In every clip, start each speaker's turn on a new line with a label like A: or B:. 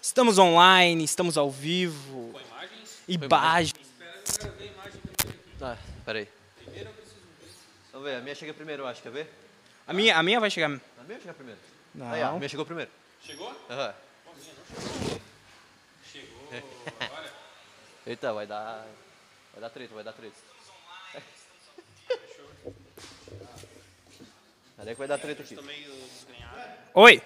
A: Estamos online, estamos ao vivo. Com imagens? Imagens.
B: Tá, peraí. Vamos ver, Então a minha chega primeiro, eu acho, quer ver?
A: A minha, a minha vai chegar.
B: A minha chega primeiro.
A: Não.
B: Aí, ó, a minha chegou primeiro.
C: Chegou?
B: Aham.
C: Chegou agora.
B: Eita, vai dar. Vai dar treta, vai dar treta. Ah. Cadê que vai
C: É,
B: dar treta aqui?
C: Tô meio desgrenhado.
A: Oi.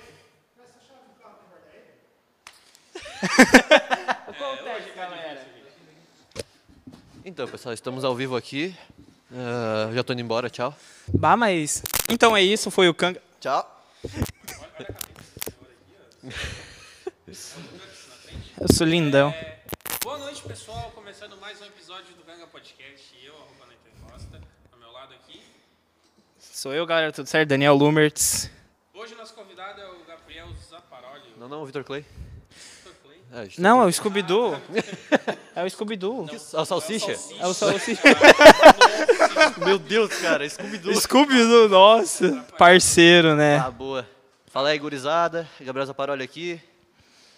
B: Então, pessoal, estamos ao vivo aqui. Ah, já tô indo embora, tchau.
A: Bah, mas. Então é isso, foi o Kanga.
B: Tchau.
A: Eu sou lindão.
C: Boa noite, pessoal. Começando mais um episódio do Ganga Podcast. Eu, arroba Nathan Costa, ao meu lado aqui.
A: Sou eu, galera, tudo certo? Daniel Lumertz.
C: Hoje, nosso convidado é o Gabriel Zaparoli, o
B: Não, não, Vitor Clay.
C: Dr. Clay.
B: É, a gente tá-
A: Não, é o Scooby-Doo. É o Scooby-Doo.
B: A salsicha?
A: É o Salsicha.
B: Meu Deus, cara, Scooby-Doo.
A: Scooby-Doo, nossa. Parceiro, né?
B: Ah, boa. Fala aí, gurizada. Gabriel Zaparoli aqui.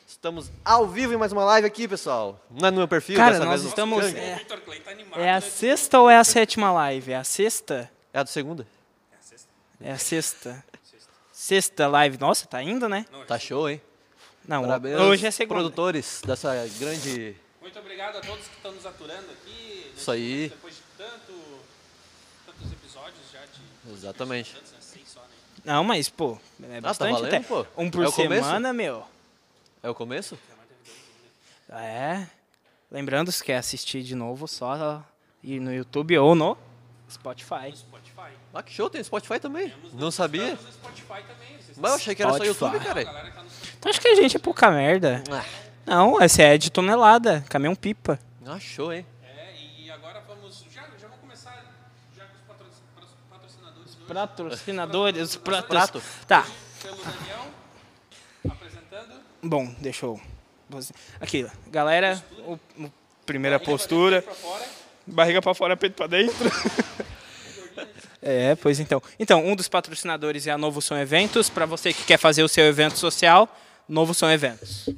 B: Estamos ao vivo em mais uma live aqui, pessoal. Não é no meu perfil,
A: Cara,
B: dessa
A: nós
B: vez no
A: estamos- é.
B: Kang. É. assim.
C: O Victor Clay tá animado.
A: É a
C: né?
A: sexta ou é a sétima live? É a sexta?
B: a do segunda?
A: É a sexta. Sexta live. Nossa, tá indo, né?
B: Tá show, hein?
A: Não,
B: Parabéns,
A: hoje é segunda.
B: produtores dessa grande...
C: Muito obrigado a todos que estão nos aturando aqui. né?
B: Isso aí.
C: Depois de tanto, tantos episódios já de...
B: Exatamente.
C: Tantos, né? Seis só, né?
A: Não, mas, pô, é bastante
B: Ah, tá valendo,
A: até.
B: pô.
A: Um por
B: É o começo?
A: semana, meu.
B: É o começo?
A: É. Lembrando, se quer assistir de novo, só ir no YouTube ou no Spotify.
C: No Spotify.
B: Ah, que show, tem Spotify também. Não sabia?
C: Estamos no Spotify também. Vocês
B: Mas eu achei que era só
A: Spotify.
B: YouTube,
C: A
B: cara.
C: galera tá no Spotify.
A: Tu acha que a gente é pouca merda?
B: Ah,
A: Não, essa é de tonelada, caminhão pipa.
B: Ah, show, hein?
C: É, e agora vamos... Já, já vamos começar já com os patro- patro- patrocinadores. hoje.
A: Patrocinadores, pratos.
B: Prato.
A: Tá,
C: Pelo Daniel. Apresentando.
A: bom, deixa eu... Aqui, galera, o- o- primeira postura.
C: Pra fora.
A: Barriga pra fora, peito pra dentro. é, pois então. Então, um dos patrocinadores é a Novo Som Eventos. Pra você que quer fazer o seu evento social, Novo Som Eventos.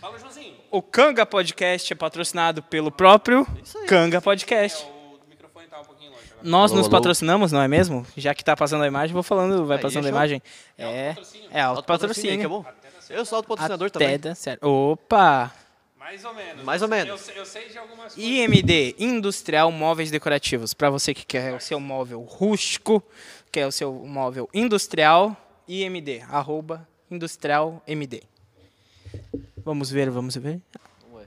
C: Fala, Joãozinho.
A: O Canga Podcast é patrocinado pelo próprio Canga
C: É,
A: Podcast.
C: o microfone tá um pouquinho longe agora.
A: Nós
B: Alô,
A: nos
B: alô.
A: patrocinamos, não é mesmo? Já que tá passando a imagem, vou falando, vai
B: Aí,
A: passando a
B: show.
A: imagem. É, é
B: Autopatrocínio aí,
A: autopatrocínio.
B: que é bom. Eu sou autopatrocinador
A: Até
B: também.
A: dá certo. Opa!
C: Mais ou menos.
B: Mais ou menos.
C: Eu, sei- eu sei de algumas coisas.
A: IMD, Industrial Móveis Decorativos. Para você que quer o seu móvel rústico, quer o seu móvel industrial, IMD, arroba industrialmd. Vamos ver, vamos ver.
B: Ué.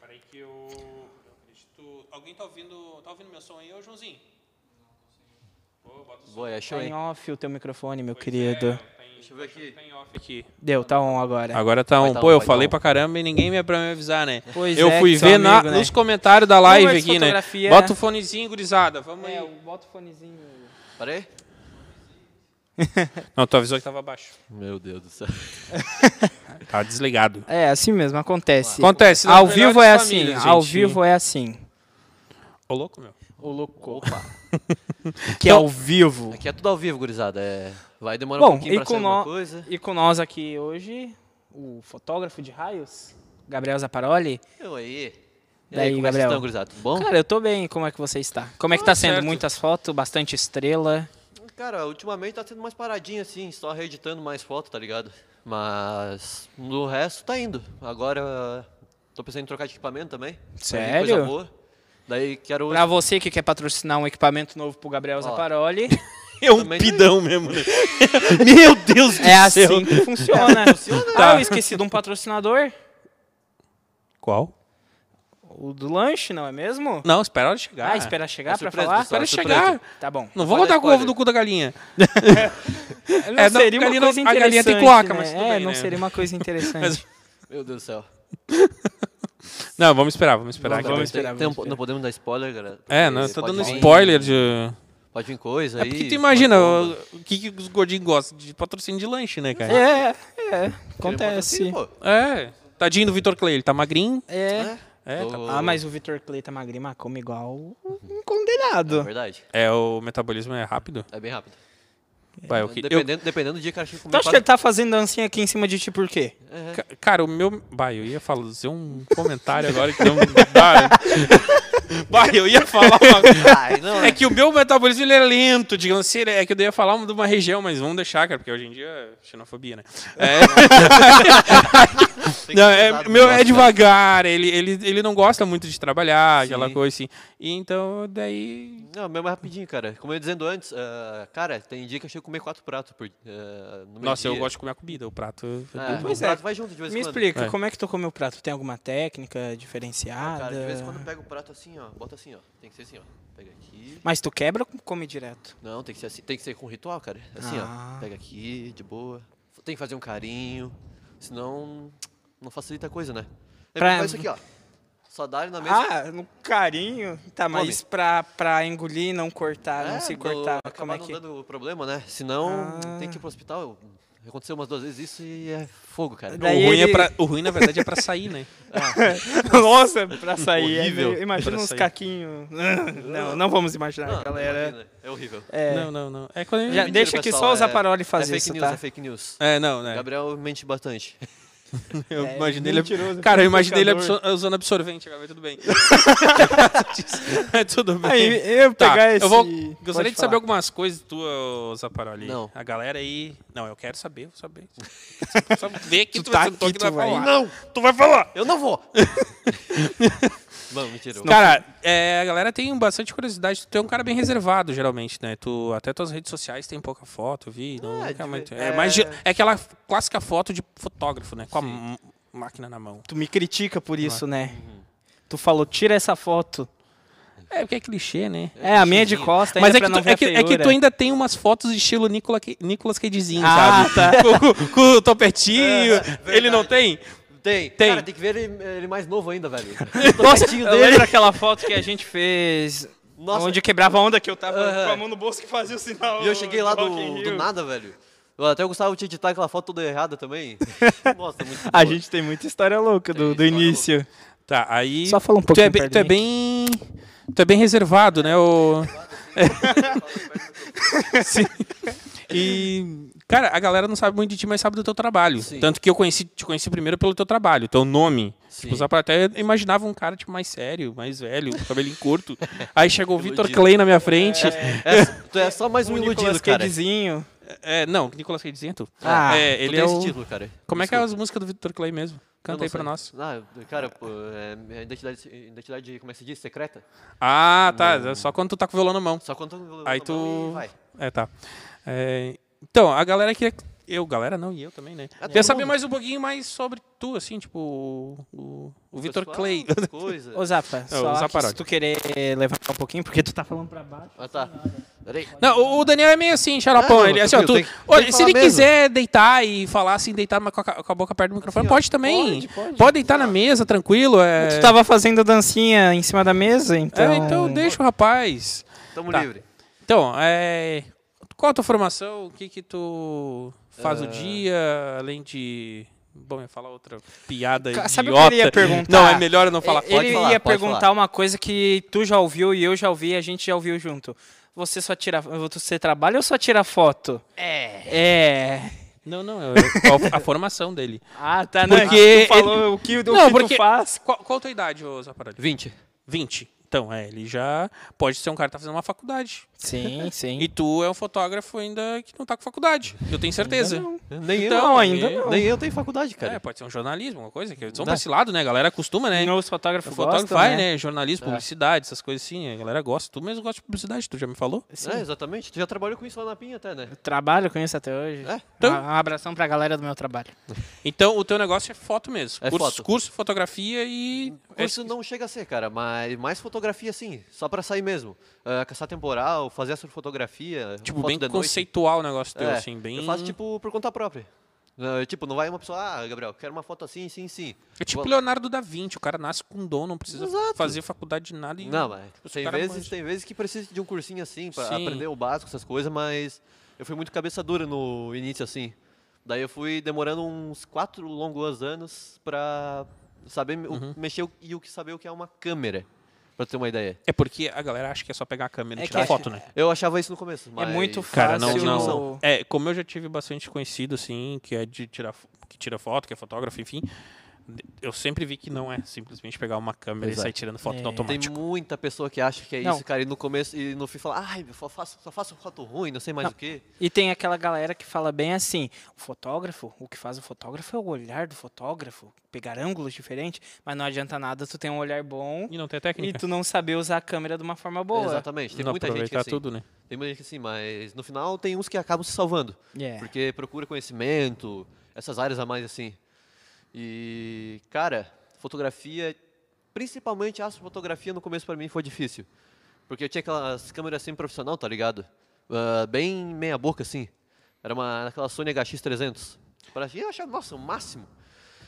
C: Peraí que eu... eu acredito... Alguém tá ouvindo... Tá ouvindo meu som aí, ô, Joãozinho? Pô, bota o som.
B: Boa, é show,
A: Tá em
B: hein?
A: off o teu microfone, meu querido.
C: Deixa
B: eu ver aqui.
C: Tem Tá off aqui.
A: Deu, tá on agora.
C: Agora tá
B: Vai
C: um.
B: tá
C: Pô,
B: um,
C: eu
B: vai
C: falei
B: tá um.
C: pra caramba e ninguém me pra me avisar, né?
A: Pois
C: eu
A: é,
C: fui
A: que são
C: ver na-
A: amigo, né?
C: nos comentários da live
A: Número de
C: aqui, né?
A: fotografia,
C: Bota
A: né?
C: o fonezinho, gurizada. Vamos aí.
A: bota o fonezinho.
B: Pera aí.
C: Não, tu avisou que tava baixo.
B: Meu Deus do céu.
C: Tá desligado.
A: É, assim mesmo, acontece.
C: Acontece. né?
A: Ao
C: nas
A: vivo é
C: melhores
A: assim,
C: famílias,
A: ao
C: gente.
A: vivo é assim.
C: Ô, louco, meu.
A: O louco.
B: Opa.
A: Que é ao vivo.
B: Aqui é tudo ao vivo, gurizada. É... Vai demorar um
A: Bom,
B: pouquinho
A: e
B: pra sair
A: com,
B: alguma
A: nó-
B: coisa.
A: e com nós aqui hoje, o fotógrafo de raios, Gabriel Zaparoli.
B: Eu aí. E
A: Daí,
B: aí, como é que vocês
A: Gabriel?
B: estão, gurizada? Tudo bom?
A: Cara, eu tô bem, como é que você está? Como é que tá sendo?
C: certo.
A: Muitas fotos, bastante estrela.
B: Cara, ultimamente tá sendo mais paradinho assim, só reeditando mais foto, tá ligado? Mas no resto tá indo. Agora tô pensando em trocar de equipamento também. Aí,
A: Sério?
B: Coisa boa. Daí quero.
A: Pra você que quer patrocinar um equipamento novo pro Gabriel Zaparoli,
C: É um
B: Também-
C: pidão mesmo, né? Meu Deus do
A: é
C: céu.
A: assim que funciona. Ah, eu esqueci de um patrocinador,
C: Qual?
A: o do lanche, não é mesmo?
C: Não, espera ela chegar.
A: Ah, espera chegar
B: É
A: pra
B: surpresa,
A: falar?
B: pessoal,
C: Espera
B: é surpresa.
C: chegar.
A: Tá bom.
C: Não vou
B: Olha
C: botar com o ovo
B: spoiler.
C: do cu da galinha.
A: Não
C: É, não,
A: seria uma
C: galinha não-
A: coisa
C: a
A: interessante,
C: galinha tem cloaca,
A: né?
C: mas tudo
A: É,
C: bem,
A: não
C: né?
A: seria uma coisa interessante.
C: Mas-
B: Meu Deus do céu.
C: Não, vamos esperar, vamos esperar.
A: Vamos
C: aqui.
A: esperar.
B: Tem- tem um-
A: esperar.
B: Não podemos dar spoiler, galera.
C: É,
B: porque
C: não, tá
B: pode
C: dando
B: vir-
C: spoiler de.
B: Pode vir coisa
C: É
B: aí.
C: porque tu imagina
B: pode vir-
C: o o que, que os gordinhos gostam de patrocínio de lanche, né, cara?
A: É, é,
B: Queria um
A: acontece.
B: patrocínio, pô.
C: É. Tadinho do Vitor Clay, ele tá magrinho.
A: É.
C: É, tá-
B: Tô-
A: Ah, mas o Vitor Cleita Magri mas come igual um condenado.
B: Verdade.
C: é, o metabolismo é rápido.
B: É bem rápido.
C: Vai, eu que- eu-
B: Dependendo, dependendo do dia que ela chega
A: Tu
B: comigo.
A: acha que ele tá fazendo dancinha aqui em cima de ti por quê?
C: Ca- Cara, o meu. Vai, eu ia fazer um comentário agora que não. Vai, Vai, eu ia falar uma.
B: Ai, não,
C: É que o meu metabolismo ele é lento, digamos assim. ele- É que eu ia falar uma- de uma região, mas vamos deixar, cara, porque hoje em dia é xenofobia, né? É,
B: tem que
C: não,
B: ser
C: é,
B: pesado,
C: meu,
B: né?
C: é devagar, ele, ele, ele não gosta muito de trabalhar, aquela
B: Sim.
C: coisa assim. E então, daí.
B: Não, meu é mais rapidinho, cara. Como eu ia dizendo antes, ah, cara, tem dia que eu chego a comer quatro pratos por, ah, no meu
C: Nossa,
B: dia.
C: eu gosto de comer a comida, o prato.
B: Ah,
C: tudo.
A: Pois
B: o
A: é.
B: prato vai junto de vez
A: Me
B: em quando. Ah,
A: explica,
C: É.
A: como é que tu comeu o prato? Tem alguma técnica diferenciada?
B: Cara, de vez em quando eu pego o prato assim, ó. Bota assim, ó. Tem que ser assim, ó. Pega aqui.
A: Mas tu quebra ou come direto?
B: Não, tem que ser assim. Tem que ser com ritual, cara. Assim,
A: Ah.
B: ó. Pega aqui, de boa. Tem que fazer um carinho. Senão, não facilita a coisa, né? É
A: Pra-
B: pra... isso aqui, ó. Só dá ele na mesa.
A: Ah, no carinho. Tá, mas pra, pra engolir, não cortar, não se
B: do-
A: cortar,
B: Ah, acabar
A: como é
B: não
A: que...
B: dando problema, né? Senão,
A: Ah.
B: tem que ir pro hospital. Aconteceu umas duas vezes isso e é fogo, cara.
A: Daí
C: o, ruim
A: ele-
C: é pra, o ruim, na verdade, é pra sair, né?
A: Nossa, pra sair.
C: Horrível
A: aí, Imagina
C: pra
A: uns
C: sair.
A: caquinhos. Não, não vamos imaginar,
B: Ah, Não,
A: galera.
B: imagina, É horrível.
A: É,
C: Não, não, não. É quando
A: Já-
B: Mentira,
A: deixa que só os Aparoli fazem
B: é fake
A: isso,
B: news,
A: tá?
B: É fake news.
C: É, não, né?
B: Gabriel mente bastante.
C: Eu
A: É,
C: imaginei ele.
A: mentiroso, é
C: Cara, eu imaginei ele
A: provocador.
C: absor- usando absorvente, agora mas tudo bem. É, tudo bem.
A: Aí, eu
C: Tá,
A: pegar esse...
C: eu vou,
A: Pode
C: gostaria de
A: falar.
C: saber algumas coisas tuas, Zaparoli.
B: Não.
C: A galera aí. Não, eu quero saber, vou saber. Só ver que
A: Tu
C: tu,
A: tá
C: vai- tu
A: aqui,
C: que vai
A: tu vai.
C: falar.
B: Não,
C: tu vai falar!
B: eu não vou. Não, mentira. eu-
C: Cara, é, a galera tem bastante curiosidade. Tu é um cara bem reservado, geralmente, né? Tu, até tuas redes sociais tem pouca foto, eu vi. Não,
B: É,
C: nunca
B: de-
C: muito.
B: é-
C: É, mais de- é aquela clássica foto de fotógrafo, né? Com a m- máquina na mão.
A: Tu me critica por isso, né? Tu falou, tira essa foto.
C: É, porque é clichê, né?
A: É, a minha é de
B: clichêzinho.
A: costa,
C: Mas
A: ainda
C: é que,
A: pra não
C: tu,
A: ver
C: é,
A: a
C: que, é que tu
A: feiura.
C: ainda tem umas fotos de estilo Nicola, Ca- Nicolas Cagezinho,
A: Ah,
C: sabe? com, com o topetinho. ele não tem?
B: Tem.
C: Tem.
B: Cara, tem que ver ele, ele mais novo ainda, velho.
A: Nossa, eu lembro daquela foto que a gente fez...
B: Nossa.
A: Onde quebrava a onda que eu tava
B: Aham.
A: com a mão no bolso que fazia o sinal.
B: E eu cheguei lá
A: Rock in
B: do, do
A: Rio.
B: nada, velho. Eu até o Gustavo tinha editado aquela foto toda errada também. Nossa, muito
A: A
B: boa.
A: gente tem muita história louca do, do
B: história
A: início.
C: Tá, aí.
A: Só fala um
C: tu é,
A: pouquinho
C: bem,
A: perto
C: tu é
A: do mic.
C: bem. Tu é bem reservado, né? O... Sim. E, cara, a galera não sabe muito de ti, mas sabe do teu trabalho.
B: Sim.
C: Tanto que eu conheci, te conheci primeiro pelo teu trabalho, teu nome.
B: Sim.
C: Tipo, só pra- até eu imaginava um cara tipo, mais sério, mais velho, com cabelinho curto. Aí chegou o Vitor
B: Iludido.
C: Clay na minha frente.
B: É, tu é só mais
A: Um
B: um
A: Nicolas
B: iludido, cara.
A: Cagezinho.
C: É, não, Nicolas Cage Zento.
A: Ah,
C: é,
B: Tu
C: ele
B: tem
C: é
B: esse
C: o...
B: título, cara.
C: Como é que é
B: Desculpa.
C: as músicas do Vitor Clay mesmo?
B: Eu
C: Canta
B: não
C: aí pra
B: sei.
C: nós.
B: Ah, cara, pô, é, é identidade, identidade, como é que se diz? Secreta?
C: Ah, tá. é Só quando tu tá com o violão na mão.
B: Só quando tu-
C: Aí
B: tu mão
C: tu.
B: e Vai.
C: É, tá. É, Então, a galera que. Eu, galera não, e eu também, né?
B: Ah, todo
C: Quer saber
B: mundo.
C: mais um pouquinho mais sobre tu, assim, tipo, o, o, o Vitor
B: Pessoal,
C: Clay.
B: Coisa.
A: Ô, Zapa, só
C: o
A: que
C: Zaparoli.
A: se tu querer levantar um pouquinho, porque tu tá falando pra baixo.
B: Ah, tá. Peraí.
C: Não, o- o Daniel é meio assim, xaropão.
B: Ah, não,
C: ele, é assim, ó, tu,
B: tranquilo, tem que-
C: olha,
B: tem que
C: se ele
B: falar mesmo.
C: quiser deitar e falar assim, deitar mas com a, ca- com a boca perto do microfone,
B: Assim, ó,
C: pode também.
B: pode,
C: Pode,
B: pode. tá-
C: deitar na mesa, tranquilo. É,
A: Tu tava fazendo dancinha em cima da mesa, então...
C: é, então deixa o rapaz.
B: Tamo
C: Tá.
B: livre.
C: Então, é... qual a tua formação? O que que tu faz o dia, além de... Bom, eu ia falar outra piada
A: Ca-
C: idiota.
A: sabe o que eu queria perguntar?
C: Não, é melhor eu não falar.
A: Ele
B: pode falar,
A: ia
B: pode
A: perguntar
B: falar.
A: uma coisa que tu já ouviu e eu já ouvi e a gente já ouviu junto. Você só tira... Você trabalha ou só tira foto? É. É...
C: Não, não, eu- eu- a formação dele.
A: Ah, tá, não, é que
C: Porque
A: tu falou o que, o
C: Não,
A: que tu
C: porque-
A: faz.
C: Qual, qual a tua idade, ô Zaparoli?
B: 20.
C: 20. Então, é, ele já pode ser um cara que tá fazendo uma faculdade.
A: Sim, sim.
C: E tu é um fotógrafo ainda que não tá com faculdade. Eu tenho certeza.
B: Nem
C: Então,
B: eu.
C: ainda não.
B: Nem eu tenho faculdade, cara.
C: É, pode ser um jornalismo, uma coisa. Que são
B: Dá.
C: pra esse lado, né? A galera costuma, né?
A: E os fotógrafos
C: O fotógrafo
A: gostam,
C: vai,
A: né?
C: né? Jornalismo, publicidade, essas coisas assim. A galera gosta. Tu mesmo gosta de publicidade, tu já me falou?
B: É, exatamente. Tu já trabalhou com isso lá na Pinha até, né?
A: Trabalho com isso até hoje.
B: É?
C: Então-
A: Um abração pra galera do meu trabalho.
C: Então, o teu negócio é foto mesmo.
B: É
C: curso,
B: foto.
C: curso, fotografia e... é
B: Isso não chega a ser, cara, mas mais fotografia sim, só pra sair mesmo. Ah, caçar temporal, fazer essa fotografia,
C: tipo,
B: foto
C: bem
B: de noite.
C: conceitual o negócio teu,
B: É,
C: assim. Bem...
B: Eu faço, tipo, por conta própria. Não, eu, tipo, não vai uma pessoa, ah, Gabriel, quero uma foto assim, sim, sim.
C: É tipo
B: Vou-
C: Leonardo da Vinci, o cara nasce com um dom, não precisa
B: Exato.
C: fazer faculdade de nada. E...
B: Não, mas
C: Tipo, Os
B: tem
C: cara
B: vezes,
C: manja.
B: tem vezes que precisa de um cursinho assim, pra
C: Sim.
B: aprender o básico, essas coisas, mas eu fui muito cabeça dura no início, assim. Daí eu fui demorando uns quatro
C: Uhum.
B: longos anos pra saber me- o- mexer o- e o que saber o que é uma câmera. Pra ter uma ideia.
C: É porque a galera acha que é só pegar a câmera e
A: É que
C: tirar
A: é-
C: foto, né?
B: Eu achava isso no começo, mas...
A: muito
C: Cara, É não,
A: Fácil.
C: não. É, como eu já tive bastante conhecido, assim, que é de tirar fo- que tira foto, que é fotógrafo, enfim. Eu sempre vi que não é simplesmente pegar uma câmera
B: Exato.
C: e sair tirando foto
A: É.
C: no
B: Tem
C: automático.
B: muita pessoa que acha que é
A: Não.
B: isso, cara, e no começo e no fim fala, ai, eu só faço, só faço foto ruim, não sei mais
A: Não.
B: o quê.
A: E tem aquela galera que fala bem assim: o fotógrafo, o que faz o fotógrafo é o olhar do fotógrafo, pegar ângulos diferentes, mas não adianta nada tu ter um olhar bom
C: E não tem
A: e
C: técnica.
A: tu não saber usar a câmera de uma forma boa.
B: Exatamente. Tem
C: não
B: muita gente que
C: aproveitar
B: assim,
C: tudo, né?
B: Tem muita gente que assim, mas no final tem uns que acabam se salvando.
A: É.
B: Porque procura conhecimento, essas áreas a mais assim. E, cara, fotografia, principalmente a astrofotografia no começo pra mim foi difícil. Porque eu tinha aquelas câmeras assim profissional, tá ligado? Ah, bem meia boca assim. Era uma aquela Sony HX300. Pra- E eu achava, nossa, o máximo.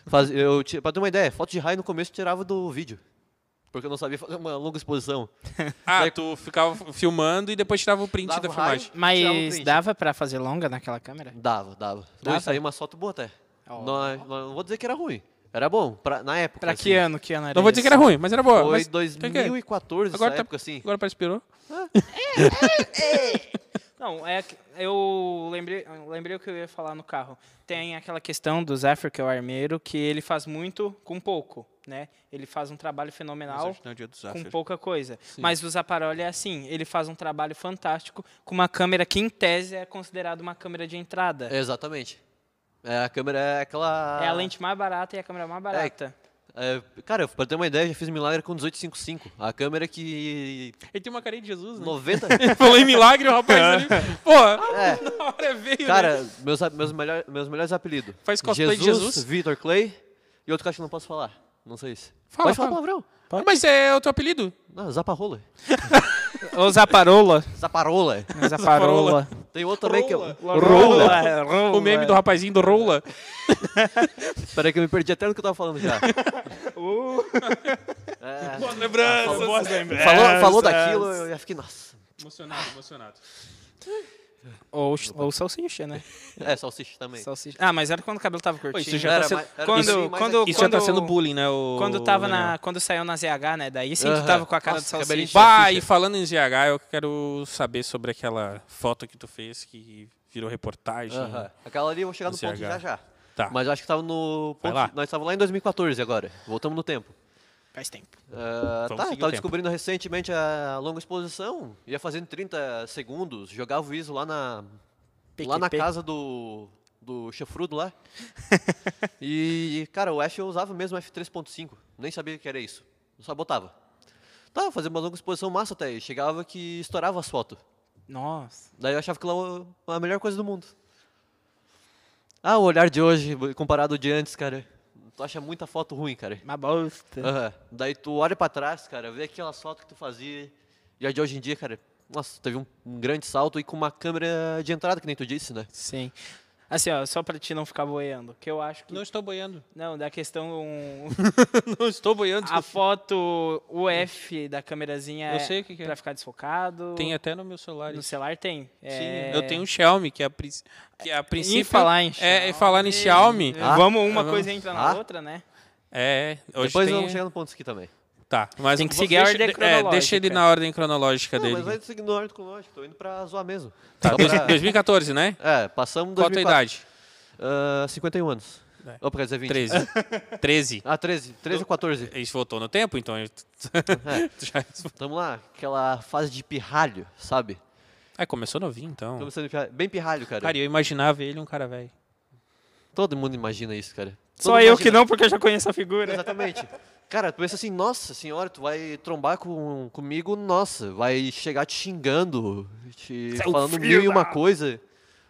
B: Faz, eu, ti- pra ter uma ideia, foto de raio no começo eu tirava do vídeo. Porque eu não sabia fazer uma longa exposição.
C: Ah, tu ficava filmando e depois tirava o print
B: Dava
C: da
B: um raio,
C: filmagem.
B: tirava um
A: Mas
B: print.
A: dava pra fazer longa naquela câmera?
B: Dava, dava.
A: Dava?
B: Não, saiu uma foto boa até.
A: Ó.
B: Nós- nós- não vou dizer que era ruim. Era bom, pra- na época.
A: Pra
B: assim.
A: que ano? Que ano era
C: Não vou dizer que era
A: esse?
C: ruim, mas era boa.
B: Foi
C: mas- que que é?
B: 2014,
C: Agora
B: essa
C: tá-
B: época, assim.
C: Agora parece que pirou.
A: Não, é que- eu lembrei, eu lembrei o que eu ia falar no carro. Tem aquela questão do Zephyr, que é o armeiro, que ele faz muito com pouco, né? Ele faz um trabalho fenomenal
C: é
A: com pouca coisa. Mas o Zaparoli é assim, ele faz um trabalho fantástico com uma câmera que em tese é considerada uma câmera de entrada.
B: Exatamente. É, a câmera é aquela...
A: É a lente mais barata e a câmera mais barata.
B: É, cara, pra ter uma ideia, eu já fiz milagre com 1855. A câmera que...
C: Ele tem uma carinha de Jesus, né?
B: 90...
C: Falou em milagre, o rapaz ali. Pô,
B: É.
C: na hora veio. né?
B: Cara, meus, a- meus, melhor, meus melhores apelidos.
C: Faz cosplay de Jesus.
B: Vitor Clay e outro cara que eu não posso falar. Não sei se...
C: Fala,
B: Pode falar
C: fala.
B: palavrão.
C: Mas é o teu apelido.
B: Não, Zaparrola.
A: Ou Zaparola.
B: Zaparola.
A: Zaparola.
B: Tem outro também que eu...
A: Rola. Rola.
C: O meme do rapazinho do Rola.
B: Peraí que eu me perdi até no que eu tava falando já. É,
C: Boas lembranças. Boas lembranças.
B: falou, falou daquilo, eu já fiquei, nossa.
C: Emocionado, emocionado.
A: Ou, ou salsicha, né?
B: É, salsicha também.
A: Salsicha. Ah, mas era quando o cabelo tava curtinho.
C: isso já tá
B: Era
C: sendo-
B: mais- era
A: quando-
B: bem mais
A: quando-
B: antigo.
C: Isso já tá
A: Quando-
C: sendo bullying, né? O
A: Quando tava
C: Daniel?
A: na. Quando saiu na ZH, né? Daí sim tu
B: Aham.
A: tava com a cara
B: Nossa,
A: de
B: cabelinho
A: salsicha.
B: de
C: Bah,
B: salsicha.
C: e falando em ZH, eu quero saber sobre aquela foto que tu fez que virou reportagem.
B: Aham. Aquela ali eu vou chegar no
C: CH.
B: ponto já já.
C: Tá.
B: Mas eu acho que tava no
C: Vai
B: ponto.
C: lá.
B: Nós estávamos lá em 2014 agora. Voltamos no tempo.
A: Faz tempo.
B: Ah, tá,
C: Vamos seguir
B: eu
C: o
B: tava
C: tempo.
B: descobrindo recentemente a longa exposição. Ia fazendo 30 segundos, jogava o ISO lá na. Lá na
A: PQP.
B: casa do. Do chefrudo lá. e, cara, o F eu usava mesmo F3.5. Nem sabia que era isso. Eu só botava. Tá, fazia uma longa exposição massa até. E chegava que estourava as fotos.
A: Nossa.
B: Daí eu achava que lá era a melhor coisa do mundo. Ah, o olhar de hoje comparado ao de antes, cara. Tu acha muita foto ruim, cara.
A: Uma
C: É.
A: bosta.
B: Aham. Daí tu olha pra trás, cara, vê aquelas fotos que tu fazia. E a de hoje em dia, cara, nossa, teve um, um grande salto e com uma câmera de entrada, que nem tu disse, né?
A: Sim. Assim, ó, só pra ti não ficar boiando. Que eu acho que.
C: Não estou boiando.
A: Não, da questão. um,
C: Não estou boiando.
A: a foto UF da câmerazinha.
C: Eu sei o que que é.
A: Pra ficar desfocado.
C: Tem até no meu celular.
A: No
C: isso.
A: celular tem.
C: Sim,
A: É,
C: eu tenho um Xiaomi, que é a, princ- que é a princípio...
A: falar em
C: É, e falar em Xiaomi...
A: É, Vamos, uma
C: vamos.
A: coisa entra na
B: Ah.
A: outra, né?
C: É, hoje
B: Depois
C: tem...
B: vamos chegar no ponto aqui também.
C: Tá, mas
A: Tem que
C: vou-
A: seguir a
C: deixa-
A: ordem
C: de- É,
A: cronológica.
C: deixa ele na ordem cronológica
B: Não,
C: dele.
B: mas vai seguir no ordem cronológico, tô indo pra zoar mesmo.
C: Tá,
B: Só
C: dois-
B: pra-
C: 2014, né?
B: É, passamos
C: Qual a tua
B: 2004.
C: idade?
B: Ah, 51 anos.
C: É.
B: Ou pra dizer 20.
C: 13. 13.
B: Ah, 13. 13 ou 14.
C: Isso voltou no tempo, então. eu-
B: É.
C: Já... é.
B: Tamo lá, aquela fase de pirralho, sabe?
C: Ah, começou novinho, então.
B: Tamo sendo pirralho- Bem pirralho, cara.
C: Cara, eu imaginava ele um cara velho.
B: Todo mundo imagina isso, cara. Todo
A: Só
B: mundo
A: eu
B: imagina.
A: que não, porque eu já conheço a figura.
B: Exatamente. Cara, tu pensa assim, nossa senhora, tu vai trombar com, comigo, nossa, vai chegar te xingando, te
A: Seu
B: falando
A: filho
B: mil e uma
A: da-
B: coisa.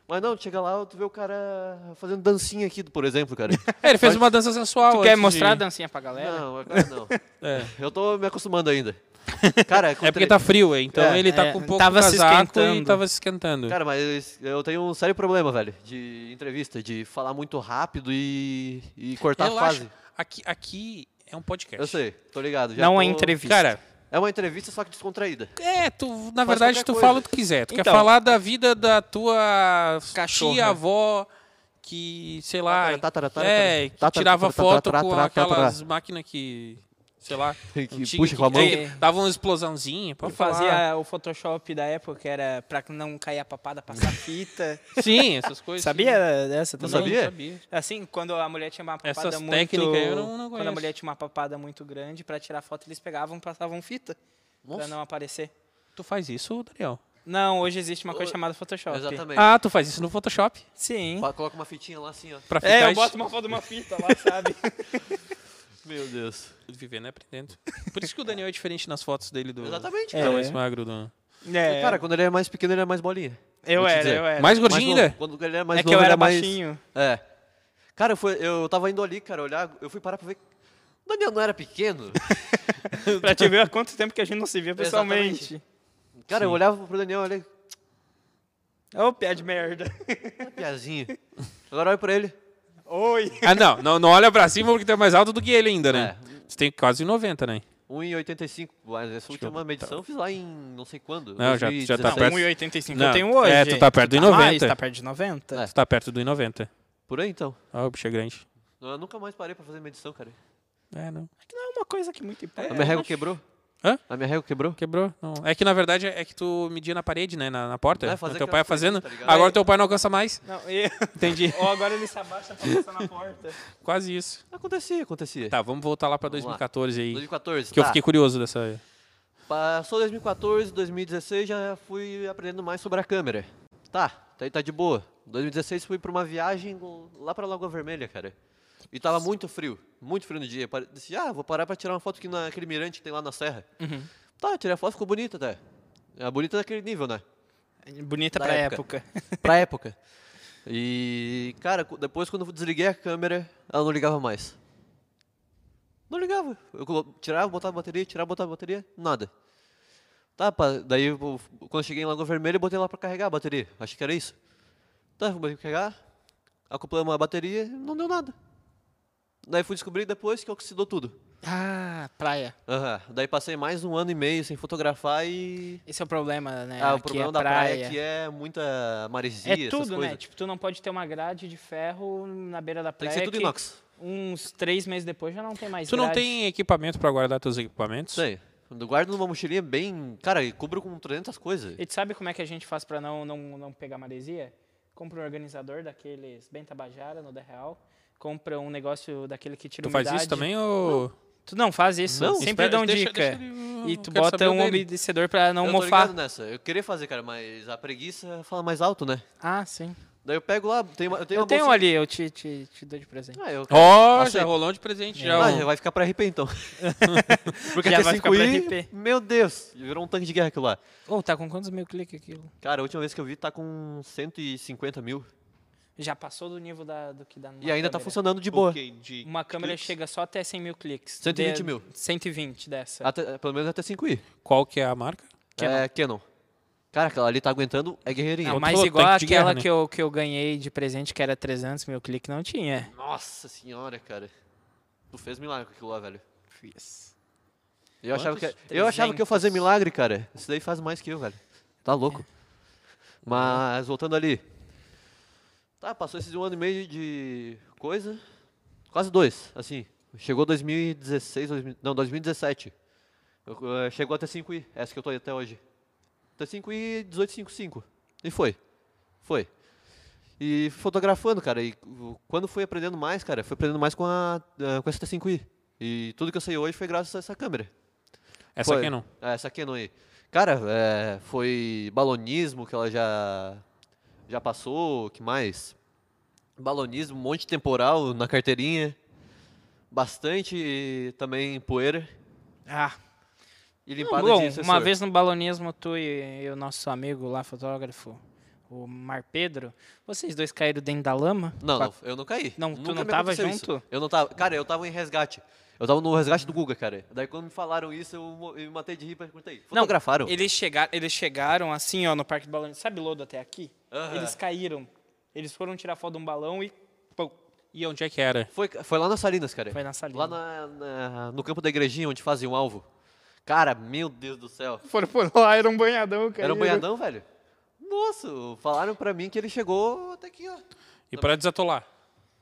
B: Mas não, tu chega lá, tu vê o cara fazendo dancinha aqui, por exemplo, cara.
C: É, ele fez uma dança sensual.
A: Tu quer
C: antes
A: mostrar a
C: de...
A: dancinha pra galera?
B: não, agora não.
C: É.
B: Eu tô me acostumando ainda. Cara, com
C: É porque
B: tre-
C: tá frio, é, então
B: É,
C: ele tá
A: é,
C: com um pouco
A: tava
C: tava
A: se
C: casaco e
A: esquentando.
C: tava se esquentando.
B: Cara, mas eu tenho um sério problema, velho, de entrevista, de falar muito rápido e, e cortar a
C: Relaxa.
B: fase.
C: Aqui, aqui é um podcast.
B: Eu sei, tô ligado. já
A: Não
B: tô-
A: é entrevista.
C: Cara,
B: É uma entrevista, só que descontraída.
C: é, tu, na verdade,
B: qualquer
C: tu
B: coisa.
C: fala o que quiser. Tu quer
A: Então.
C: falar da vida da tua
A: Cachorra.
C: tia, avó, que, sei lá,
B: Tatara, tatara, tatara,
C: é, que
B: tatara,
C: tirava
B: tatara,
C: foto
B: tatara,
C: com
B: tatara, tatara.
C: aquelas máquinas que... sei lá.
B: tá, Que
C: tigre
B: puxa com a mão.
A: tem-
C: que dava uma explosãozinha,
A: Eu
C: pode falar.
A: fazia o Photoshop da época, era pra não cair a papada, passar fita.
C: Sim, essas coisas. sim.
A: Sabia dessa
B: Não
A: também?
C: Não,
B: sabia?
A: Assim, quando a mulher tinha uma papada
C: Essas
A: muito...
C: técnicas eu não- não
A: Quando a
C: conheço.
A: mulher tinha uma papada muito grande, pra tirar foto, eles pegavam e passavam fita pra
B: Nossa,
A: não aparecer.
C: Tu faz isso, Daniel?
A: Não, hoje existe uma coisa
B: Ô,
A: chamada Photoshop.
B: exatamente.
C: Ah, tu faz isso no Photoshop
A: Sim.
B: Pa- Coloca uma fitinha lá assim, ó.
C: pra ficar
A: É, eu
C: es-
A: boto uma foto de uma fita lá, sabe?
B: Meu Deus.
C: vivendo e né, aprendendo. Por isso que o Daniel é diferente nas fotos dele do
B: Exatamente,
A: É.
B: cara.
C: Tá mais magro do.
A: É,
B: Cara, quando ele era mais pequeno, ele era mais bolinha.
A: eu
B: vou te
A: era,
B: dizer.
A: eu era.
C: Mais
B: Mais
C: gordinho
B: novo.
C: ainda?
B: Quando ele era mais
A: é que
B: novo,
A: eu
B: ele
A: era
B: era mais...
A: baixinho.
B: É. Cara, eu, fui, eu tava indo ali, cara, olhar, eu fui parar pra ver. O Daniel não era pequeno?
A: pra te ver há quanto tempo que a gente não se via pessoalmente.
B: Cara, eu olhava pro Daniel, olhei,
A: Ô, piada de merda.
B: piazinho. Agora olha pra ele.
A: Oi.
C: Ah, não, não, não olha pra cima porque tu é mais alto do que ele ainda, né?
B: É.
C: Você tem quase 90, né?
B: 1,85. Mas essa última medição eu fiz lá em não sei quando.
C: Não, já- já tá
B: 2017.
C: perto.
A: 1,85 eu
C: Não,
A: tenho hoje.
C: é, tu tá perto de
A: mais,
C: 90.
A: tá perto de 90.
B: É.
C: Tu tá perto do 90.
B: Por aí então.
C: Ó, o bicho é grande.
B: Eu nunca mais parei pra fazer medição, cara.
C: É, não.
A: Não é uma coisa que muito importa.
B: A minha régua quebrou.
C: Hã?
B: A minha régua quebrou.
C: Quebrou? Não. É que na verdade é que tu media na parede, né? Na, na porta.
B: É,
C: Então,
B: fazer
C: teu
B: aquela
C: pai é
B: coisinha,
C: fazendo.
B: tá ligado?
C: agora teu pai não alcança mais.
A: Não, e-
C: Entendi.
A: Ou agora ele se abaixa pra passar na porta.
C: quase isso.
B: Acontecia, acontecia.
C: Tá, vamos voltar lá pra
B: Vamos lá.
C: 2014 aí.
B: 2014.
C: Que
B: tá.
C: eu fiquei curioso dessa.
B: Passou 2014, 2016, já fui aprendendo mais sobre a câmera. Tá, tá, aí tá de boa. 2016 fui pra uma viagem lá pra Lagoa Vermelha, cara. E tava muito frio, muito frio no dia. Pare- Disse, ah, vou parar pra tirar uma foto aqui naquele mirante que tem lá na serra.
C: Uhum.
B: Tá, tirei a foto, ficou bonita até. É bonita naquele nível, né?
A: Bonita
B: Da
A: pra época.
B: época. pra época. E, cara, cu- depois quando eu desliguei a câmera, ela não ligava mais. Não ligava. Eu colo- tirava, botava a bateria, tirava, botava a bateria, nada. Tá, pá, daí eu- quando eu cheguei em Lagoa Vermelha, eu botei lá pra carregar a bateria. Achei que era isso. Tá, botei pra carregar, acoplamos a bateria, não deu nada. Daí fui descobrir depois que oxidou tudo.
A: Ah, praia.
B: Aham. Daí passei mais um ano e meio sem fotografar e...
A: Esse é o problema, né?
B: ah, o
A: Aqui
B: problema
A: é
B: da praia,
A: praia
B: que é muita maresia,
A: É
B: essas
A: tudo, né?
B: coisas.
A: Tipo, tu não pode ter uma grade de ferro na beira da
B: Tem
A: praia.
B: que ser tudo inox.
A: Uns três meses depois já não tem mais
C: Tu não
A: grade.
C: tem equipamento pra guardar teus equipamentos?
B: Isso aí. Eu guardo numa mochilinha bem. Cara, e cubro com 300 coisas.
A: E tu sabe como é que a gente faz pra não, não, não pegar maresia? Compra um organizador daqueles bem tabajara no The Real. Compra um negócio daquele que tira
C: Tu faz
A: umidade.
C: isso também ou.
A: Tu não faz isso.
B: Não?
A: Sempre
C: Espera,
A: dão
C: deixa-
A: dica.
C: deixa ele-
A: E
C: eu
A: tu
C: quero
A: bota
C: saber o
A: um
C: dele.
A: umedecedor pra não
B: eu tô
A: mofar.
B: ligado nessa. Eu queria fazer, cara, mas a preguiça fala mais alto, né?
A: Ah, sim.
B: Daí eu pego lá, tem uma, eu tenho
A: Eu
B: uma
A: tenho
B: bolsinha-
A: ali, eu te, te, te dou de presente.
B: Ah, eu...
C: Ó, já
B: Aceito.
C: rolou um de presente. Já,
B: Ah,
C: um-
B: já vai ficar pra RP então. Porque
A: Já
B: até
A: vai ficar pra
B: 5i,
A: RP.
B: meu Deus, virou um tanque de guerra aquilo lá.
A: Ô, tá com quantos mil cliques aquilo?
B: Cara, a última vez que eu vi tá com 150 mil.
A: Já passou do nível da, do que dá numa
B: E ainda tá
A: câmera.
B: funcionando de boa.
D: Ok, de
A: Uma câmera
D: cliques.
A: chega só até 100 mil cliques.
B: 120
A: De-
B: mil.
A: 120
C: Ah, tá.
A: dessa.
B: Até- pelo menos até 5i.
C: Qual que é a marca?
B: É, Canon. Cara, aquela ali tá aguentando, é guerreirinha.
A: Não,
C: outro
A: mas
C: tanque
A: igual
C: de
A: aquela
C: guerra, né?
A: que, eu, que eu ganhei de presente, que era 300 mil cliques, não tinha.
B: Nossa senhora, cara. Tu fez milagre com aquilo lá, velho. Eu achava, que, eu achava que eu fazia milagre, cara. Isso daí faz mais que eu, velho. Tá louco. Mas, voltando ali. Tá, passou esses um ano e meio de coisa. Quase dois, assim. Chegou 2016, 2000 não, 2017. Eu- eh, Chegou até 5i, essa que eu tô aí até hoje. Até 5i, 1855. E foi. Foi. E fui fotografando, cara. E o- quando fui aprendendo mais, cara, fui aprendendo mais com, a, eh, com essa T5i. E tudo que eu sei hoje foi graças a essa câmera.
C: Essa
B: Foi.
C: aqui não.
B: É, essa Canon aí. Cara, é, foi balonismo que ela já já passou, que mais? Balonismo, um monte de temporal na carteirinha. Bastante também poeira
A: Ah,
B: e
A: Não,
B: limpada
A: bom,
B: de
A: uma
B: sensor.
A: vez no balonismo, tu e, e o nosso amigo lá, fotógrafo, o Mar Pedro, vocês dois caíram dentro da lama?
B: Não,
A: Com a-
B: não, eu não caí.
A: Não, tu
B: Nunca
A: não
B: me
A: tava
B: aconteceu
A: junto?
B: isso. Eu não tava. Cara, eu tava em resgate. Eu tava no resgate do Guga, cara. Daí quando me falaram isso, eu mo- eu me matei de rir, mas contei.
A: Não,
B: Fotografaram.
A: Eles, chega, eles chegaram assim, ó, no Parque do Balão. Sabe lodo até aqui?
B: Aham.
A: Eles caíram. Eles foram tirar foto de um balão e. pum,
C: E onde é que era?
B: Foi, foi lá nas Salinas, cara.
A: Foi na Salinas.
B: Lá na- na- no campo da igrejinha, onde fazem o alvo. Cara, meu Deus do céu.
A: Foram por lá, era um banhadão, cara.
B: Era um banhadão, velho? Nossa, falaram pra mim que ele chegou até aqui, ó.
C: E pra desatolar.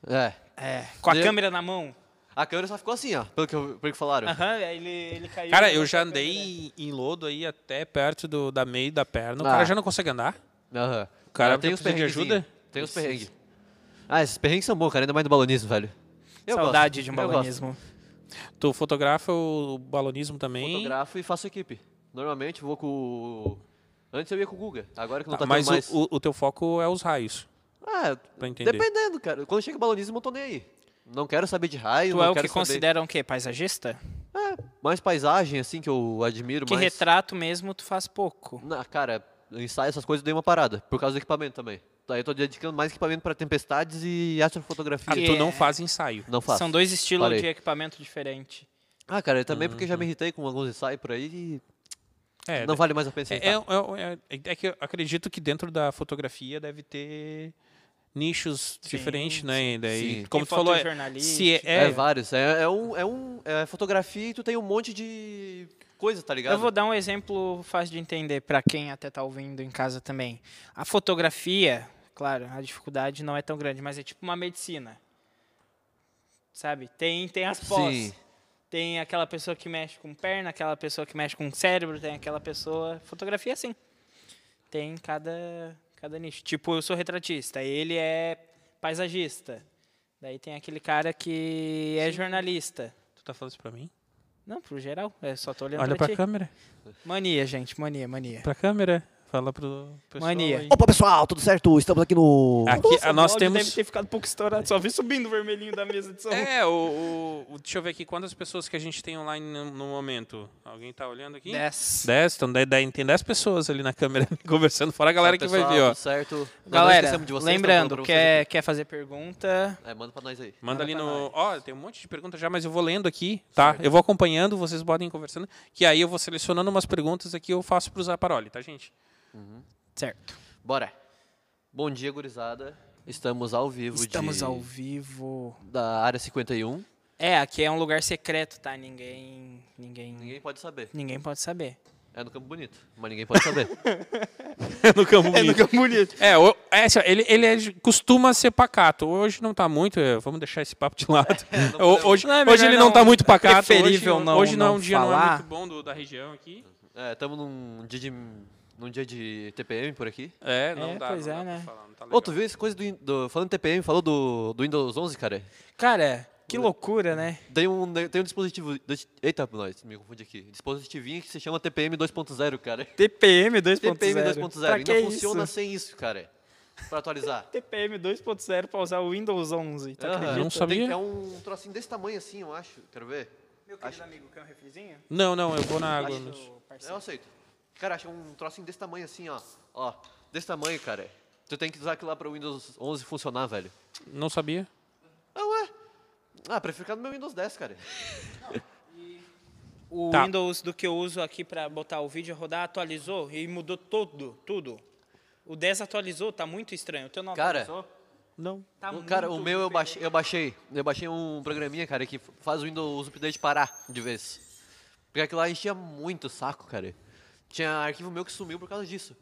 B: É.
A: É, com a
B: Eu-
A: câmera na mão.
B: A câmera só ficou assim, ó, pelo que, eu- pelo que falaram.
A: Aham, ele, ele caiu.
C: Cara, eu já andei em- em lodo aí até perto do, da meio da perna. O
B: Ah.
C: cara já não consegue andar.
B: Aham.
C: Cara,
B: tem os
C: precisa de
B: perrengues.
C: ajuda?
B: Tem os perrengues. Ah, esses perrengues são bons, cara, ainda mais do balonismo, velho. Eu
A: Saudade
B: gosto,
A: de um
B: eu gosto.
A: balonismo.
C: Tu fotografa o balonismo também.
B: Fotografo e faço equipe. Normalmente vou com o... Antes eu ia com o Guga, agora que não
C: Tá,
B: tá, tendo
C: mas o-
B: mais.
C: o, o teu foco é os raios.
B: Ah,
C: Pra entender.
B: dependendo, cara. Quando chega o balonismo, eu tô nem aí. Não quero saber de raio,
A: Tu
B: não
A: é o
B: quero
A: que
B: saber...
A: consideram o quê? Paisagista?
B: É, mais paisagem, assim, que eu admiro,
A: Que
B: mais...
A: retrato mesmo tu faz pouco.
B: Na, cara, ensaio essas coisas eu dei uma parada, por causa do equipamento também. Aí eu tô dedicando mais equipamento pra tempestades e astrofotografia.
C: Ah,
A: Que-
C: tu não faz ensaio.
B: Não faço.
A: São dois estilos
B: Parei.
A: de equipamento diferente.
B: Ah, cara, eu também porque já me irritei com alguns ensaios por aí e
C: É,
B: não vale mais a pena
C: é,
B: sentar.
C: é- é- é que eu acredito que dentro da fotografia deve ter nichos diferentes, né? E daí,
B: Sim.
C: como
A: Tem
C: tu falou, é-
A: fotojornalística.
C: se é,
B: É, vários. É, é um, é um é fotografia e tu tem um monte de coisa, tá ligado?
A: Eu vou dar um exemplo fácil de entender para quem até tá ouvindo em casa também. A fotografia, claro, a dificuldade não é tão grande, mas é tipo uma medicina. Sabe? Tem tem as pós.
B: Sim.
A: Tem aquela pessoa que mexe com perna, aquela pessoa que mexe com cérebro, tem aquela pessoa, fotografia é assim. Tem cada cada nicho. Tipo, eu sou retratista, ele é paisagista. Daí tem aquele cara que é jornalista.
C: Tu tá falando isso pra mim?
A: Não, pro geral, é só tô olhando
C: Olha
A: pra
C: pra
A: ti.
C: câmera.
A: Mania, gente, mania, mania.
C: Pra câmera. Fala pro pessoal.
A: Mania.
C: aí.
E: Opa, pessoal, tudo certo? Estamos aqui no.
C: Aqui ah, nós
A: o áudio
C: temos.
A: deve ter ficado um pouco estourado. Só vi subindo o vermelhinho da mesa de som.
C: É, o, o- o- Deixa eu ver aqui quantas pessoas que a gente tem online no, no momento. Alguém tá olhando aqui?
A: Desce.
C: 10, então dez- dez- tem 10 pessoas ali na câmera conversando, fora a galera que vai
B: Tá, Pessoal,
C: ver, ó.
B: tudo certo. Não, não
A: Galera,
B: esquecemos de vocês, então tamo
A: lembrando, é
B: falando pra vocês
A: quer, quer fazer pergunta?
B: aqui. É, manda pra nós aí.
C: Manda
A: Manda
C: ali
A: pra
C: no. Ó, tem um monte de perguntas já, mas eu vou lendo aqui, tá? Eu vou acompanhando, vocês podem ir conversando. Que aí eu vou selecionando umas perguntas aqui e eu faço pro Zaparoli, tá, gente?
A: Certo.
B: Bora. Bom dia, gurizada. Estamos ao vivo
A: Estamos
B: de-
A: ao vivo.
B: da área 51.
A: É, aqui é um lugar secreto, tá? Ninguém. Ninguém. Ninguém,
B: Ninguém pode saber.
A: pode saber.
B: É no Campo Bonito, mas ninguém pode saber.
C: no campo bonito.
A: Fica bonito.
C: É, o- é, assim, ó, ele, ele é de- costuma ser pacato. Hoje não tá muito, é, vamos deixar esse papo de lado. O- hoje
A: Não, é
C: hoje
A: melhor
C: ele não tá
A: não-
C: muito
A: é
C: pacato.
A: preferível
C: hoje,
A: não-
C: hoje não é um
A: não
C: dia não é
A: falar.
C: muito bom do- da região aqui.
B: é, estamos num dia de num dia de TPM por aqui.
C: É, não
A: É,
C: dá.
A: pois
C: não
A: é,
C: dá pra
A: né?
C: falar, não tá
B: Ô,
C: legal.
B: tu viu essa coisa do, Win- do- falando em TPM, falou do, do Windows 11, cara?
A: Cara, que loucura, né?
B: Tem um ne- tem um dispositivo, dis- eita, nós, me confundi aqui. Dispositivinho que se chama TPM 2.0, cara.
A: TPM 2.0.
B: TPM 2.0,
A: Pra que
B: ainda funciona assim.
A: isso?
B: sem isso, cara. Pra atualizar.
A: TPM 2.0 pra usar o Windows 11. Tá
B: Aham.
A: acreditando?
C: Não sabia.
B: Tem- é um trocinho desse tamanho assim, eu acho. Quero ver.
A: Meu querido amigo, quer um refrizinho?
C: Não, não, eu vou na água. mas-
A: Meu parceiro.
B: Eu aceito. Cara, acho que é um trocinho desse tamanho assim, ó. Ó, desse tamanho, cara. Tu tem que usar aquilo lá pra o Windows 11 funcionar, velho.
C: Não sabia.
B: Ah, ué. Ah, prefiro ficar no meu Windows 10, cara.
A: O
C: Tá.
A: Windows do que eu uso aqui para botar o vídeo a rodar atualizou e mudou tudo, tudo. O 10 atualizou, tá muito estranho. O teu não
B: Cara,
A: atualizou?
C: Não.
A: Tá
B: O- Um, cara, o
A: muito
B: meu eu
A: diferente.
B: baixei, eu baixei. Eu baixei um programinha, cara, que faz o Windows Update parar de vez. Porque aquilo lá enchia muito o saco, cara. Tinha arquivo meu que sumiu por causa disso.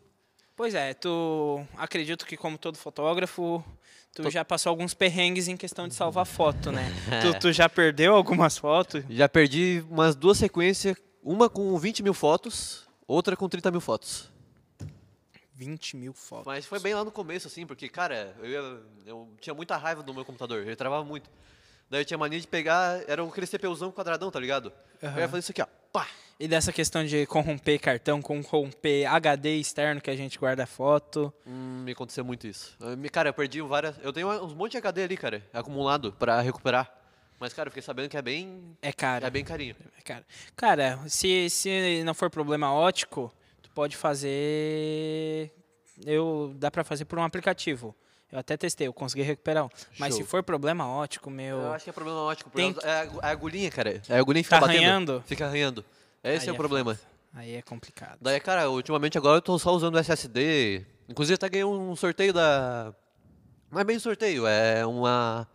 A: Pois é, tu acredito que como todo fotógrafo, tu já passou alguns perrengues em questão de salvar foto, né? tu, tu já perdeu algumas fotos?
B: Já perdi umas duas sequências, uma com 20 mil fotos, outra com 30 mil fotos.
A: 20 mil fotos.
B: Mas foi bem lá no começo, assim, porque, cara, eu, ia- eu tinha muita raiva do meu computador, ele travava muito. Daí eu tinha mania de pegar, era um aquele CPUzão quadradão, tá ligado? Eu ia fazer isso aqui, ó, pá!
A: E dessa questão de corromper cartão, corromper HD externo que a gente guarda foto.
B: Hum, me aconteceu muito isso. Eu me- cara, eu perdi várias. Eu tenho uns monte de HD ali, cara, acumulado pra recuperar. Mas, cara, eu fiquei sabendo que é bem.
A: É caro.
B: É bem carinho.
A: Cara, cara se, se não for problema ótico, tu pode fazer. Eu dá pra fazer por um aplicativo. Eu até testei, eu consegui recuperar um. Mas se
B: Show.
A: for problema ótico, meu.
B: Eu acho que é problema ótico.
A: Tem
B: Problema, é a- a agulhinha, cara. A agulhinha fica
A: Tá
B: batendo.
A: arranhando?
B: Fica arranhando. Esse
A: Aí
B: é
A: é
B: o problema.
A: Aí é complicado.
B: Daí, cara, ultimamente agora eu tô só usando SSD. Inclusive até ganhei um sorteio da. Não é bem sorteio, é uma.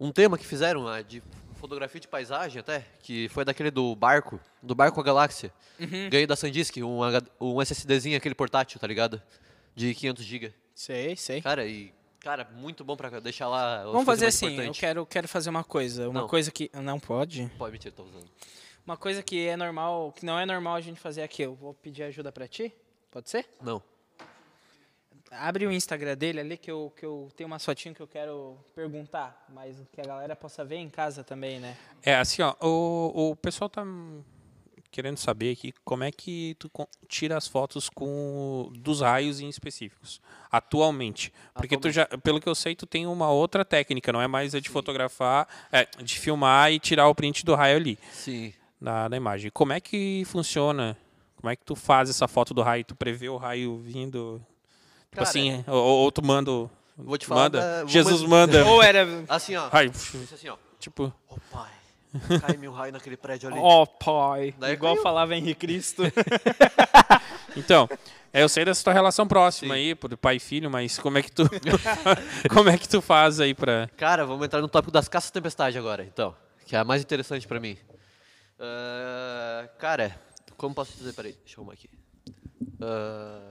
B: Um tema que fizeram ah, de fotografia de paisagem até, que foi daquele do barco, do barco a galáxia.
A: Uhum.
B: Ganhei da Sandisk, um, H- um SSDzinho, aquele portátil, tá ligado? De 500 GB.
A: Sei, sei.
B: Cara, e Cara, muito bom pra deixar lá. as
A: Vamos
B: coisas
A: fazer
B: mais
A: assim, eu
B: importantes.
A: quero, quero fazer uma coisa. Uma
B: Não.
A: coisa que. Não pode?
B: Pô, é mentira, tô usando.
A: Uma coisa que é normal, que não é normal a gente fazer aqui. Eu vou pedir ajuda pra ti? Pode ser?
B: Não.
A: Abre o Instagram dele ali que eu, que eu tenho umas fotinhas que eu quero perguntar, mas que a galera possa ver em casa também, né?
C: É, assim, ó, o, o pessoal tá hum, querendo saber aqui como é que tu con- tira as fotos com o- dos raios em específicos, atualmente. Porque tu já, pelo que eu sei, tu tem uma outra técnica, não é mais a de fotografar, é, de filmar e tirar o print do raio ali,
B: Sim.
C: na, na imagem. Como é que funciona? Como é que tu faz essa foto do raio? Tu prevê o raio vindo? Tipo
B: Cara,
C: assim, ou, ou tu manda... o-
B: Vou te falar
C: manda,
B: da- vou
C: Jesus
B: mandar-
C: manda.
A: Ou era.
B: Assim, ó.
C: raio,
B: Disse assim, ó.
C: tipo...
B: Ô pai, cai meu raio naquele prédio ali.
A: Ó, pai.
B: Daí
A: igual
B: caiu.
A: falava Henrique Cristo.
C: Então, eu sei dessa tua relação próxima aí, por pai e filho, mas como é que tu como é que tu faz aí pra...
B: Cara, vamos entrar no tópico das caças tempestade agora, então. Que é a mais interessante pra mim. Ah, cara, como posso dizer? Peraí, deixa eu arrumar aqui. Ah,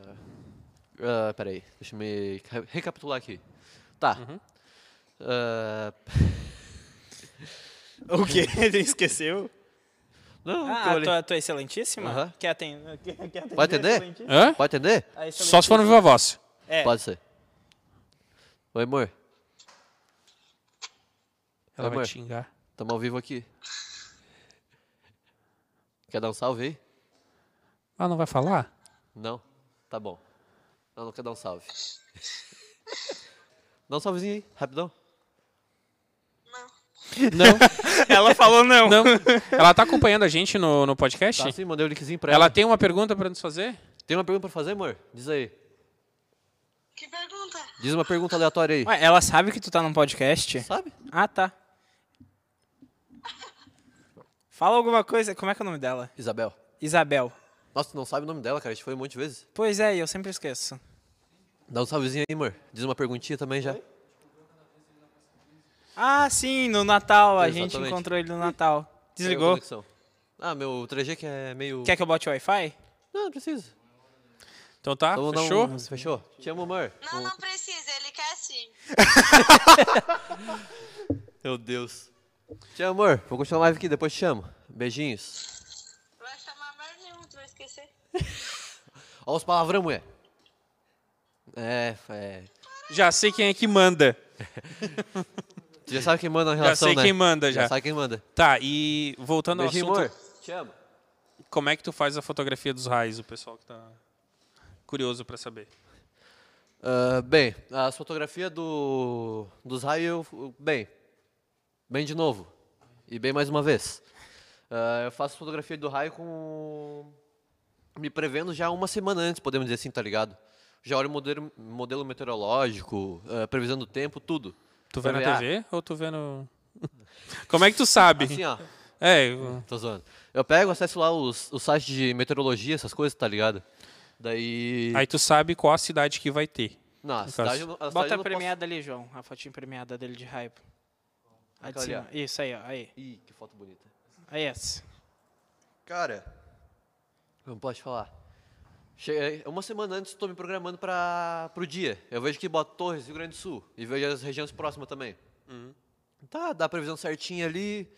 B: ah, peraí, deixa eu me ca- recapitular aqui. Tá.
A: Uhum.
B: Ah,
A: o quê? Ele esqueceu?
B: não, que eu
A: Ah, a
B: olhei.
A: tua, tua excelentíssima?
B: Aham.
A: Quer, atender, quer atender?
B: Pode
A: a
B: atender?
A: excelentíssima?
C: Hã?
B: Pode atender?
A: A
C: Só se for no Viva Voz.
A: É.
B: Pode ser. Oi, amor.
C: Ela vai
B: amor.
C: te xingar.
B: Tamo ao vivo aqui. Quer dar um salve aí?
C: Ela Ah, não vai falar?
B: Não? Tá bom. Não, não quer dar um salve. Dá um salvezinho aí, rapidão.
C: Não,
A: Ela falou não.
C: não. Ela tá acompanhando a gente no, no podcast?
B: Tá sim, mandei o linkzinho pra ela.
C: Ela tem uma pergunta pra nos fazer?
B: Tem uma pergunta pra fazer, amor? Diz aí.
F: Que pergunta?
B: Diz uma pergunta aleatória aí.
A: Ué, ela sabe que tu tá num podcast?
B: Sabe?
A: Ah, tá. Fala alguma coisa. Como é que é o nome dela?
B: Isabel.
A: Isabel.
B: Nossa, tu não sabe o nome dela, cara. A gente foi um monte de vezes.
A: Pois é, e eu sempre esqueço.
B: Dá um salvezinho aí, amor. Diz uma perguntinha também já.
A: Ah, sim, no Natal. A gente
B: Exatamente.
A: encontrou ele no Natal.
B: Caiu a
A: Desligou.
B: conexão. Ah, meu 3G que é meio...
A: Quer que eu bote o Wi-Fi?
B: Não, não precisa.
C: Então
A: Ah,
C: tá,
B: Então vou dar um-
C: fechou?
B: Fechou. Te amo, amor.
F: Não, não precisa, ele quer sim.
B: Meu Deus. Te amo, amor. Vou continuar a live aqui, depois te chamo. Beijinhos.
F: Vai chamar mais nenhum, tu vai esquecer.
B: Ó os palavrão, mulher. É, é...
C: Já sei quem é que manda.
B: Tu já sabe quem manda na
C: Já
B: relação,
C: sei
B: né?
C: quem manda, já.
B: Já sabe quem manda.
C: Tá, e voltando ao
B: Beijinho,
C: assunto,
B: amor. Te amo.
C: como é que tu faz a fotografia dos raios, o pessoal que tá curioso pra saber.
B: Ah, bem, as fotografias do, dos raios, eu- bem, bem de novo e bem mais uma vez. Ah, eu faço fotografia do raio com me prevendo já uma semana antes, podemos dizer assim, tá ligado? Já olho o modelo, modelo meteorológico, ah, previsão do tempo, tudo.
C: Tu vê na
B: Pra ver, ah,
C: TV ou tu vê no... Como é que tu sabe?
B: Assim, ó.
C: É, eu-
B: Tô zoando. Eu pego, acesso lá os, os sites de meteorologia, essas coisas, tá ligado? Daí.
C: aí tu sabe qual a cidade que vai ter.
B: não, a
C: no
B: cidade,
C: caso.
B: eu não- a cidade
A: Bota
B: eu
A: a
B: não
A: premiada ali, João. A fotinha premiada dele de hype. A de
B: Aquela
A: cima. Isso aí, ó. Aí.
B: Posso... Ih, que foto bonita.
A: Aí essa.
B: Cara, não pode falar. Cheguei, uma semana antes estou me programando para o dia. Eu vejo que bota Torres, Rio Grande do Sul. E vejo as regiões próximas também. Tá, dá a previsão certinha ali.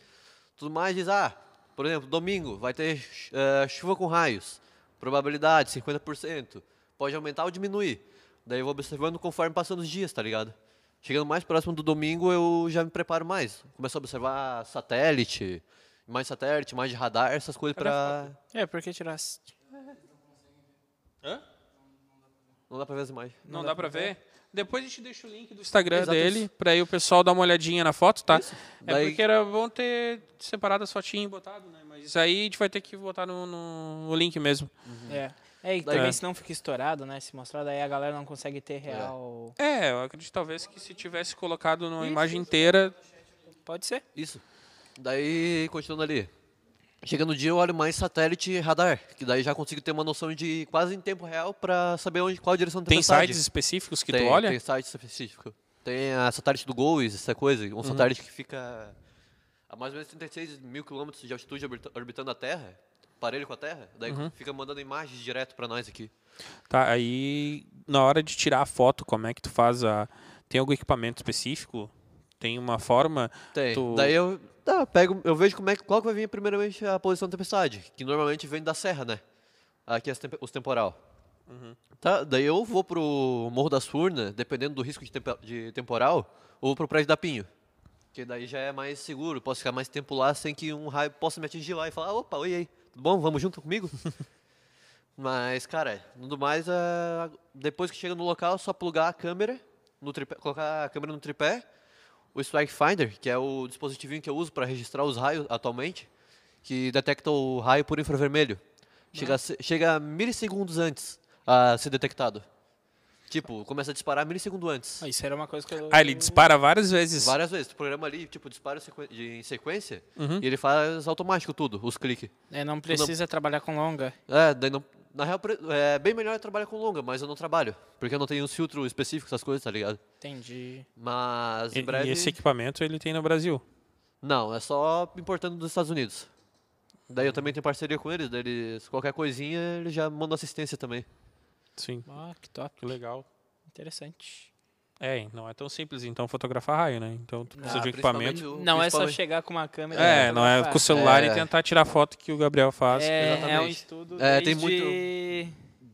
B: Tudo mais diz, ah, por exemplo, domingo vai ter ch- eh, chuva com raios. Probabilidade, 50%. Pode aumentar ou diminuir. Daí eu vou observando conforme passando os dias, tá ligado? Chegando mais próximo do domingo, eu já me preparo mais. Começo a observar satélite, mais satélite, mais de radar, essas coisas pra...
A: É, por que tirasse?
B: Não dá pra ver as imagens.
C: Não, dá, pra ver. Depois a gente deixa o link do Instagram
B: Exato
C: dele,
B: isso.
C: pra aí o pessoal dar uma olhadinha na foto, tá? É
B: Daí-
C: porque era bom ter separado as fotinhas e botado, né? Mas isso aí a gente vai ter que botar no, no- no link mesmo.
A: É. É, e
B: Daí-
A: também se não fica estourado, né? Se mostrar, daí a galera não consegue ter real.
C: É, eu acredito talvez que se tivesse colocado numa imagem inteira...
A: Pode ser.
B: Isso. Daí, continuando ali. Chega no dia, eu olho mais satélite e radar, que daí já consigo ter uma noção de quase em tempo real pra saber onde, qual a direção da
C: Tem
B: tempestade.
C: sites específicos que
B: tem,
C: tu olha?
B: Tem site específico. Tem a satélite do Goes, essa coisa,
C: Uhum.
B: um satélite que fica a mais ou menos 36 mil quilômetros de altitude orbita- orbitando a Terra, parelho com a Terra, daí
C: Uhum.
B: fica mandando imagens direto pra nós aqui.
C: Tá, aí na hora de tirar a foto, como é que tu faz a... tem algum equipamento específico? Tem uma forma?
B: Tem.
C: Tu-
B: Daí eu, tá, pego, eu vejo como é, que- qual que vai vir primeiramente a posição da tempestade, que normalmente vem da serra, né? Aqui as tempe- os temporal. Tá, daí eu vou pro Morro da Surna, dependendo do risco de, tempo- de temporal, ou pro Prédio da Pinho. Que daí já é mais seguro, posso ficar mais tempo lá sem que um raio possa me atingir lá e falar, opa, oi aí, tudo bom? Vamos junto comigo? Mas, cara, no do mais, ah, depois que chega no local, é só plugar a câmera, no tripé, colocar a câmera no tripé, o Strike Finder, que é o dispositivinho que eu uso para registrar os raios atualmente, que detecta o raio por infravermelho. Chega a, se- chega a milissegundos antes a ser detectado. Tipo, começa a disparar milissegundo antes.
A: Ah, Isso era uma coisa que eu.
C: Ah, ele dispara várias vezes.
B: Várias vezes. Tu programa ali, tipo, dispara sequen- de- em sequência e ele faz automático tudo, os cliques.
A: É, não precisa trabalhar com longa.
B: É, daí não- na real, pre- é bem melhor trabalhar com longa, mas eu não trabalho. Porque eu não tenho um filtro específico, essas coisas, tá ligado?
A: Entendi.
B: Mas
C: E,
B: em breve.
C: e esse equipamento ele tem no Brasil.
B: Não, é só importando dos Estados Unidos. Daí eu também tenho parceria com eles, daí eles, qualquer coisinha eles já mandam assistência também.
C: Sim.
A: Ah, que top.
C: Que legal.
A: Interessante.
C: É, não é tão simples então fotografar raio, né? Então tu precisa
B: Ah,
C: de um equipamento.
B: principalmente o-
A: Não é só
B: principalmente-
A: chegar com uma câmera. e
C: É, não é
A: fotografar.
C: com o celular e
B: É.
C: tentar tirar foto que o Gabriel faz.
A: É, é um
B: Exatamente.
A: estudo
B: É,
A: desde...
B: tem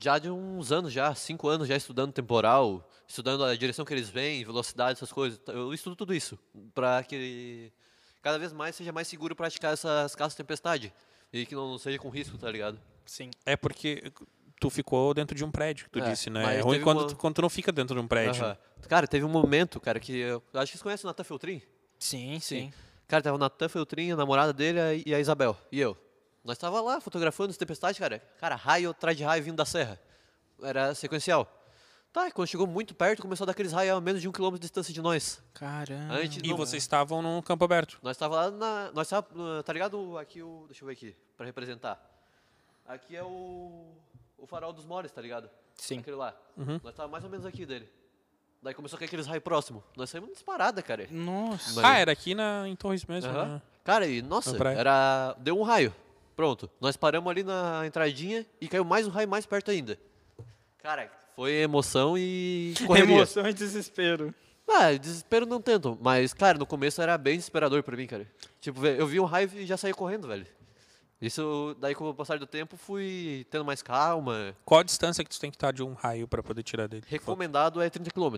B: Já de uns anos já, cinco anos já estudando temporal, estudando a direção que eles vêm, velocidade, essas coisas. Eu estudo tudo isso para que cada vez mais seja mais seguro praticar essas caças de tempestade e que não seja com risco, tá ligado?
A: Sim.
C: É porque tu ficou dentro de um prédio, que tu
B: É,
C: disse, né?
B: mas
C: É ruim
B: teve
C: quando,
B: uma-
C: tu, quando tu não fica dentro de um prédio.
B: Aham. Cara, teve um momento, cara, que eu eu acho que vocês conhecem o Natan Feltrin.
A: Sim, sim.
B: Cara, tava o Natan Feltrin, a namorada dele a- e a Isabel. E eu. Nós tava lá fotografando as tempestades, cara. Cara, raio atrás de raio vindo da serra. Era sequencial. Tá, e quando chegou muito perto, começou a dar aqueles raios a menos de um quilômetro de distância de nós.
A: Caramba.
B: Antes
C: E
B: não- é.
C: vocês estavam num campo aberto.
B: Nós tava lá na. Nós tava. uh, Tá ligado aqui o. Deixa eu ver aqui, pra representar. Aqui é o. O farol dos moles, tá ligado?
A: Sim.
B: Aquele lá. Nós tava mais ou menos aqui dele. Daí começou a cair aqueles raios próximo. Nós saímos disparada, cara.
A: Nossa.
B: Mas-
C: Ah, era aqui na, em Torres mesmo,
B: Aham.
C: né?
B: Cara, e nossa,
C: Na praia.
B: era. Deu um raio. Pronto. Nós paramos ali na entradinha e caiu mais um raio mais perto ainda. Cara, foi emoção e. Correria.
A: Emoção e desespero.
B: Ah, desespero não tanto, mas, cara, no começo era bem desesperador pra mim, cara. Tipo, velho, eu vi um raio e já saí correndo, velho. Isso, daí com o passar do tempo, fui tendo mais calma.
C: Qual a distância que tu tem que estar de um raio pra poder tirar dele?
B: Recomendado é 30 km.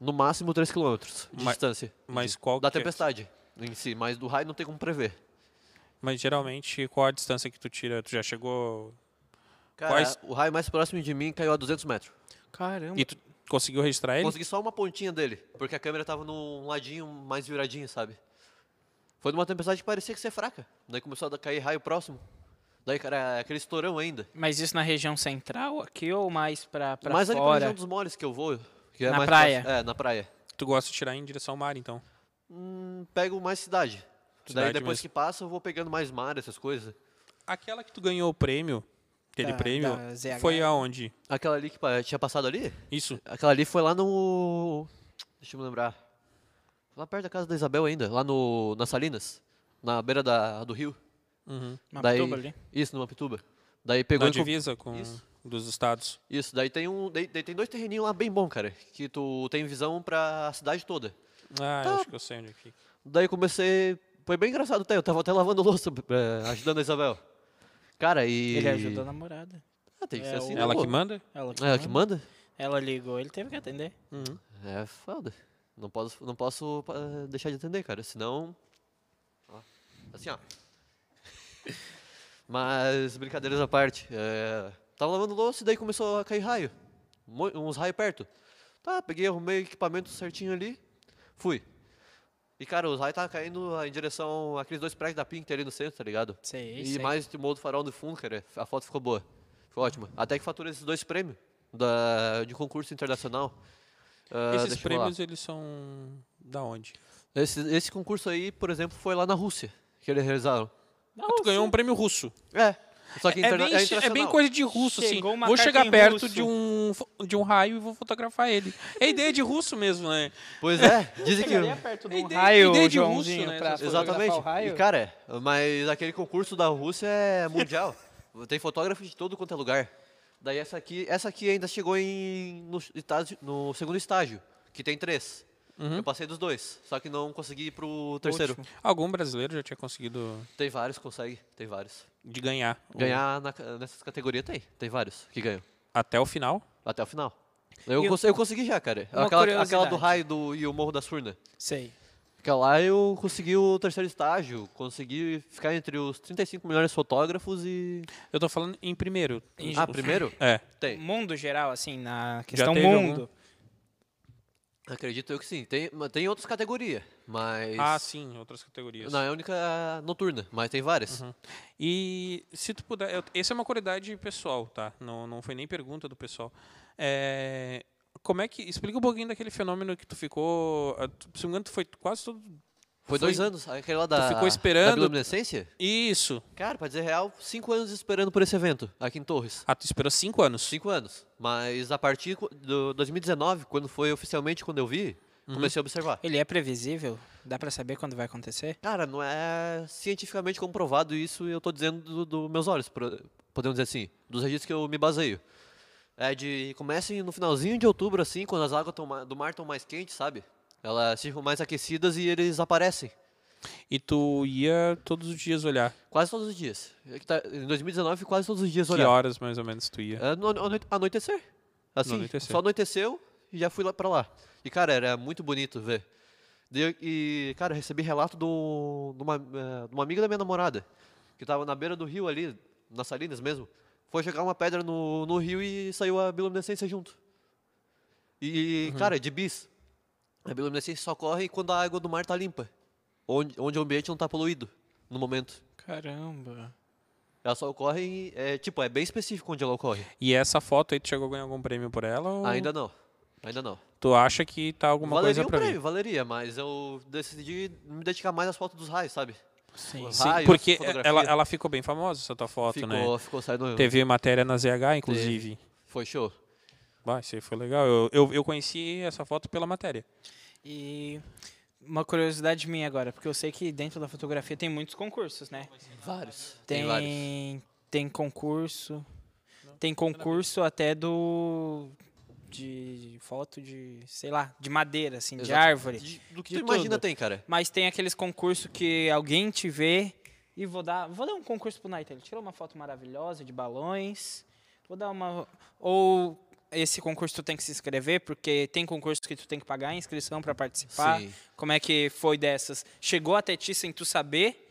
B: No máximo 3 km de
C: Mas-
B: distância.
C: Mas qual
B: Da
C: que é?
B: tempestade em si, mas do raio não tem como prever.
C: Mas geralmente, qual a distância que tu tira? Tu já chegou...
B: Cara,
C: Quais-
B: o raio mais próximo de mim caiu a 200 metros.
A: Caramba.
C: E tu conseguiu registrar ele?
B: Consegui só uma pontinha dele, porque a câmera tava num ladinho mais viradinho, sabe? Foi numa tempestade que parecia que ser fraca. Daí começou a da- cair raio próximo. Daí, cara, é aquele estourão ainda.
A: Mas isso na região central aqui ou mais pra, pra
B: Mas ali pra
A: fora?
B: região dos moles que eu vou. Que é
A: Na
B: mais
A: praia.
B: próximo- É, na praia.
C: Tu gosta de tirar em direção ao mar, então.
B: Hum, pego mais cidade.
C: Cidade
B: Daí depois
C: mesmo.
B: que passa, eu vou pegando mais mar, essas coisas.
C: Aquela que tu ganhou o prêmio, aquele
A: Da-
C: prêmio,
A: da ZH.
C: foi aonde?
B: Aquela ali que pa- tinha passado ali?
C: Isso.
B: Aquela ali foi lá no. Deixa eu me lembrar. Lá perto da casa da Isabel ainda, lá no. nas Salinas. Na beira da, do rio.
C: Uhum.
A: Uma
B: daí,
A: pituba ali?
B: Isso, numa pituba. Daí pegou
C: Na
B: e co-
C: divisa com
B: Isso.
C: dos estados.
B: Isso, daí tem um. Daí, daí tem dois terreninhos lá bem bom, cara. Que tu tem visão pra cidade toda.
C: Ah, eu
B: Tá.
C: acho que eu sei onde é que...
B: Daí comecei. Foi bem engraçado até. Eu tava até lavando louça, eh, ajudando a Isabel. Cara, e.
A: Ele ajudou a namorada.
B: Ah, tem que
A: É,
B: ser assim,
A: o-
B: né,
C: Ela
B: pô?
C: que manda?
A: Ela que,
B: Ela que manda?
A: Ela ligou, ele teve que atender.
B: É foda. Não posso, não posso eh, deixar de atender, cara. Senão. Ó, assim, ó. Mas, brincadeiras à parte. eh, tava lavando louça e daí começou a cair raio. Mo- Uns raios perto. Tá, peguei, arrumei o equipamento certinho ali. Fui. E, cara, os raios tava caindo ah, em direção àqueles dois prédios da Pink ali no centro, tá ligado?
A: Sei,
B: E
A: sei.
B: mais o outro farol no fundo, cara. A foto ficou boa. Ficou ótima. Até que faturou esses dois prêmios da, de concurso internacional. Ah,
C: Esses
B: deixa eu falar.
C: prêmios, eles são da onde?
B: Esse, esse concurso aí, por exemplo, foi lá na Rússia que eles realizaram.
C: Ah, tu ganhou um prêmio russo.
B: É. Só que
C: é,
B: interna-
C: bem, chi- é bem
B: internacional.
C: coisa de russo, assim.
A: Chegou uma
C: Vou
A: carta
C: chegar
A: em
C: perto
A: russo.
C: de um, fo- de um raio e vou fotografar ele. É ideia de russo mesmo, né?
B: Pois é. Dizem que.
A: perto
C: de um raio, Joãozinho,
A: né?
C: pra
B: Exatamente. E, cara, mas aquele concurso da Rússia é mundial. Tem fotógrafos de todo quanto é lugar. Daí essa aqui, essa aqui ainda chegou em, no, estágio, no segundo estágio, que tem três. Eu passei dos dois, só que não consegui ir pro terceiro.
A: Uhum. Último.
C: Algum brasileiro já tinha conseguido
B: Tem vários que consegue, tem vários.
C: de ganhar, o-
B: Ganhar na- nessas categorias tem, tem vários que ganham.
C: até o final.
B: Até o final. Eu,
A: E o-
B: cons- eu consegui já, cara.
A: Uma
B: Aquela, aquela
A: curiosidade.
B: do raio do, e o morro da surna.
A: Sei.
B: Porque lá eu consegui o terceiro estágio, consegui ficar entre os 35 melhores fotógrafos e.
C: Eu tô falando em primeiro.
B: Ah, primeiro?
C: É.
B: Tem.
A: Mundo geral, assim, na questão
C: teve
A: mundo.
B: Acredito eu que sim. Tem, mas tem outras categorias, mas.
C: Ah, sim, outras categorias.
B: Não, é a única noturna, mas tem várias.
C: Uhum. E se tu puder, eu- essa é uma curiosidade pessoal, tá? Não, não foi nem pergunta do pessoal. É, como é que explica um pouquinho daquele fenômeno que tu ficou, ah, tu- se não me engano, tu foi quase todo
B: Foi dois anos, aquele lá da.
C: ficou esperando-
B: Da bioluminescência?
C: Isso.
B: Cara, pra dizer a real, cinco anos esperando por esse evento, aqui em Torres.
C: Ah, tu esperou cinco anos.
B: Cinco anos. Mas a partir co- do 2019, quando foi oficialmente quando eu vi,
C: Uhum.
B: comecei a observar.
A: Ele é previsível? Dá pra saber quando vai acontecer?
B: Cara, não é cientificamente comprovado isso e eu tô dizendo dos do meus olhos, por- podemos dizer assim, dos registros que eu me baseio. É de. Começa em- no finalzinho de outubro, assim, quando as águas tão ma- do mar estão mais quentes, sabe? Elas ficam mais aquecidas e eles aparecem.
C: E tu ia todos os dias olhar.
B: Quase todos os dias. É que tá- Em 2019, quase todos os dias
C: Que
B: olhar.
C: horas mais ou menos tu ia?
B: É, no ano- anoitecer. Assim,
C: No anoitecer.
B: só anoiteceu e já fui lá pra lá. E, cara, era muito bonito ver. Daí eu- E, cara, recebi relato do, de, uma, eh, de uma amiga da minha namorada, que tava na beira do rio ali, nas salinas mesmo. Foi jogar uma pedra no, no rio e saiu a bioluminescência junto. E,
C: Uhum.
B: cara, de bis. A bioluminescência só corre quando a água do mar tá limpa. Onde, onde o ambiente não tá poluído, no momento.
A: Caramba.
B: Ela só ocorre, em- é, tipo, é bem específico onde ela ocorre.
C: E essa foto aí, tu chegou a ganhar algum prêmio por ela? Ou
B: Ainda não. Ainda não.
C: Tu acha que tá alguma
B: valeria
C: Então, coisa
B: um
C: pra
B: prêmio,
C: mim?
B: valeria, mas eu decidi me dedicar mais às fotos dos raios, sabe?
A: Sim.
B: Os
C: Sim,
B: raios,
C: porque é,
B: fotografia.
C: ela, ela ficou bem famosa, essa tua foto,
B: ficou,
C: né?
B: ficou saindo.
C: Teve matéria na ZH, inclusive.
B: Foi show.
C: Vai, isso aí foi legal. Eu, eu, eu conheci essa foto pela matéria.
A: E uma curiosidade minha agora, porque eu sei que dentro da fotografia tem muitos concursos, né?
B: Vários. Tem, vários.
A: Tem, tem concurso. Tem concurso até do. De foto de, sei lá, de madeira, assim, de
B: Exato.
A: árvore.
B: De- do que
A: de
B: tu imagina
A: tudo.
B: tem, cara.
A: Mas tem aqueles concursos que alguém te vê e vou dar, vou dar um concurso pro Naita. Ele tirou uma foto maravilhosa de balões. Vou dar uma ou esse concurso tu tem que se inscrever porque tem concurso que tu tem que pagar a inscrição para participar.
B: Sim.
A: Como é que foi dessas? Chegou até ti sem tu saber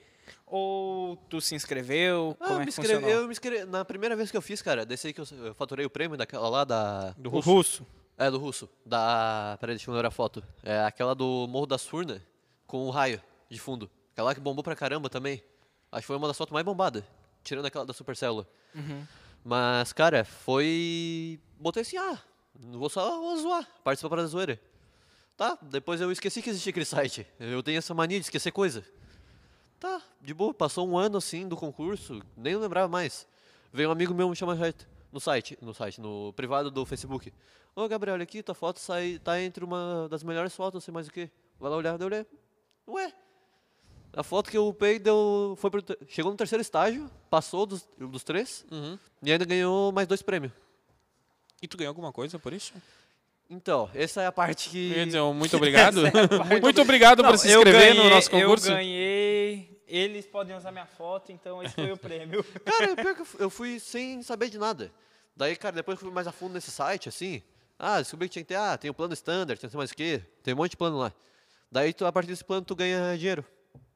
A: ou tu se inscreveu?
B: Ah,
A: Como
B: eu
A: é
B: me
A: que
B: inscrevi,
A: funcionou?
B: eu me inscrevi. Na primeira vez que eu fiz, cara, desse aí que eu, eu faturei o prêmio daquela lá da.
C: Do
A: O
C: russo.
A: russo.
B: É, do russo. Da. Peraí, deixa eu olhar a foto. É aquela do Morro da Surna com o raio de fundo. Aquela lá que bombou pra caramba também. Acho que foi uma das fotos mais bombadas. Tirando aquela da Supercélula.
A: Uhum.
B: Mas, cara, foi. Botei assim, ah, não vou só vou zoar. Participar pra zoeira. Tá, depois eu esqueci que existia aquele site. Eu tenho essa mania de esquecer coisa. Tá, de boa, passou um ano assim do concurso, nem lembrava mais. Veio um amigo meu me chamar no site, no site, no privado do Facebook. Ô Gabriel, olha aqui, tua foto sai, tá entre uma das melhores fotos, não sei mais o que. Vai lá olhar, deu olhei. Ué, a foto que eu upei deu, foi pro, ter- chegou no terceiro estágio, passou dos, dos três
C: Uhum.
B: e ainda ganhou mais dois prêmios.
C: E tu ganhou alguma coisa por isso?
B: Então, essa é a parte que.
C: Eu ia dizer um muito obrigado.
B: é
C: muito obrigado por se
A: eu
C: inscrever
A: ganhei,
C: no nosso concurso.
A: Eu ganhei. Eles podem usar minha foto, então esse foi o prêmio.
B: Cara, pior que eu fu- eu fui sem saber de nada. Daí, cara, depois que eu fui mais a fundo nesse site, assim, ah, descobri que tinha que ter, ah, tem o plano standard, tem não sei mais o quê, tem um monte de plano lá. Daí, tu, a partir desse plano, tu ganha dinheiro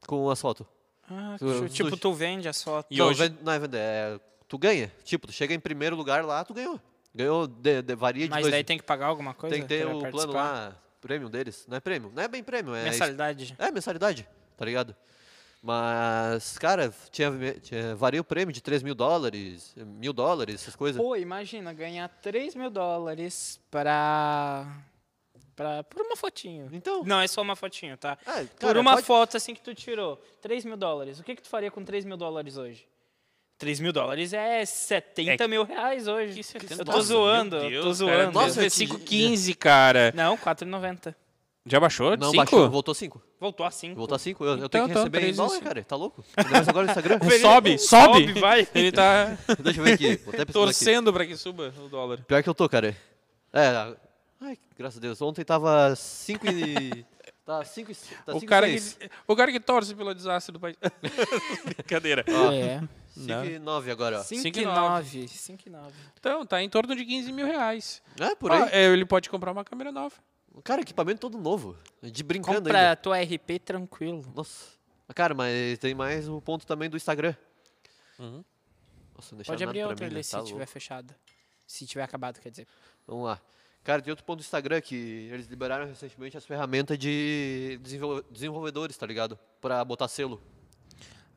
B: com as fotos.
A: Ah,
B: Tu-
A: tipo,
B: tu-
A: tu vende as fotos.
C: E
B: não,
C: hoje-
B: vende- não é vender, é, tu ganha. Tipo, tu chega em primeiro lugar lá, tu ganhou. Ganhou, de, de- varia de
A: Mas
B: dois-
A: daí tem que pagar alguma coisa?
B: tem que ter
A: pra
B: o plano
A: participar?
B: lá, é prêmio deles. Não é prêmio, não é bem prêmio, é...
A: Mensalidade.
B: É, mensalidade, tá ligado? Mas, cara, tinha, tinha, varia o prêmio de 3 mil dólares, mil dólares, essas coisas.
A: Pô, imagina, ganhar 3 mil dólares pra, pra. Por uma fotinho.
B: Então.
A: Não, é só uma fotinho, tá?
B: É,
A: por
B: cara,
A: uma
B: pode-
A: foto assim que tu tirou. 3 mil dólares. O que, que tu faria com 3 mil dólares hoje? 3 mil dólares é 70 mil reais hoje. eu tô
C: Nossa,
A: zoando,
C: meu
A: eu tô
C: Deus,
A: zoando.
C: Cara,
B: Nossa,
C: nossa,
B: eu
C: é
B: te-
C: 5,15, cara.
A: Não, 4,90.
C: Já baixou? de
B: Não,
C: cinco?
B: baixou, voltou 5.
A: Voltou a 5.
B: Voltou 5. Eu, eu
C: Então,
B: tenho que
C: então,
B: receber em
C: três e
B: dólar,
C: cinco.
B: cara. Tá louco? Ainda mais agora no Instagram.
C: Sobe, sobe.
A: Sobe, vai.
C: Ele tá
B: Deixa eu ver aqui. Vou até pesquisar aqui.
C: torcendo pra que suba o dólar.
B: Pior que eu tô, cara. É. Ai, graças a Deus. Ontem tava 5 e. tava 5 e. Tá
C: O
B: cinco e
C: cara, que,
B: seis.
C: o cara que torce pelo desastre do país. Brincadeira.
A: É.
B: Cinco e 9 agora, ó.
A: 5
C: Cinco
A: e
C: e
A: 9. 5 e 9.
C: Então, tá em torno de 15 mil reais.
B: É, por
C: Ah,
B: aí.
C: é, ele pode comprar uma câmera nova.
B: Cara, equipamento todo novo. De brincando
A: Compra a
B: ainda.
A: tua RP tranquilo.
B: Nossa. Cara, mas tem mais o ponto também do Instagram.
C: Uhum.
B: Nossa, não deixaram
A: Pode
B: nada
A: abrir
B: pra
A: outra
B: mim, né?
A: ali se
B: Tá louco.
A: tiver fechada. Se tiver acabado, quer dizer.
B: Vamos lá. Cara, tem outro ponto do Instagram que eles liberaram recentemente as ferramentas de desenvol- desenvolvedores, tá ligado? Pra botar selo.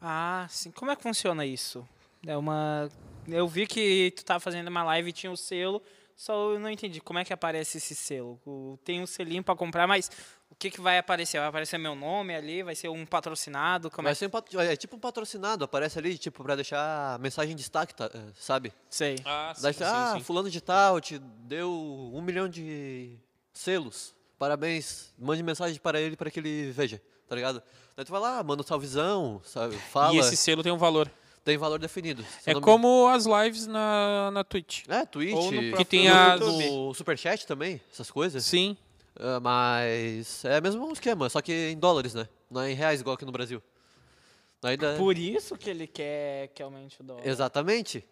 A: Ah, sim. Como é que funciona isso? É uma. Eu vi que tu tava fazendo uma live e tinha o selo, só eu não entendi como é que aparece esse selo. O- Tem um selinho pra comprar, mas o que, que vai aparecer? Vai aparecer meu nome ali? Vai ser um patrocinado? Como é
B: Vai
A: que.
B: ser um patro- é tipo um patrocinado, aparece ali, tipo, pra deixar a mensagem em destaque, tá- eh, sabe?
A: Sei.
C: Ah,
B: Daí, ah, fulano de tal te deu um milhão de selos. Parabéns. Mande mensagem para ele para que ele veja, tá ligado? Daí tu vai lá, manda um salvezão, sabe? Fala.
C: E esse selo tem um valor.
B: Tem valor definido. Se
C: É
B: eu não me-
C: como as lives na, na Twitch.
B: É, Twitch.
C: Ou no próprio
B: que tem
C: YouTube.
B: no Superchat também, essas coisas.
C: Sim.
B: Ah, mas é mesmo um esquema, só que em dólares, né? Não é em reais igual aqui no Brasil. Ainda...
A: Por isso que ele quer que aumente o dólar.
B: Exatamente.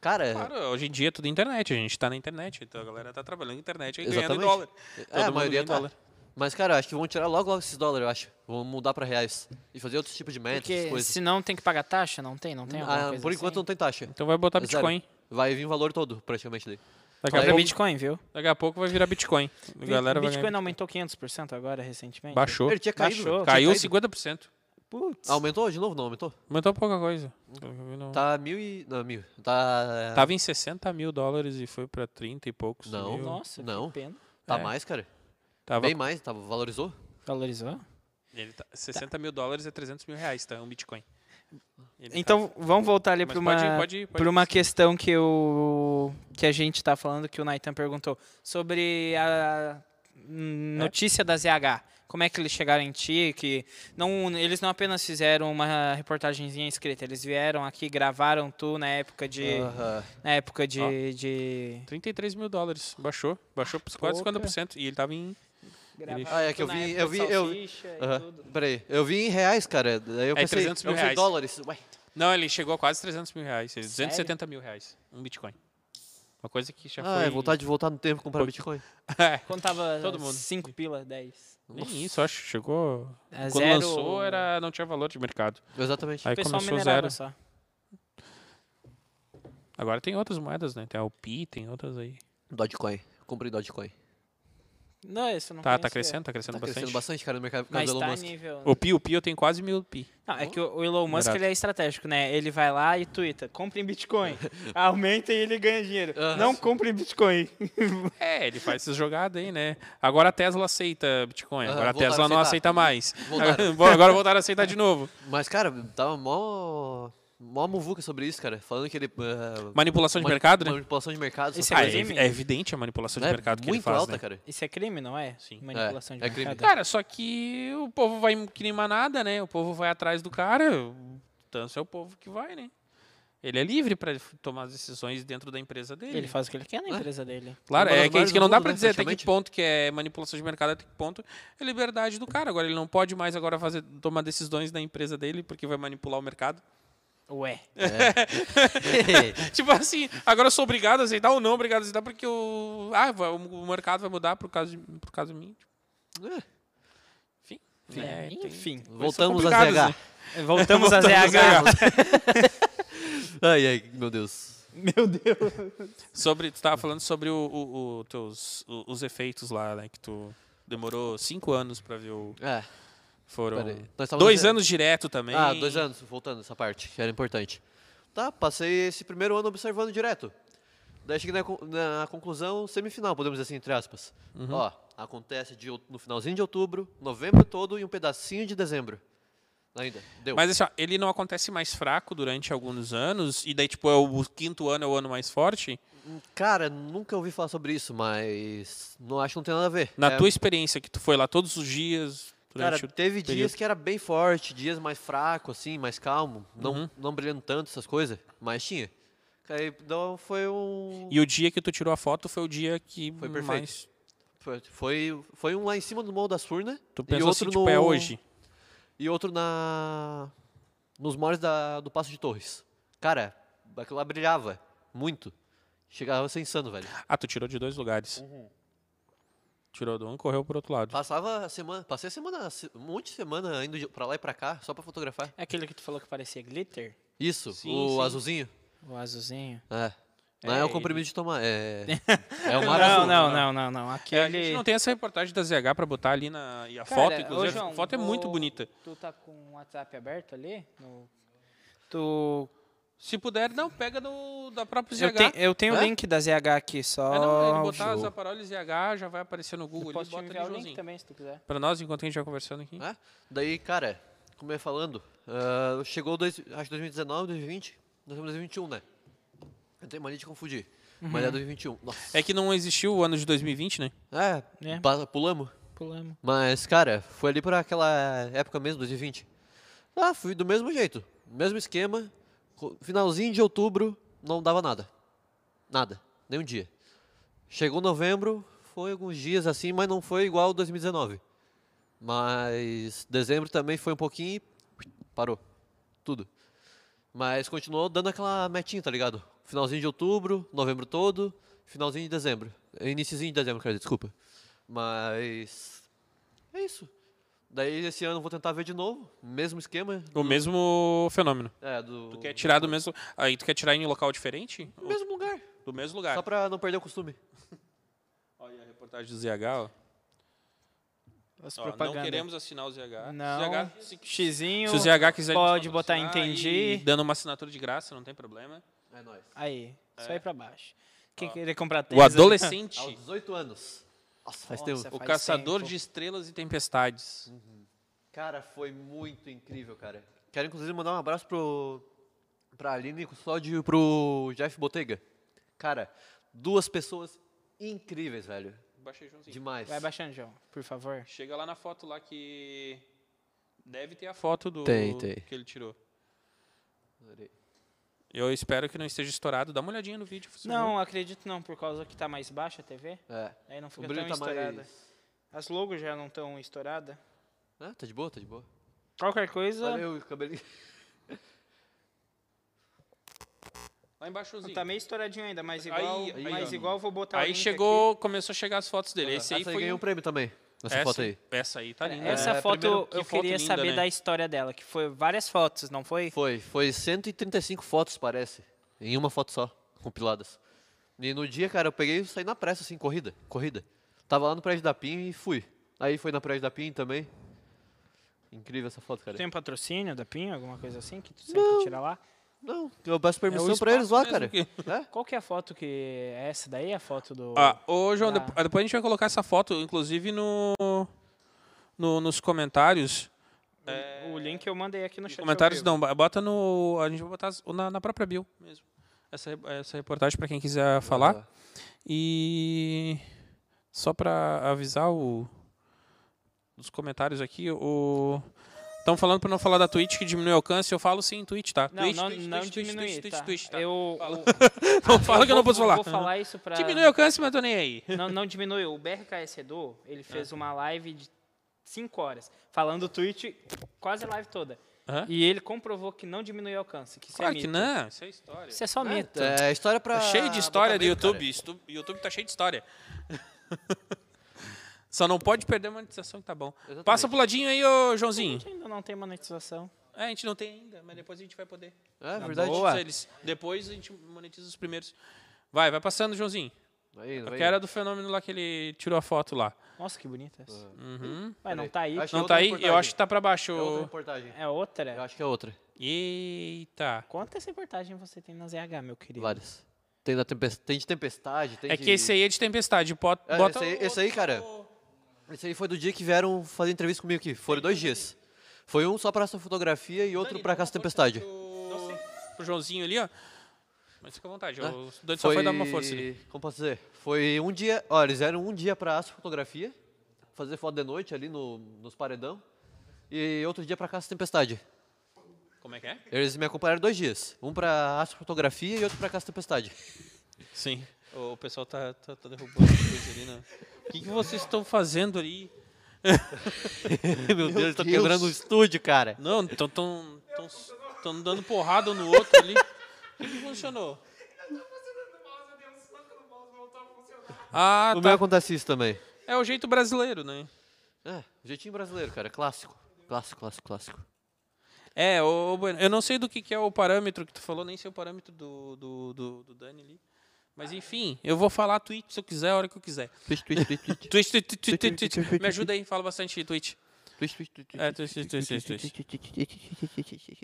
B: Cara,
C: Claro, hoje em dia é tudo internet. A gente tá na internet. Então a galera tá trabalhando na internet e ganhando em
B: Exatamente.
C: dólar. Todo
B: é, a
C: mundo
B: maioria
C: ganha em
B: tá. Mas, cara, acho que vão tirar logo, logo esses dólares, eu acho. Vão mudar pra reais. E fazer outros tipos de metas, essas
A: Porque
B: coisas.
A: senão tem que pagar taxa? Não tem? Não tem alguma
B: Ah,
A: coisa
B: por enquanto não
A: assim?
B: tem taxa.
C: Então vai botar
B: É zero.
C: Bitcoin.
B: Vai vir o valor todo, praticamente, daí.
C: Daqui a,
A: Compra
C: pouco,
A: Bitcoin, viu?
C: daqui a pouco vai virar Bitcoin. A galera vai
A: Bitcoin
C: ganhar.
A: aumentou 500% agora, recentemente.
C: Baixou.
B: Ele tinha caído.
A: Baixou.
B: tinha
C: Caiu
B: caído.
C: 50%.
A: Putz.
B: Aumentou de novo? Não aumentou?
C: Aumentou tá pouca coisa. Pelo que eu vi, não-
B: Tá mil e... Não, mil. Tá...
C: Tava em 60 mil dólares e foi pra 30 e poucos
B: Não.
C: mil.
A: Nossa,
B: Não.
A: que pena.
B: Tá
C: é.
B: mais, cara.
C: Tava...
B: Bem mais. Tá, valorizou?
A: Valorizou?
C: Ele tá... 60 mil dólares é 300 mil reais, tá? Um Bitcoin. Ele tá-
A: Então,
B: tá-
A: vamos voltar ali
C: Mas
A: para uma,
C: pode ir, pode ir, pode
A: pra
C: ir.
A: uma questão que, o, que a gente está falando, que o Naitan perguntou, sobre a hum, notícia da ZH. Como é que eles chegaram em ti? Que não, eles não apenas fizeram uma reportagemzinha escrita, eles vieram aqui, gravaram tu na época de.
B: Aham.
A: Na época de.
C: Ó.
A: de
C: 33 mil dólares. Baixou.
A: Ah,
C: Baixou pros quase
A: é.
C: 50%. E ele tava em.
A: gravar
B: Ah, é que
A: tu
B: eu
A: na
B: vi-
A: época
B: eu
A: de
B: vi- eu vi-
A: salsicha e
B: Aham.
A: tudo.
B: Peraí. Eu vi em reais, cara. Daí eu
C: É,
B: pensei...
C: 300 mil
B: eu vi em
C: reais.
B: dólares. Ué.
C: Não, ele chegou a quase 300 mil reais. 270 mil reais. Um Bitcoin. Uma coisa que já
B: Ah,
C: foi.
B: é vontade de voltar no tempo e comprar
C: Foi-
B: Bitcoin.
C: É,
A: Quando tava
C: Todo mundo.
A: 5 pila, 10.
C: Nem isso, acho. Chegou.
A: É
C: Quando
A: zero-
C: lançou, era... não tinha valor de mercado.
B: Exatamente.
C: Aí
A: O pessoal
C: começou
A: minerava
C: zero.
A: só.
C: Agora tem outras moedas, né? Tem a UPI, tem outras aí.
B: Dogecoin. Comprei Dogecoin.
A: Não, isso eu não
C: Tá,
A: conhecia.
C: tá crescendo, tá crescendo
B: Tá
C: Tá bastante.
B: crescendo bastante, cara, no mercado por causa
A: Mas
B: do Elon
A: tá
B: Musk.
A: nível.
C: O Pi, o Pi, eu tenho quase mil Pi.
A: Não, é que o o Elon Musk
C: Irado.
A: ele é estratégico, né? Ele vai lá e twitta, compre em Bitcoin, aumenta e ele ganha dinheiro.
B: Ah,
A: Não compre em Bitcoin.
C: É, ele faz essas jogadas aí, né? Agora a Tesla aceita Bitcoin,
B: Aham,
C: agora a
B: voltaram
C: Tesla
B: a
C: não
B: aceitar.
C: aceita mais.
B: Voltaram.
C: Bom, agora voltaram a aceitar de novo.
B: Mas, cara, tava mó. mó muvuca sobre isso, cara. Falando que ele. ah,
C: Manipulação de
B: mani-
C: mercado, né?
B: Manipulação de mercado.
A: Isso
B: essas
A: é
C: Ah,
B: coisas.
C: é,
A: crime?
C: ev- é evidente a manipulação de
B: É
C: mercado que
B: muito
C: ele faz,
B: alta,
C: né?
B: cara.
A: Isso é crime, não é? Sim. Manipulação de
B: é crime.
A: mercado.
C: Cara, só que o povo vai que nem manada, né? O povo vai atrás do cara, o tanto é o povo que vai, né? Ele é livre pra f- tomar as decisões dentro da empresa dele.
A: Ele faz o que ele quer na empresa dele.
C: Claro,
B: Uma das
C: é que,
B: maiores
C: que
B: do
C: não dá
B: mundo,
C: pra
B: né,
C: dizer até que
B: praticamente.
C: ponto que é manipulação de mercado, até que ponto é liberdade do cara. Agora ele não pode mais agora fazer tomar decisões na empresa dele porque vai manipular o mercado.
A: Ué.
C: tipo assim, agora eu sou obrigado a aceitar ou não obrigado a aceitar porque o ah, vai- o mercado vai mudar por causa de, por causa de mim. Tipo, ah, Enfim.
A: É,
C: É, tem-
A: enfim.
B: Voltamos a
C: complicadas,
B: ZH.
C: né?
A: É, Voltamos a ZH.
C: né?
B: Ai, ai, meu Deus.
A: Meu Deus.
C: Sobre, tu tava falando sobre o, o- o teus, o- os efeitos lá, né? Que tu demorou cinco anos pra ver o.
B: É,
C: Foram
B: peraí. Nós estávamos
C: dois
B: dizendo-
C: anos direto também.
B: Ah, dois anos, voltando essa parte, que era importante. Tá, passei esse primeiro ano observando direto. Daí cheguei na, con- na conclusão semifinal, podemos dizer assim, entre aspas.
C: Uhum.
B: Ó, acontece de out- no finalzinho de outubro, novembro todo e um pedacinho de dezembro. Ainda, deu.
C: Mas assim, ó, ele não acontece mais fraco durante alguns anos, e daí, tipo, é o, o quinto ano é o ano mais forte.
B: Cara, nunca ouvi falar sobre isso, mas não acho que não tem nada a ver.
C: Na
B: É,
C: tua experiência, que tu foi lá todos os dias.
B: Cara,
C: Durante o
B: teve dias
C: período.
B: que era bem forte, dias mais fraco, assim, mais calmo, não,
C: Uhum.
B: não brilhando tanto essas coisas, mas tinha. Cara, então foi um.
A: Tipo,
C: E o dia que tu tirou a foto foi o dia que
B: Foi perfeito.
C: mais.
B: Foi- Foi, foi um lá em cima do Morro da Surna.
C: Tu
B: e
C: pensou
B: outro
C: assim, tipo, é
B: no-
C: hoje.
B: E outro na. Nos moles da, do Passo de Torres. Cara, aquilo lá brilhava. Muito. Chegava a ser insano, velho.
C: Ah, tu tirou de dois lugares.
A: Uhum.
C: Tirou de um e correu pro outro lado.
B: Passava a semana. Passei a semana. se- Um monte de semana indo de- pra lá e pra cá, só pra fotografar.
A: É aquele que tu falou que parecia glitter?
B: Isso,
C: Sim,
B: o
C: sim.
B: azulzinho.
A: O azulzinho?
B: É. Não é,
C: É,
B: o comprimido de tomar. É. É
C: um
B: o mar
A: Não,
B: azul.
A: não, não, não, não.
C: É, a
A: Aquele.
C: gente não tem essa reportagem da ZH pra botar ali na. E a
A: Cara,
C: foto,
A: ô,
C: inclusive.
A: João,
C: a foto é
A: vou-
C: muito bonita.
A: Tu tá com o WhatsApp aberto ali? No- Tu.
C: Se puder, não, pega do, da própria ZH.
A: Eu, te- eu tenho o
B: Hã?
A: link da ZH aqui, só.
C: É, não, ele botar
A: Show.
C: as aparelhos ZH, já vai aparecer no
A: Eu
C: Google ali,
A: posso te
C: bota ali
A: enviar o link
C: Joãozinho.
A: também, se tu quiser.
C: Pra nós, enquanto a gente já conversando aqui.
B: É? Daí, cara, como eu ia falando, ah, chegou dois, acho que 2019, 2020, nós estamos em 2021, né? Eu tenho mania de confundir, mas é 2021. Nossa.
C: É que não existiu o ano de 2020, né?
B: É,
A: É.
B: pa- pulamos.
A: Pulamos.
B: Mas, cara, foi ali por aquela época mesmo, 2020. Ah, fui do mesmo jeito, mesmo esquema, co- finalzinho de outubro, não dava nada. Nada, nem um dia. Chegou novembro, foi alguns dias assim, mas não foi igual 2019. Mas dezembro também foi um pouquinho e parou. Tudo. Mas continuou dando aquela metinha, tá ligado? Finalzinho de outubro, novembro todo, finalzinho de dezembro. Iniciozinho de dezembro, cara, desculpa. Mas. É isso. Daí esse ano eu vou tentar ver de novo, mesmo esquema.
C: O mesmo fenômeno.
B: É, do.
C: Tu quer tirar do mesmo. Aí tu quer tirar em local diferente?
B: do mesmo lugar.
C: Ou Do mesmo lugar.
B: Só pra não perder o costume.
C: Olha a reportagem do ZH, ó.
A: As
C: Ó,
A: propagandas.
C: Não queremos assinar o ZH.
A: Não.
C: ZH, se,
A: Xizinho.
C: se o ZH quiser.
A: pode
C: só
A: botar
C: assinar
A: entendi.
C: e Dando uma assinatura de graça, não tem problema.
B: É nóis.
A: Aí, só ir pra baixo. Quem querer comprar
C: É. O
A: tênis-
C: adolescente.
B: Aos 18 anos. Nossa, é faz
A: Nossa,
B: tempo.
C: O
A: Faz
C: caçador
A: tempo.
C: de estrelas e tempestades.
B: Cara, foi muito incrível, cara. Quero inclusive mandar um abraço pro pra Aline Custódio e pro Jeff Botega. Cara, duas pessoas incríveis, velho.
C: Baixei Joãozinho.
B: Demais.
A: Vai baixando, João, por favor.
C: Chega lá na foto lá que. Deve ter a foto do
B: Tem, tem.
C: que ele tirou. Eu espero que não esteja estourado. Dá uma olhadinha no vídeo. por favor.
A: Não, acredito não, por causa que tá mais baixa a TV.
B: É.
A: Aí não
B: O
A: fica tão
B: brilho tá
A: estourada.
B: mais.
A: As logos já não estão estouradas.
B: Ah, tá de boa, tá de boa.
A: Qualquer coisa,
B: Valeu, cabelinho.
C: Lá embaixo, Joãozinho.
A: tá meio tá estouradinho ainda, mas
C: Aí,
A: igual,
C: aí,
A: mas
C: ó.
A: igual eu vou botar o
C: Aí
A: link
C: chegou, começou a chegar as fotos dele. Esse
B: Essa
C: aí
B: aí
C: foi É,
B: ganhou um prêmio também. Essa, foto aí.
C: Essa aí tá
A: aqui.
C: linda.
A: Essa
C: né?
A: foto
C: Primeiro, que
A: eu
C: foto
A: queria
C: linda,
A: saber
C: né?
A: da história dela, que foi várias fotos, não foi?
B: Foi, foi 135 fotos, parece. Em uma foto só, compiladas. E no dia, cara, eu peguei e saí na pressa, assim, corrida, corrida. Tava lá no prédio da PIN e fui. Aí foi na prédio da PIN também. Incrível essa foto, cara.
A: Tem um patrocínio da Pinho, alguma coisa assim, que tu sempre tira lá?
B: Não, eu peço permissão
C: É o
B: pra eles lá,
C: espaço
B: cara.
C: mesmo
B: É?
A: Qual que é a foto que é essa daí? A foto do...
C: Ah, ô João,
A: Da-
C: depo- ah, depois a gente vai colocar essa foto, inclusive, no, no- nos comentários.
A: O link eu mandei aqui no chat.
C: comentários
A: ao vivo.
C: não, ba- bota no. A gente vai botar as- na, na própria bio mesmo. Essa, re- essa reportagem pra quem quiser falar. E só pra avisar o nos comentários aqui, o estão falando pra não falar da Twitch que diminui o alcance, eu falo sim, Twitch, tá?
A: Não,
C: Twitch,
A: não,
C: Twitch,
A: não
C: Twitch, Twitch,
A: diminuir,
C: Twitch,
A: tá?
C: Twitch, tá?
A: Eu,
C: Não fala que eu não posso falar.
A: Vou falar isso pra...
C: Diminui o alcance, mas tô nem aí.
A: Não, não diminuiu. O BRKS Edu, ele fez uma live de 5 horas, falando o tweet quase a live toda.
C: Hã?
A: E ele comprovou que não diminuiu o alcance, que isso
C: Claro
A: é
C: que
A: mito.
C: não, isso é história.
A: Isso é só mito.
B: É, história pra.
C: Tá cheio de história do
B: botar medo,
C: YouTube. Estu- YouTube tá cheio de história. Só não pode perder a monetização que tá bom.
B: Exatamente.
C: Passa pro ladinho aí, ô
A: A
C: Joãozinho.
A: gente ainda não tem monetização.
C: É, a gente não tem ainda, mas depois a gente vai poder.
B: Cara. É,
A: Na
B: verdade.
A: boa. Ué.
C: Eles- depois a gente monetiza os primeiros. Vai, vai passando, Joãozinho.
B: Aí,
C: Eu
B: aí. É
C: quero a do fenômeno lá que ele tirou a foto lá.
A: Nossa, que bonita essa.
C: Uhum.
A: Ué, não tá aí.
B: Acho- Tinha
C: Não tá
B: outra
C: aí? Eu
B: reportagem.
C: acho que tá pra baixo.
B: É outra reportagem.
A: É
B: Eu
A: outra?
B: acho que é outra.
C: Eita.
A: Quantas reportagens você tem na ZH, meu querido?
B: Várias. Tem, da tempest... tem de tempestade, tem
C: É
B: de.
C: que esse aí é de tempestade. Pot-
B: É,
C: Bota
B: esse, aí,
C: o-
B: esse aí, cara. Esse aí foi do dia que vieram fazer entrevista comigo aqui. Foram dois dias. Foi um só pra essa fotografia e outro pra Caça Tempestade.
C: pro Joãozinho ali, ó. Mas fica à vontade.
B: Né?
C: O doido só foi dar uma força ali.
B: Como posso dizer? Foi um dia. Ó, eles vieram um dia pra astrofotografia, fazer foto de noite ali no, nos paredão. E outro dia pra Caça Tempestade.
C: Como é que é?
B: Eles me acompanharam dois dias. Um pra astrofotografia e outro pra Caça Tempestade.
C: Sim. O pessoal tá, tá, tá derrubando coisa ali, né? O que, que vocês estão fazendo ali?
B: Meu Deus, eles tão quebrando o estúdio, cara.
C: tá Não, estão tão, tão, tão dando porrada um no outro ali. O que, que funcionou? Ah,
B: O meu
C: tá.
B: acontece isso também.
C: É o jeito brasileiro, né?
B: É, jeitinho brasileiro, cara. Clássico. Clássico, clássico, clássico.
C: É, o, Bueno, eu não sei do que, que é o parâmetro que tu falou, nem sei o parâmetro do, do, do, do Dani ali. Mas enfim, eu vou falar tweet se eu quiser, a hora que eu quiser.
B: Twitch, twitch, twitch, twitch.
C: Tweet, tweet, tweet, tweet, tweet, tweet. Me ajuda aí, fala bastante tweet.
B: Twitch, twitch, twitch.
C: É, tweet, tweet, tweet,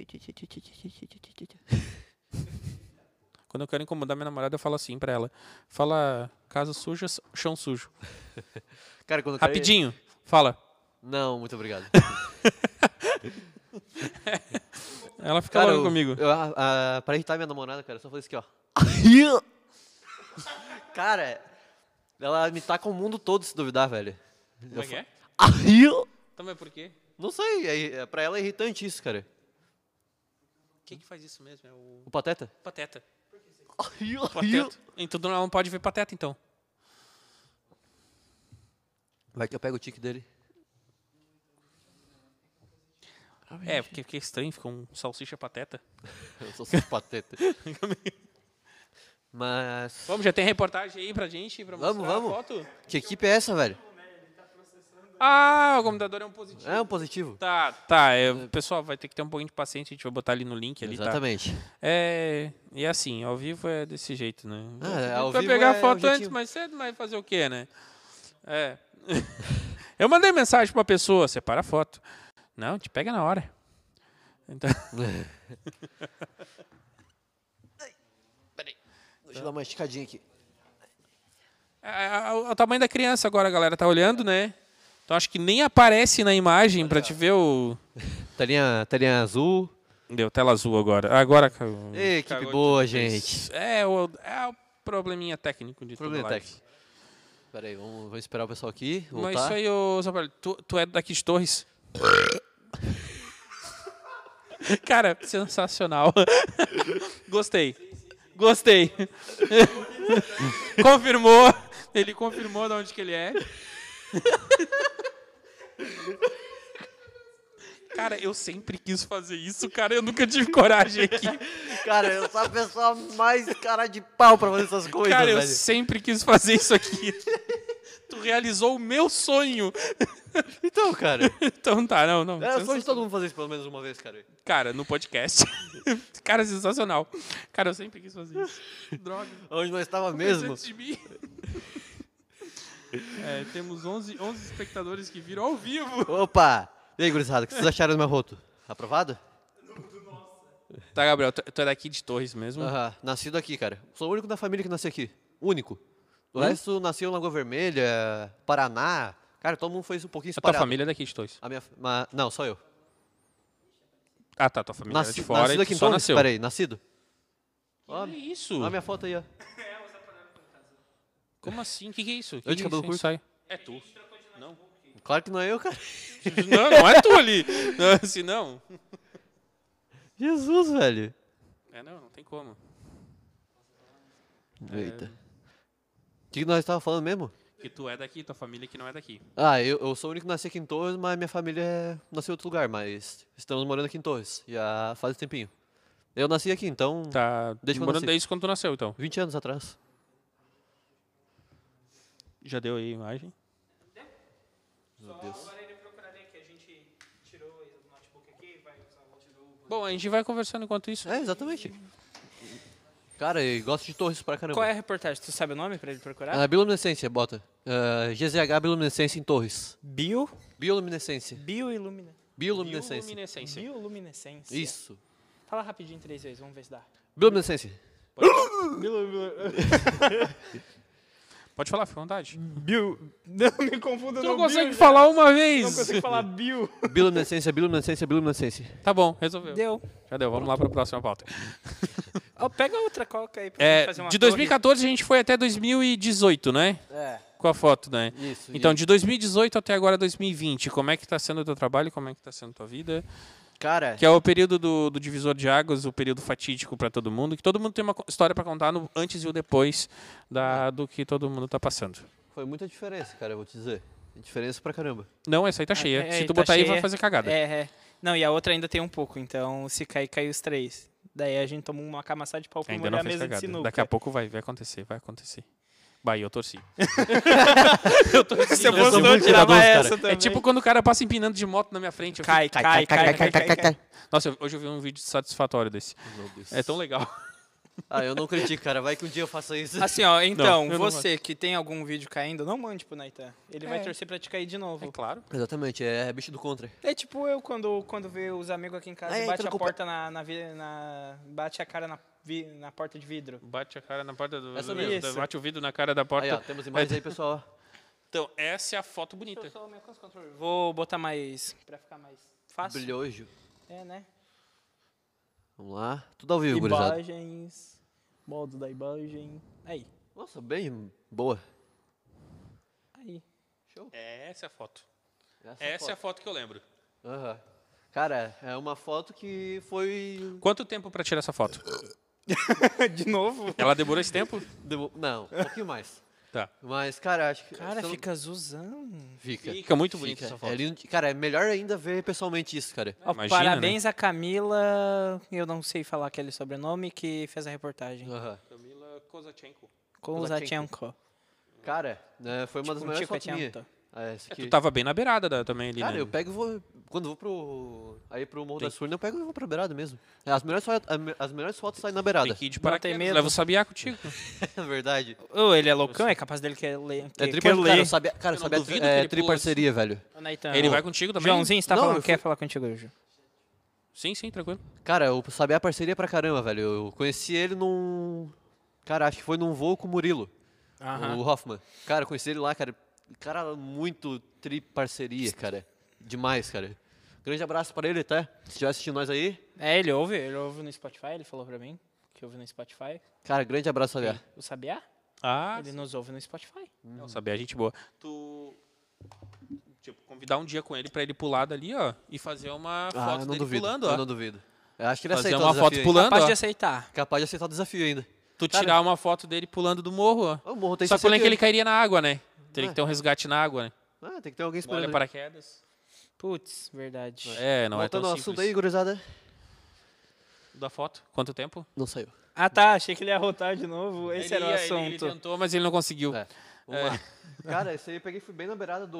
C: tweet, tweet. Quando eu quero incomodar minha namorada, eu falo assim pra ela. Fala casa suja, chão sujo.
B: Cara, quando eu caí-
C: Rapidinho, Tá fala.
B: Não, muito obrigado.
C: Ela fica
B: Cara,
C: logo
B: eu-
C: comigo.
B: eu- ah, a- a- pra irritar minha namorada, cara, eu só falei isso aqui, ó. Cara, ela me taca o mundo todo se duvidar, velho.
C: Como é que é? Então, mas por quê?
B: Não sei, é, é- pra ela é irritante isso, cara.
C: Quem que faz isso mesmo? É o
B: O Pateta?
C: Pateta. Pateta. Então ela não pode ver Pateta, então.
B: Vai que eu pego o tique dele. Ah,
C: É, porque fica estranho, fica um salsicha pateta.
B: Eu sou só pateta. Mas.
C: Vamos, já tem reportagem aí pra gente, pra
B: Vamos,
C: mostrar
B: vamos.
C: a foto?
B: Que equipe é essa, velho?
C: Ah, o computador é um positivo.
B: É um positivo.
C: Tá, tá. é, o pessoal, vai ter que ter um pouquinho de paciência, a gente vai botar ali no link ali, tá?
B: Exatamente.
C: É, e assim, ao vivo é desse jeito, né?
B: Ah,
C: Dá
B: ao
C: pra
B: vivo
C: pegar
B: é o
C: foto antes
B: jeitinho.
C: mais cedo, mas fazer o quê, né? É. Eu mandei mensagem pra uma pessoa, separa a foto. Não, te pega na hora. Então,
E: Deixa eu dar uma esticadinha aqui.
C: É, é, o- o tamanho da criança agora, a galera tá olhando, né? Então acho que nem aparece na imagem pra te ver o.
B: Telinha, telinha azul.
C: Deu tela azul agora. Agora. caiu.
B: Ei, equipe
C: Hum, Cagou
B: boa,
C: tudo
B: gente.
C: isso. É o, é o probleminha técnico de
B: Problema
C: tudo lá.
B: técnico. Peraí, vamos, vamos esperar o pessoal aqui. Voltar.
C: Mas isso aí, ô, Samuel, tu, tu é daqui de Torres? Cara, sensacional. Gostei. Gostei. confirmou. Ele confirmou de onde que ele é. Cara, eu sempre quis fazer isso, cara. Eu nunca tive coragem aqui.
B: Cara, eu sou a pessoa mais cara de pau pra fazer essas coisas,
C: Cara, eu
B: é, velho.
C: sempre quis fazer isso aqui. Tu realizou o meu sonho.
B: Então, cara.
C: Então tá, não, não.
B: É só de
C: sensacional.
B: todo mundo fazer isso pelo menos uma vez, cara.
C: Cara, no podcast. cara, sensacional. Cara, eu sempre quis fazer isso. Droga.
B: Onde nós estava
C: fez
B: mesmo.
C: antes de mim. É, temos 11, 11 espectadores que viram ao vivo.
B: Opa! E aí, gurizada, o que vocês acharam do meu roto? Aprovado?
C: Tá, Gabriel, tu, tu é daqui de Torres mesmo?
B: Aham, Hum. nascido aqui, cara. Sou o único da família que nasceu aqui. Único. O resto nasceu em Lagoa Vermelha, Paraná. Cara, todo mundo foi um pouquinho
C: A tua
B: separado.
C: família é daqui de Torres.
B: A minha, ma- não, só eu.
C: Ah, tá, tua família
B: Nasci-
C: era de fora
B: nascido
C: e
B: aqui
C: tu
B: em
C: só
B: Torres?
C: nasceu.
B: Peraí, nascido? Ó,
C: Que isso?
B: ó a minha foto aí, ó.
C: Como assim? Que que é isso? Que
B: Eu de
C: que
B: cabelo
C: é isso?
B: curto?
C: Sai. É tu.
B: Claro que não é eu, cara.
C: Não, não é tu ali. Não, se não...
B: Jesus, velho.
C: É, não, não tem como.
B: Eita. É. O que que nós estávamos falando mesmo?
C: Que tu é daqui, tua família que não é daqui.
B: Ah, eu, eu sou o único que nasci aqui em Torres, mas minha família é- nasceu em outro lugar, mas estamos morando aqui em Torres, já faz um tempinho. Eu nasci aqui, então,
C: Tá
B: Desde quando
C: morando
B: nasci.
C: desde quando tu nasceu, então.
B: 20 anos atrás.
C: Já deu aí a imagem?
A: Agora ele procurarei que a gente tirou o notebook aqui, vai usar o
C: Bom, a gente vai conversando enquanto isso.
B: É, exatamente. Cara, eu gosto de Torres pra caramba.
A: Qual é a reportagem? Tu sabe o nome pra ele procurar?
B: Ah, bioluminescência, bota. Ah, GZH bioluminescência em Torres.
A: Bio.
B: Bioluminescência.
A: Bioilumina.
B: Bioluminescência.
A: Bioluminescência.
B: Isso.
A: Fala rapidinho três vezes, vamos ver se dá.
B: Bioluminescência.
C: Pode falar, fica à vontade.
A: Hum. Bio. Não me confunda,
C: Tu não consegue falar uma
A: Não
C: vez.
A: consigo falar bio.
B: Bioluminescência, bioluminescência, bioluminescência.
C: Tá bom, resolveu.
A: Deu.
C: Já deu, vamos lá para a próxima pauta.
A: Ó, pega outra coca aí pra gente
C: É,
A: fazer uma
C: de
A: torre.
C: 2014 a gente foi até 2018, né?
E: É.
C: Com a foto, né?
B: Isso.
C: Então, de 2018 até agora 2020, como é que tá sendo o teu trabalho? Como é que tá sendo a tua vida?
B: Cara,
C: Que é o período do, do divisor de águas, o período fatídico para todo mundo, que todo mundo tem uma co- história para contar no antes e o depois da, do que todo mundo tá passando.
B: foi muita diferença, cara, eu vou te dizer. Diferença pra caramba.
C: Não, essa aí tá cheia.
A: É,
C: Se
A: e
C: tu
A: tá
C: botar aí, vai
A: cheia.
C: fazer cagada.
A: É, é. Não, e a outra ainda tem um pouco, então se cair, cai os três. Daí a gente toma uma camaçada de pau pra
C: Ainda
A: molhar
C: não
A: a
C: fez
A: mesa de
C: cagada.
A: sinuca.
C: Daqui a pouco vai, vai acontecer, vai acontecer. Bahia, eu torci.
A: se eu
B: eu sou
A: fosse eu
B: muito
A: tirava
B: cuidadoso,
A: essa
C: É
A: também.
C: tipo quando o cara passa empinando de moto na minha frente. eu fico-
A: Cai, cai, cai, cai, cai, cai, cai.
C: Nossa, eu- hoje eu vi um vídeo satisfatório desse. É tão legal.
B: Ah, eu não critico, cara. Vai que um dia eu faça isso.
A: Assim, ó, então,
C: eu não
A: você que tem algum vídeo caindo, não mande pro Naitan. Ele vai torcer pra te cair de novo. É,
C: claro.
B: Exatamente, é bicho do contra.
A: tipo eu quando, quando vê os amigos aqui em casa
B: Ah,
A: e
B: é,
A: bate a
B: trocou
A: porta na, na, vi- na- bate a cara na, vi- na porta de vidro.
C: Bate a cara na porta do.
B: Essa
C: do-
B: mesmo.
C: da- bate o vidro na cara da porta.
B: Aí, ó, temos imagens aí, pessoal.
C: Então, essa é a foto bonita.
A: Vou botar mais pra ficar mais fácil.
B: Brilhojo.
A: É, né?
B: Vamos lá. Tudo ao vivo, gurizada.
A: Imagens, modo da imagem. Aí,
B: Nossa, bem boa.
A: aí.
C: Essa é a foto.
B: Essa,
C: Essa é a
B: foto.
C: foto que eu lembro.
B: Aham. Cara, é uma foto que foi...
C: Quanto tempo pra tirar essa foto?
A: De novo?
C: Ela demorou esse tempo?
B: Demo- Não, um pouquinho mais.
C: Tá.
B: Mas, cara, acho que...
A: Cara,
B: se eu não-
A: fica azulzão.
B: Fica.
C: Fica muito bonita
B: Fica.
C: essa foto.
B: É lindo. Cara, é melhor ainda ver pessoalmente isso, cara.
A: É,
C: Ó, Imagina,
A: Parabéns a Camila, eu não sei falar aquele sobrenome, que fez a reportagem.
B: Aham.
D: Camila Kozachenko.
A: Com o Zachenko.
B: Cara, né, foi uma das
A: Tipo, um
B: maiores
A: tico
B: fotos minhas.
A: atento.
B: Ah, essa aqui.
C: é Tu tá tava bem na beirada da- também ali,
B: Cara,
C: né?
B: eu pego e vou. Quando eu vou pro. Aí pro Morro da
C: Tem-
B: Surna, eu pego e vou pra beirada mesmo. É, As melhores, fo- a me- as melhores fotos saem na beirada.
C: Tem que ir de
A: Não tem
C: paraquedas.
A: medo.
C: Leva o sabiá contigo.
B: É verdade.
A: Ô, ele é loucão, é capaz dele que ler.
B: É
A: Que,
B: tri
A: quer
B: cara, eu
A: ler.
B: sabia, cara, eu
C: não
B: sabia
C: duvido que
B: é,
C: ele pulou assim.
B: triparceria, velho.
A: Ô, Naitan,
C: Ele
A: ô,
C: vai contigo também?
A: Joãozinho, você tá
B: Não,
A: falando
B: eu
A: que quer falar contigo hoje.
C: Sim, sim, tranquilo.
B: Cara, eu sabia a parceria pra caramba, velho. Eu conheci ele num. Cara, acho que foi num voo com o Murilo. O Hoffman. Cara, eu conheci ele lá, cara. Cara, muito triparceria, cara. Demais, cara. Grande abraço pra ele, tá? Se estiver assistindo nós aí.
A: É, ele ouve, ele ouve no Spotify, ele falou pra mim que ouve no Spotify.
B: Cara, grande abraço, Sabiá.
A: O Sabiá,
C: Ah,
A: ele nos ouve no Spotify.
C: não, o sabiá é gente boa. Tu. Tipo, convidar um dia com ele pra ele pular dali, ó. E fazer uma
B: Ah,
C: foto
B: eu não
C: dele
B: duvido.
C: pulando,
B: eu
C: ó.
B: não duvido. Eu acho que ele
C: Fazer
B: aceitou
C: uma
B: o
C: foto
B: desafio, hein?
C: pulando,
A: Capaz
C: ó.
A: de aceitar.
B: Capaz de né? aceitar o desafio ainda.
C: Tu
B: Cara-
C: tirar uma foto dele pulando do morro, ó.
B: O morro tem
C: Só que o
B: 60
C: que ele cairia na água, né? Teria que
B: é.
C: ter um resgate na água, né?
B: Ah, tem que ter alguém esperando.
C: Olha
B: ali.
C: paraquedas.
A: Putz, verdade.
C: É, não
B: Voltando
C: é
B: ao
C: tão
B: assunto
C: simples.
B: aí, gurizada.
C: Da foto? Quanto tempo?
B: Não saiu.
A: Ah tá, achei que ele ia rotar de novo. Esse era o
C: ia- Ele, ele
A: assunto.
C: tentou, mas ele não conseguiu.
B: É. Vamos lá.
C: É.
B: Cara, esse aí eu peguei, fui bem na beirada do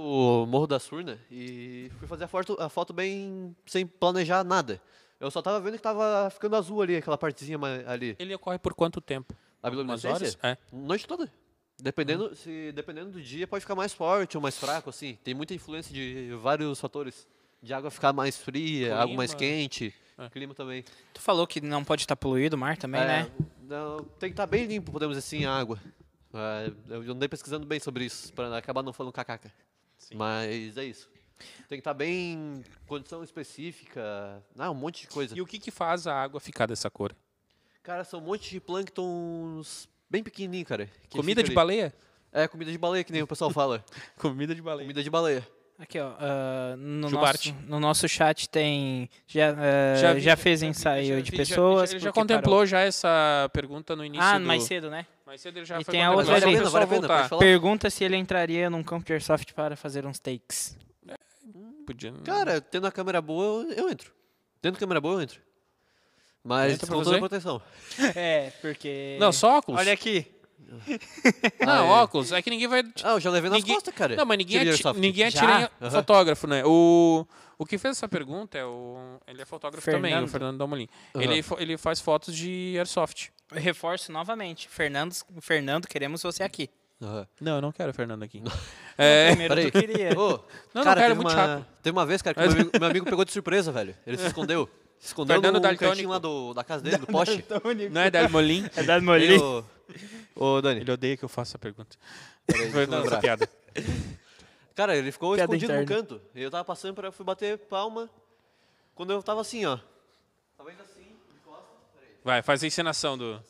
B: Morro da Surna e fui fazer a foto, a foto bem sem planejar nada. Eu só tava vendo que tava ficando azul ali, aquela partezinha ma- ali.
C: Ele ocorre por quanto tempo?
B: A
C: Umas
B: bioluminescência?
C: horas? Hum. É.
B: Noite toda. Dependendo, se, dependendo do dia, pode ficar mais forte ou mais fraco, assim. Tem muita influência de vários fatores. De água ficar mais fria, água mais
C: Clima. É.
B: quente, clima também.
A: Tu falou que não pode estar poluído o mar também,
B: É,
A: né?
B: não, tem que estar bem limpo, podemos dizer assim, a água. É, eu andei pesquisando bem sobre isso, para acabar não falando cacaca. Mas é isso. Tem que estar bem condição específica, ah, um monte de coisa.
C: E o que que faz a água ficar dessa cor?
B: Cara, são um monte de plânctons bem pequenininho, cara. que
C: Comida
B: fica
C: de
B: ali.
C: baleia?
B: É, comida de baleia, que nem o pessoal fala.
C: Comida de baleia.
B: comida de baleia.
A: Aqui, ó. ah, no,
C: Jubarte.
A: nosso, no nosso chat tem. Já, ah,
C: Já
A: já,
C: vi,
A: fez
C: já vi,
A: ensaio
C: já
A: de
C: vi, já-
A: pessoas.
C: Ele já
A: porque
C: contemplou já essa pergunta no início
A: parou. Ah,
C: do...
A: mais cedo, né?
C: Mais cedo ele já
A: E
C: foi
A: tem a
C: contemplado.
A: outra
C: Vale
A: ali.
C: a pena,
B: Vale a pena,
C: voltar.
B: pode falar.
A: Pergunta se ele entraria num campo de airsoft para fazer uns takes.
C: Podia... né?
B: Cara, tendo a câmera boa, eu, eu entro. Tendo câmera boa, eu entro. Mas
C: Entra pra
B: com toda
C: fazer?
B: a proteção.
A: É, porque.
C: Não, só óculos.
A: Olha aqui.
C: Não,
B: Ah, é.
C: óculos. É que ninguém vai...
B: Ah, eu já levei nas
C: Ninguém-
B: costas, cara.
C: Não, mas ninguém,
B: Tiro de
C: ati-
B: airsoft.
C: ninguém
A: Já?
C: atira em fotógrafo, né? O... o que fez essa pergunta é o... Ele é fotógrafo também, o
A: Fernando.
C: Fernando Dalmolin.
B: Aham.
C: Ele, fo- ele faz fotos de airsoft.
A: Eu reforço novamente. Fernando, Fernando queremos você aqui.
B: Aham.
C: Não, eu não quero o Fernando aqui. é...
A: Primeiro
B: Peraí.
A: tu queria.
B: Ô,
C: Não, não
B: cara,
C: quero, é
B: teve uma,
C: muito chato.
B: Teve uma vez, cara, que meu amigo, meu amigo pegou de surpresa, velho. Ele se escondeu. Se escondeu
C: Fernando
B: no
C: Daltônico.
B: cantinho lá do, da casa dele, do poste.
C: Não é Dalmolin?
A: É dado no
B: Aí o- Ô, Dani.
C: Ele odeia que eu faça a pergunta.
B: Peraí, deixa eu
C: Não, essa
B: lembrar.
C: piada.
B: Cara, ele ficou
A: Piada
B: escondido no
A: interna.
B: canto. Eu tava passando pra... Fui bater palma. Quando eu tava assim, ó. Tava indo assim.
C: Vai, faz a encenação do...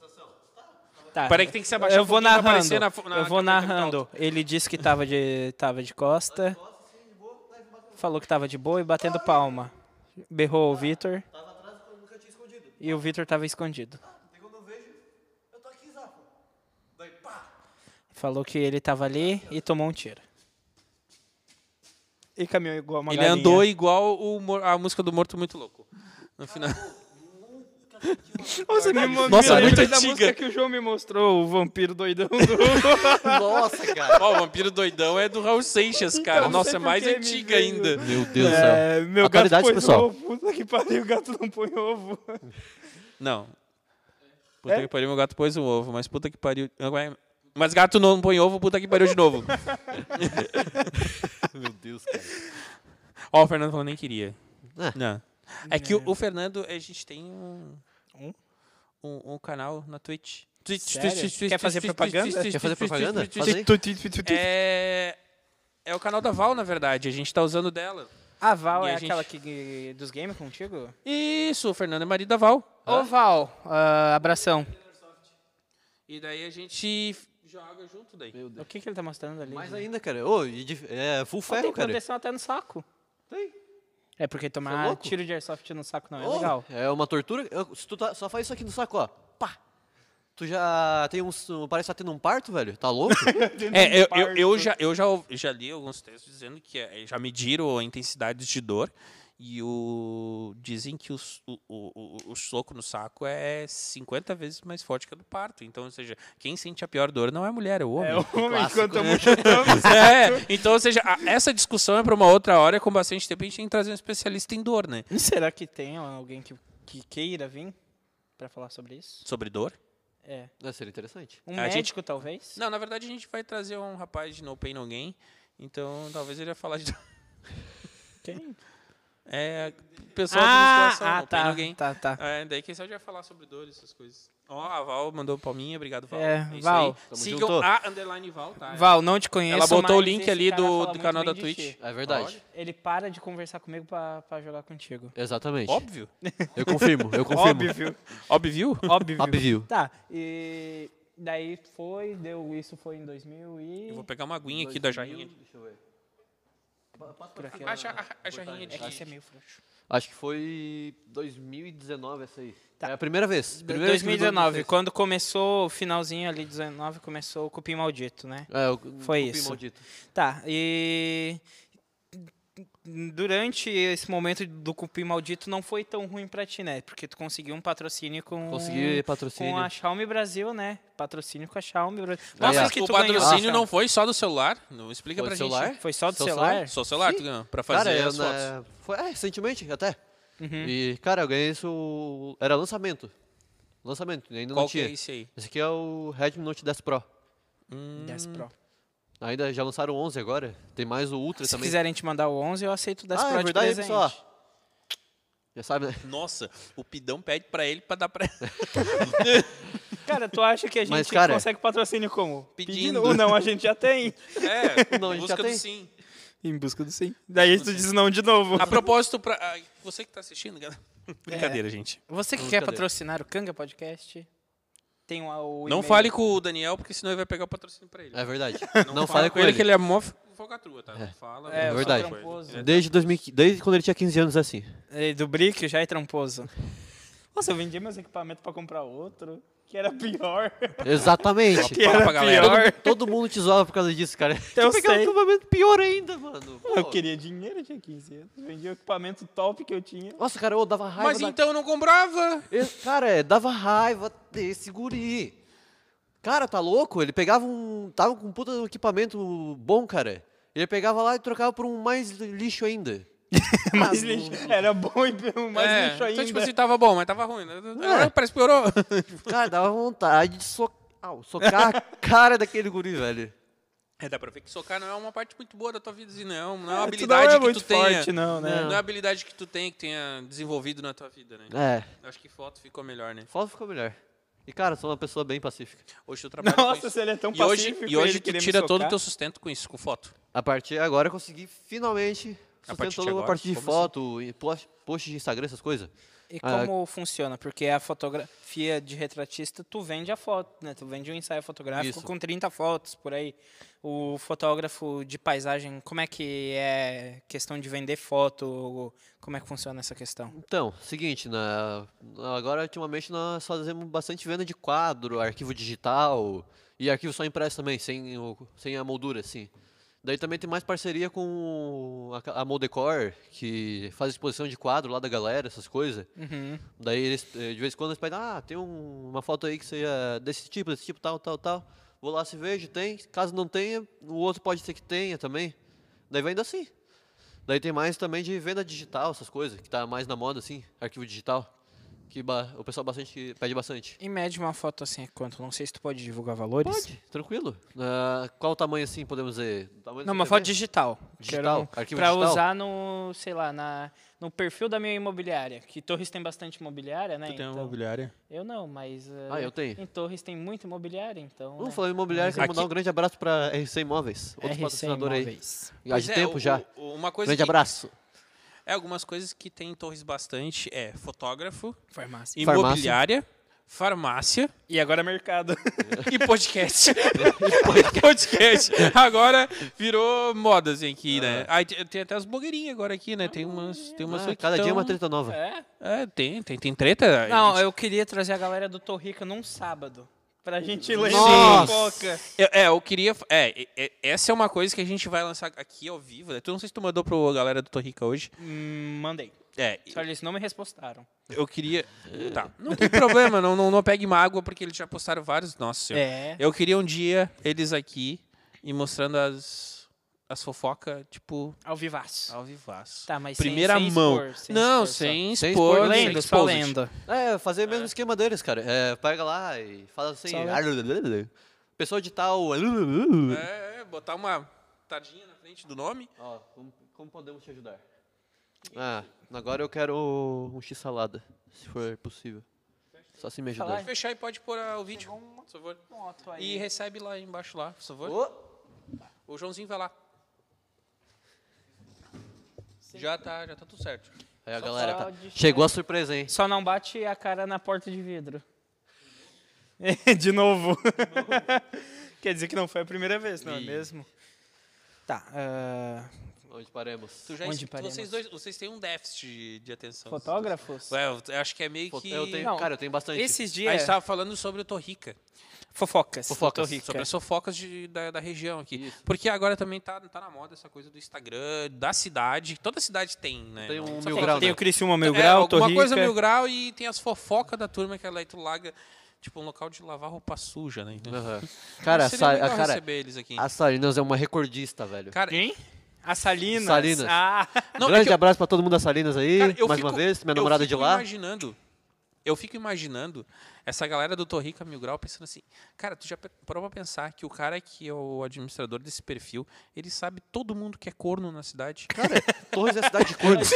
A: Tá.
C: Peraí que tem que se abaixar
A: eu
C: um
A: vou
C: pouquinho pra
A: narrando.
C: aparecer na fo- na-
A: eu vou
C: na câmera tá muito
A: narrando. Ele disse que tava de, tava de costa. Falou que tava de boa e batendo palma. berrou o Vitor. E o Vitor tava escondido. Falou que ele tava ali e tomou um tiro. E caminhou igual uma
C: Ele
A: galinha.
C: andou igual o mor- a música do Morto Muito Louco. No final.
A: Nossa, me, mo-
C: Nossa,
A: me
C: muito
A: lembrei da
C: antiga.
A: música que o João me mostrou, o vampiro doidão do...
B: Nossa, cara.
C: Ó, o Vampiro Doidão é do Raul Seixas, cara.
A: Então,
C: Nossa, é
A: sempre
C: mais
A: que me
C: antiga
A: veio.
C: ainda.
B: Meu Deus do céu.
A: É, meu gato
B: Atualidades,
A: põe
B: pessoal.
A: ovo. Puta que pariu, o gato não põe ovo.
C: Não. Puta
A: É?
C: que pariu, meu gato pôs um ovo, mas puta que pariu. Mas gato não põe ovo, puta que pariu de novo.
B: Meu Deus, cara.
C: Ó, o Fernando falou nem queria.
B: Ah.
C: Não. É que o, o Fernando, a gente tem um.
A: Um?
C: Um, um canal na Twitch. Twitch,
A: Sério? Quer fazer propaganda?
B: Quer fazer propaganda? Faz aí.
C: É. É o canal da Val, na verdade. A gente tá usando dela.
A: A Val
C: E
A: é
C: a gente-
A: aquela que, dos games contigo?
C: Isso, o Fernando é marido da Val.
A: Ô, Val, ah, abração.
C: E daí a gente joga junto daí.
A: O que, que ele tá mostrando ali?
B: Mais
A: gente?
B: ainda, cara. Ô, e de- é full
C: Tá
A: Pô,
B: ferro,
A: tem
B: cara.
A: proteção até no saco.
B: Tem.
A: É porque
B: Tá
A: tomar
B: louco?
A: tiro de airsoft no saco não é
B: Ô,
A: legal.
B: É uma tortura. Eu- se tu tá- só faz isso aqui no saco, ó. Pá. Tu já tem um. Parece que tá tendo um parto, velho. Tá louco?
C: É, eu, eu, eu já, eu já, ouvi- já li alguns textos dizendo que eh, já mediram a intensidade de dor e o, dizem que os- o, o, o, o soco no saco é 50 vezes mais forte que a do parto. Então, ou seja, quem sente a pior dor não é a mulher, é o homem.
A: homem, enquanto
C: né?
A: eu
C: É, então, ou seja, a- essa discussão é para uma outra hora, com bastante tempo a gente tem que trazer um especialista em dor, né?
A: Será que tem alguém que, que queira vir pra falar sobre isso?
C: Sobre dor?
A: É.
B: Vai ser interessante.
A: Um
C: A gente-
A: médico, talvez?
C: Não, na verdade a gente vai trazer um rapaz de No Pain No Gain, então talvez ele vai falar de dor.
A: Quem?
C: É, pessoal da
A: Ah,
C: musculação,
A: ah
C: No Pain
A: tá,
C: No Gain.
A: tá, tá.
C: É, daí quem sabe já falar sobre dores, essas coisas. Ó, a Val mandou palminha, obrigado, Val.
A: É,
C: isso
A: Val.
C: aí.
B: Tamo
C: Sigam
B: junto.
C: a underline Val, tá?
A: Val, não te conheço,
C: Ela botou o
A: mas
C: link
A: esse
C: ali
A: cara
C: do,
A: fala
C: do
A: muito
C: canal
A: bem
C: da
A: de
C: Twitch.
A: ti.
B: É verdade.
A: Ele para de conversar comigo pra, pra jogar contigo.
B: Exatamente.
C: Óbvio.
B: Eu confirmo, eu confirmo.
C: Óbvio.
A: Óbvio.
B: É Óbvio.
A: Tá, e daí foi, deu isso foi em 2000 e...
C: Eu vou pegar uma aguinha aqui da jarrinha.
A: por aqui,
C: A, ja- a- a jarrinha de...
A: É que isso é meio frouxo.
B: Acho que foi 2019 essa aí.
A: Tá.
B: É a primeira vez. Primeira vez que eu vi
A: 2019,
B: 2016.
A: quando começou o finalzinho ali, 19, começou o Cupim Maldito, né?
B: É, o-
A: Foi
B: o Cupim
A: isso.
B: Maldito.
A: Tá, e durante esse momento do cupim maldito não foi tão ruim pra ti, né? Porque tu conseguiu um patrocínio com
B: Consegui patrocínio.
A: com a Xiaomi Brasil, né? Patrocínio com a Xiaomi Brasil.
B: Aí,
A: Mostra
B: ó.
A: o que
C: o
A: tu ganhou.
C: patrocínio não foi só do celular? Não explica
B: Foi
C: pra
B: do
C: gente.
B: celular?
A: Foi só do
B: Seu
A: celular?
C: Só o celular,
B: Sim.
C: tu ganhou, pra fazer
B: cara, eu
C: as fotos. Uhum.
B: na- Foi, é, recentemente até. E, cara, eu ganhei isso. Era lançamento. Lançamento, ainda
C: Qual
B: não
C: que
B: tinha.
C: é esse aí? Hum,
B: Esse aqui é o Redmi Note 10 Pro.
A: 10 Pro.
B: Ainda já lançaram 11 agora. Tem mais o Ultra
A: Se
B: também.
A: quiserem te mandar o 11, eu aceito o 10
B: ah,
A: Pro
B: é
A: de
B: verdade,
A: presente.
B: pessoal. Já sabe, né?
C: Nossa, o Pidão pede pra ele pra dar pra
A: Cara, tu acha que a gente
B: Mas, cara-
A: consegue patrocínio como?
C: Pedindo.
A: Ou não, a gente já tem.
C: É,
B: Não, a gente
C: busca
B: já
C: do
B: tem.
C: sim.
A: Em busca do sim. Daí tu diz não de novo.
C: A propósito, pra... ah, você que tá assistindo, cara.
A: É.
C: Brincadeira, gente.
A: Você que quer patrocinar o Kanga Podcast, tem o- o
C: Não
A: Tipo, e-mail.
C: fale com o Daniel, porque senão ele vai pegar o patrocínio pra ele.
B: É verdade.
C: Não,
B: Não,
C: fala
B: fale com ele.
C: que ele é mó f- focatrua, tá? Não Fala,
A: É,
C: não
B: eu sou
C: fala
A: tramposo.
C: coisa.
B: Desde, 2015 desde quando ele tinha 15 anos assim.
A: É, Do Brick já é tramposo. Nossa, eu vendi meus equipamentos pra comprar outro, que era pior.
B: Exatamente.
A: Que era
C: pra galera.
A: pior.
B: Todo mundo te zoava por causa disso, cara.
A: Eu
B: tu pegava
A: sei.
B: um equipamento pior ainda, mano.
C: É
B: Pô.
A: Eu queria dinheiro, eu tinha 15 anos. Vendi o equipamento top que eu tinha.
B: Nossa, cara, eu dava raiva.
C: Mas
B: da-
C: então eu não comprava.
B: Esse- Cara, é, dava raiva desse guri. Cara, tá louco? Ele pegava um. Tava com um puta equipamento bom, cara. Ele pegava lá e trocava por um mais lixo ainda.
A: É mais né? lixo. Era bom e um mais
C: É,
A: lixo ainda.
C: Então, tipo assim, tava bom, mas tava ruim. né? Agora parece que piorou.
B: Cara, dava vontade de so- au, socar a cara daquele guri, velho.
C: É, dá pra ver que socar não é uma parte muito boa da tua vida, assim, não. Não é uma
A: tu
C: habilidade
A: não é
C: que
A: muito
C: tu tenha.
A: forte, não, né?
C: Não. é uma habilidade que tu tem, que tenha desenvolvido na tua vida, né?
B: É.
C: Acho que foto ficou melhor, né?
B: Foto ficou melhor. E, cara, sou uma pessoa bem pacífica.
C: Hoje eu trabalho com
A: Nossa,
C: isso.
A: se ele é tão
C: E hoje,
A: pacífico,
C: e hoje
A: ele
C: tu
A: queria me
C: tira todo o
A: socar.
C: teu sustento com isso, com foto.
B: A partir de agora eu consegui finalmente
C: A partir
B: sustentar
C: de
B: toda a
C: agora?
B: parte de
C: Como assim?
B: foto, e post, post de Instagram, essas coisas.
A: E
B: Ah,
A: como funciona? Porque a fotografia de retratista, tu vende a foto, né? Tu vende um ensaio fotográfico
B: Isso.
A: com 30 fotos por aí. O fotógrafo de paisagem, como é que é questão de vender foto? Como é que funciona essa questão?
B: Então, seguinte, na, na- agora ultimamente nós fazemos bastante venda de quadro, arquivo digital e arquivo só impresso também, sem, o, sem a moldura, assim. Daí também tem mais parceria com a, ca- a Moldecor, que faz exposição de quadro lá da galera, essas coisas.
A: Uhum.
B: Daí eles, eh, de vez em quando eles pedem, ah, tem um- uma foto aí que seja desse tipo, desse tipo, tal, tal, tal. Vou lá se vejo, tem. Caso não tenha, o outro pode ser que tenha também. Daí vai indo assim. Daí tem mais também de venda digital, essas coisas, que tá mais na moda, assim, arquivo digital. Que ba- o pessoal bastante pede bastante.
A: Em média, uma foto assim é quanto? Não sei se tu pode divulgar valores.
B: Pode, tranquilo. Ah, qual o tamanho, assim, podemos dizer? O tamanho da
A: Não,
B: sua
A: uma foto
B: TV?
A: digital.
B: Digital,
A: Quero-
B: arquivo
A: pra
B: digital?
A: usar no, sei lá, na, no perfil da minha imobiliária. Que Torres tem bastante imobiliária, né?
C: Tu tem uma
A: Então-
C: imobiliária?
A: Eu não, mas. eh,
B: Ah, eu tenho.
A: Em Torres tem muito imobiliária, então.
B: Vamos
A: né? É
B: falar em imobiliário, quero mandar
C: Aqui-
B: um grande abraço pra RC Imóveis, outro
A: RC
B: patrocinador aí.
A: Imóveis.
B: Há
C: Pois
B: de
C: é,
B: tempo
C: o-
B: já.
C: o- Uma coisa
B: Grande
C: que-
B: abraço.
C: É, algumas coisas que tem em Torres bastante é fotógrafo,
A: Farmácia.
B: Farmácia.
C: imobiliária, farmácia
A: E agora mercado.
C: e podcast.
B: Ah,
C: podcast. Agora virou moda, assim, aqui, né? Aí te- tem até as blogueirinhas agora aqui, né? Tem umas, tem umas
B: Ah,
C: aí que
B: cada dia é uma
C: tão-
B: treta nova.
A: é?
C: É, tem, tem, tem treta.
A: Não, eu queria trazer a galera do Torrica num sábado. Pra gente lembrar um
B: Nossa!
A: pouco.
C: Eu- é, eu queria. É, e- e- essa é uma coisa que a gente vai lançar aqui ao vivo. Né? Tu não sei se tu mandou pro galera do Torrica hoje.
A: Hum, mandei.
C: É,
A: Só eles não me respostaram.
C: eu queria. Tá, não tem problema, não, não, não pegue mágoa, porque eles já postaram vários. Nossa senhora.
A: É.
C: Eu queria um dia eles aqui e mostrando as, as fofocas, tipo,
A: Ao vivaço.
C: ao vivaço.
A: Tá, mas sem-
C: Primeira
A: sem
C: mão.
A: expor, sem
C: não,
A: expor só.
C: sem
B: Sem
C: expor.
B: expor,
C: sem
A: Lendo, só
C: exposed.
A: lendo.
B: É, fazer o mesmo esquema deles, cara. É, pega lá e fala assim.
A: Só-
B: Pessoa de tal.
C: É, é, botar uma tadinha na frente do nome.
B: Ó, como, como podemos te ajudar? Ah, agora eu quero um x-salada, se for possível. Só se me
A: Falar
B: ajudar.
C: Pode fechar e pode pôr ah, o vídeo, por favor.
A: Moto aí.
C: E recebe lá embaixo, lá, por favor. O Joãozinho vai lá. Já tá, já tá tudo certo.
B: Aí a galera
A: só
B: tá.
A: de
B: Chegou a surpresa, hein?
A: Só não bate a cara na porta de vidro. de novo. Quer dizer que não foi a primeira vez, não é
B: Ih.
A: mesmo? Tá. ah,
B: Onde paremos?
C: Tu já
A: Onde
C: es-
A: paremos?
C: vocês dois, vocês têm um déficit de, de atenção.
A: fotógrafos?
C: Ué, eu- eu acho que é meio
B: Fo-
C: que
B: Eu tenho,
A: Não,
B: cara, eu tenho bastante.
A: Esses
C: A
A: dias.
C: gente tava falando sobre o Torrica.
A: tá- Fofocas.
B: Fofocas,
A: Tô rica.
C: Sobre as fofocas de- da, da região aqui.
B: Isso.
C: Porque agora também tá, tá na moda essa coisa do Instagram, da cidade. Toda cidade tem, né?
B: Tem um
A: Tem,
B: mil grau,
A: tem
B: né?
A: o Criciúma Mil
C: é,
A: Grau,
C: alguma
A: Torrica.
C: coisa mil grau e tem as fofocas da turma que ela aí tu larga. Tipo, um local de lavar roupa suja, né? Então,
B: Aham. Cara, a,
C: seria
B: Sa-
C: legal
B: a, cara
C: receber eles aqui.
B: a Salinas é uma recordista, velho.
C: Cara,
A: Quem? A Salinas.
B: Salinas.
A: Ah,
C: não, é
B: Grande
C: que eu-
B: abraço pra todo mundo da Salinas aí,
C: Cara, eu
B: mais
C: fico-
B: uma vez, minha
C: eu
B: namorada de
C: fico
B: lá.
C: Imaginando, eu fico imaginando essa galera do Torrica Mil Grau pensando assim, cara, tu já pe- parou pra pensar que o cara que é o administrador desse perfil, ele sabe todo mundo que é corno na cidade. Cara,
B: Torres é a cidade de Cordes.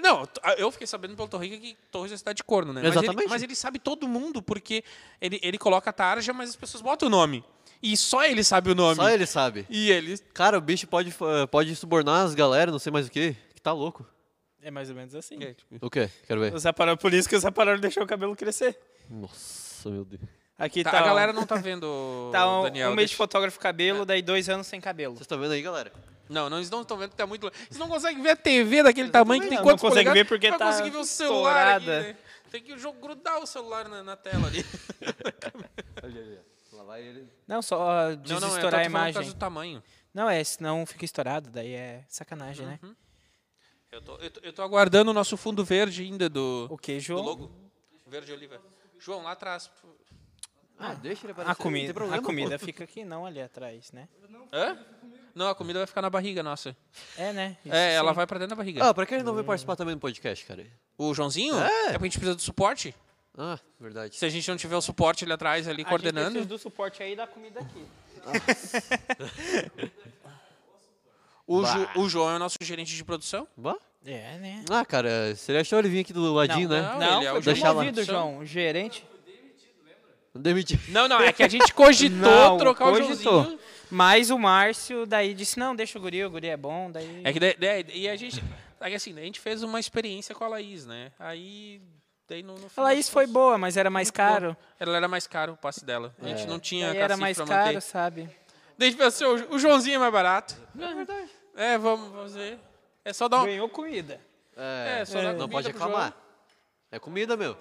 C: não, t- eu fiquei sabendo pelo Torrica que Torres é a cidade de corno, né? Mas ele- Mas ele,
B: Exatamente.
C: sabe todo mundo, porque ele, ele coloca a tarja, mas as pessoas botam o nome. E só ele sabe o nome.
B: Só ele sabe.
C: E ele...
B: Cara, o bicho pode, eh, pode subornar as galera, não sei mais o que. Que tá louco.
A: é mais ou menos assim.
B: O quê? Quero ver.
A: Os aparelhos, por isso que os aparelhos deixou o cabelo crescer.
B: Nossa, meu Deus.
A: Aqui tá,
C: Tá, a
A: um-
C: galera não tá vendo,
A: tá um,
C: Daniel.
A: um mês
C: deixa-
A: de fotógrafo cabelo, daí dois anos sem cabelo.
B: Vocês estão vendo aí, galera?
C: Não, não, eles não estão vendo que tá muito longe. Eles não conseguem ver a TV daquele tamanho que tem
A: Não,
C: quantos
A: não consegue
C: polegadas?
A: ver porque
C: Vai
A: tá
C: conseguir ver o celular aqui,
A: estourada.
C: né? Tem que o jogo grudar o celular na, na tela ali.
B: Lá vai ele.
A: Não, só
C: não, não, é,
A: desestourar
C: tá
A: a
C: falando por
A: imagem.
C: causa do tamanho.
A: Não, é, senão fica estourado, daí é sacanagem, né?
C: Uhum. Eu tô, eu, tô, eu tô aguardando o nosso fundo verde ainda do,
A: O queijo.
C: do logo. Verde oliva. João, lá atrás.
B: Ah, deixa ele aparecer.
A: A comida,
B: não tem problema,
A: a comida fica aqui, não ali atrás, né?
C: Hã? Não, a comida vai ficar na barriga, nossa.
A: É, né? Isso
C: É,
A: sim.
C: ela vai pra dentro da
B: pô.
C: barriga.
B: Ah, pra quem não veio participar também do podcast, cara?
C: O Joãozinho?
B: É.
C: É porque a gente precisa do suporte.
B: Ah, verdade.
C: Se a gente não tiver o suporte ali atrás, ali
A: A gente
C: coordenando.
A: precisa do suporte aí e da comida aqui.
C: O, Ju- o João é o nosso gerente de produção.
B: Bah?
A: É, né?
B: Ah, cara, seria show ele vir aqui do ladinho, né?
C: não.
A: Não,
C: ele é
A: foi
C: o gerente.
A: promovido,
C: Deixa lá.
A: João. Gerente.
B: Demitir.
C: Não, não, é que a gente cogitou
A: Não,
C: trocar
A: cogitou.
C: o Joãozinho.
A: Mas o Márcio daí disse, não, deixa o guri, o guri é bom, daí...
C: É que daí- daí- e a gente. Aí assim, daí a gente fez uma experiência com a Laís, né? Aí. Daí no, no
A: A
C: fim
A: Laís
C: das
A: foi
C: contas,
A: boa, mas era mais caro.
C: Ela era mais caro o passe dela. A gente não tinha
A: Aí era
C: cacife
A: mais
C: pra
A: caro,
C: manter.
A: sabe?
C: Daí a gente pensou, o Jo- o Joãozinho é mais barato. É verdade. É, vamos fazer. É só dar um.
A: Ganhou comida.
B: É,
C: É, só dar
B: não
C: comida
B: pode
C: pro
B: reclamar. É comida, meu.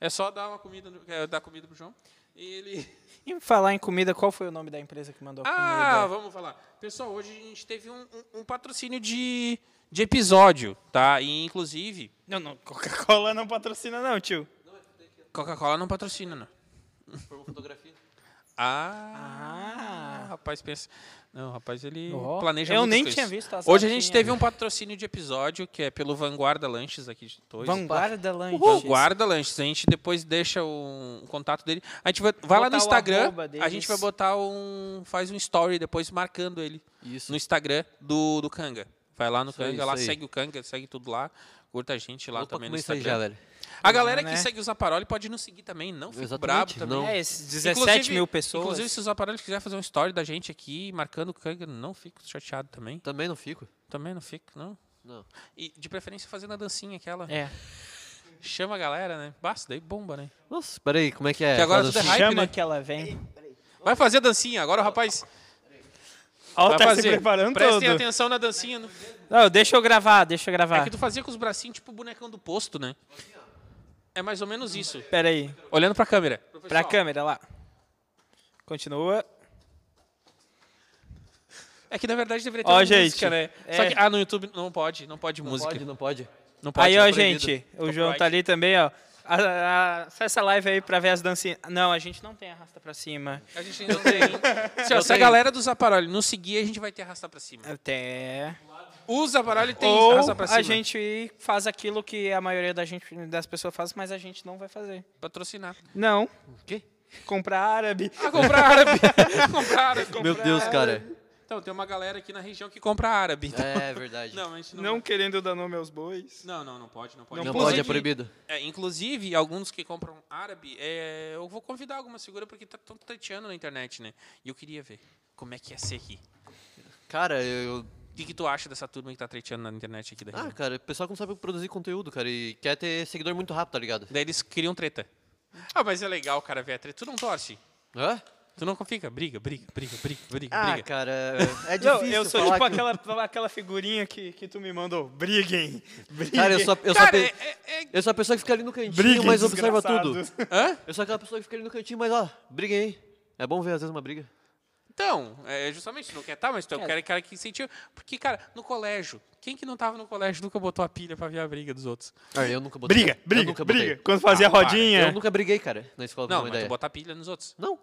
C: É só dar uma comida, no- é, dar comida pro João. E ele.
A: E falar em comida, qual foi o nome da empresa que mandou a
C: Ah,
A: comida?
C: vamos falar. Pessoal, hoje a gente teve um, um- um patrocínio de, de episódio, tá? E inclusive,
A: Não, não, Coca-Cola não patrocina não, tio.
C: Coca-Cola não patrocina, né?
B: Por uma fotografia.
C: Ah, rapaz, pensa. Não, rapaz, ele
A: Ó,
C: planeja
A: eu
C: muitas
A: nem
C: coisas.
A: tinha visto né? as
C: Hoje a gente
A: latinhas.
C: teve um patrocínio de episódio que é pelo Vanguarda Lanches aqui de Torres.
A: Vanguarda Lanches.
C: é. Vanguarda Lanches. A gente depois deixa o, o contato dele. A gente vai, vai lá
A: Botar
C: no
A: o
C: Instagram.
A: arroba
C: A
A: deles.
C: gente vai botar um. Faz um story depois marcando ele.
B: Isso.
C: No Instagram do, do Kanga. Vai lá no
B: aí,
C: Kanga, lá
B: isso aí.
C: segue o Kanga, segue tudo lá. Curta a gente lá
B: Opa,
C: também no
B: como isso aí já,
C: Instagram.
B: velho.
C: a galera que
A: né?
C: segue os Zaparoli pode nos seguir também, não fica
B: Exatamente,
C: brabo também.
B: não.
A: É, esses 17 mil pessoas.
C: Inclusive, se os aparelhos quiserem fazer um story da gente aqui, marcando o Kanga, não fico chateado também.
B: Também não fico.
C: Também não fico, não.
B: Não.
C: E de preferência fazendo a dancinha aquela.
A: É.
C: Chama a galera, né? Basta, daí bomba, né?
B: Nossa, peraí, como é que é?
C: Que agora
B: Fala
C: tu é
B: assim.
C: hype,
A: Chama
C: né?
A: que ela vem.
C: Vai fazer a dancinha, agora o rapaz
A: Ó,
C: vai
A: tá
C: fazer.
A: se preparando
C: Prestem
A: todo.
C: atenção na dancinha. né?
A: Não, deixa eu gravar, deixa eu
C: É
A: gravar.
C: que tu fazia com os bracinhos tipo o bonecão do posto, né? É mais ou menos isso.
A: Pera aí.
C: Olhando pra câmera.
A: Pra câmera, lá. Continua.
C: É que na verdade deveria ter
A: Ó,
C: uma
A: gente,
C: música, né?
A: é.
C: Só que, ah, no YouTube não pode, não pode
B: Não
C: música.
B: pode, não pode.
C: Não pode.
A: aí,
C: é
A: ó,
C: proibido.
A: gente. O
C: Copyright.
A: João tá ali também, ó. A- a- Acessa a live aí pra ver as dancinhas. Não, a gente não tem arrasta pra cima.
C: A gente ainda não tem. É. Se, ó, se a galera do Zaparoli nos seguir, a gente vai ter arrastar pra cima.
A: Até.
C: O Zaparoli tem
A: Ou
C: arrastar pra cima.
A: a gente faz aquilo que a maioria da gente, das pessoas faz, mas a gente não vai fazer.
C: Patrocinar.
A: Não.
B: O quê?
A: Comprar árabe.
C: Ah, comprar árabe. comprar árabe.
B: Meu Deus, cara.
C: Então, tem uma galera aqui na região que compra árabe. então-
B: É verdade.
C: Não, a gente não...
A: Não querendo dar nome aos bois.
C: Não, não, não pode, não pode.
B: Não
A: pode.
B: pode, é proibido.
C: É, inclusive, alguns que compram árabe, é, eu vou convidar alguma figura porque tá tão treteando na internet, né? E eu queria ver como é que ia ser aqui.
B: Cara, eu.
C: O que, que tu acha dessa turma que tá treteando na internet aqui da
B: Ah,
C: região?
B: cara, o pessoal que não sabe produzir conteúdo, cara, e quer ter seguidor muito rápido, tá ligado?
C: Daí eles criam treta. Ah, mas é legal, cara, ver a treta. Tu não torce?
B: Hã?
C: Tu não fica? Briga, briga, briga, briga, briga,
B: Ah,
C: Ah, briga.
B: cara, é difícil.
A: Não, eu sou
B: falar
A: tipo
B: que-
A: aquela, aquela figurinha que, que tu me mandou. Briguem. Briguem.
B: Cara, eu sou, eu, sou
C: Cara,
B: pe-
C: é- é- é-
B: eu sou a pessoa que fica ali no cantinho,
A: Briguem,
B: mas observa tudo.
A: desgraçados.
C: Hã?
B: Eu sou aquela pessoa que fica ali no cantinho, mas ó, briguem aí. É bom ver às vezes uma briga.
C: Então, é justamente, tu não quer tá, mas tu é o cara, cara que sentiu. Porque, cara, no colégio, quem que não tava no colégio nunca botou a pilha pra ver a briga dos outros?
B: Cara, eu nunca botei. Eu nunca botei.
A: Quando fazia
C: Ah, para.
A: é?
B: Eu nunca briguei, cara, na escola, pra
C: Não,
B: uma
C: mas
B: ideia.
C: tu bota a pilha nos outros.
B: Não,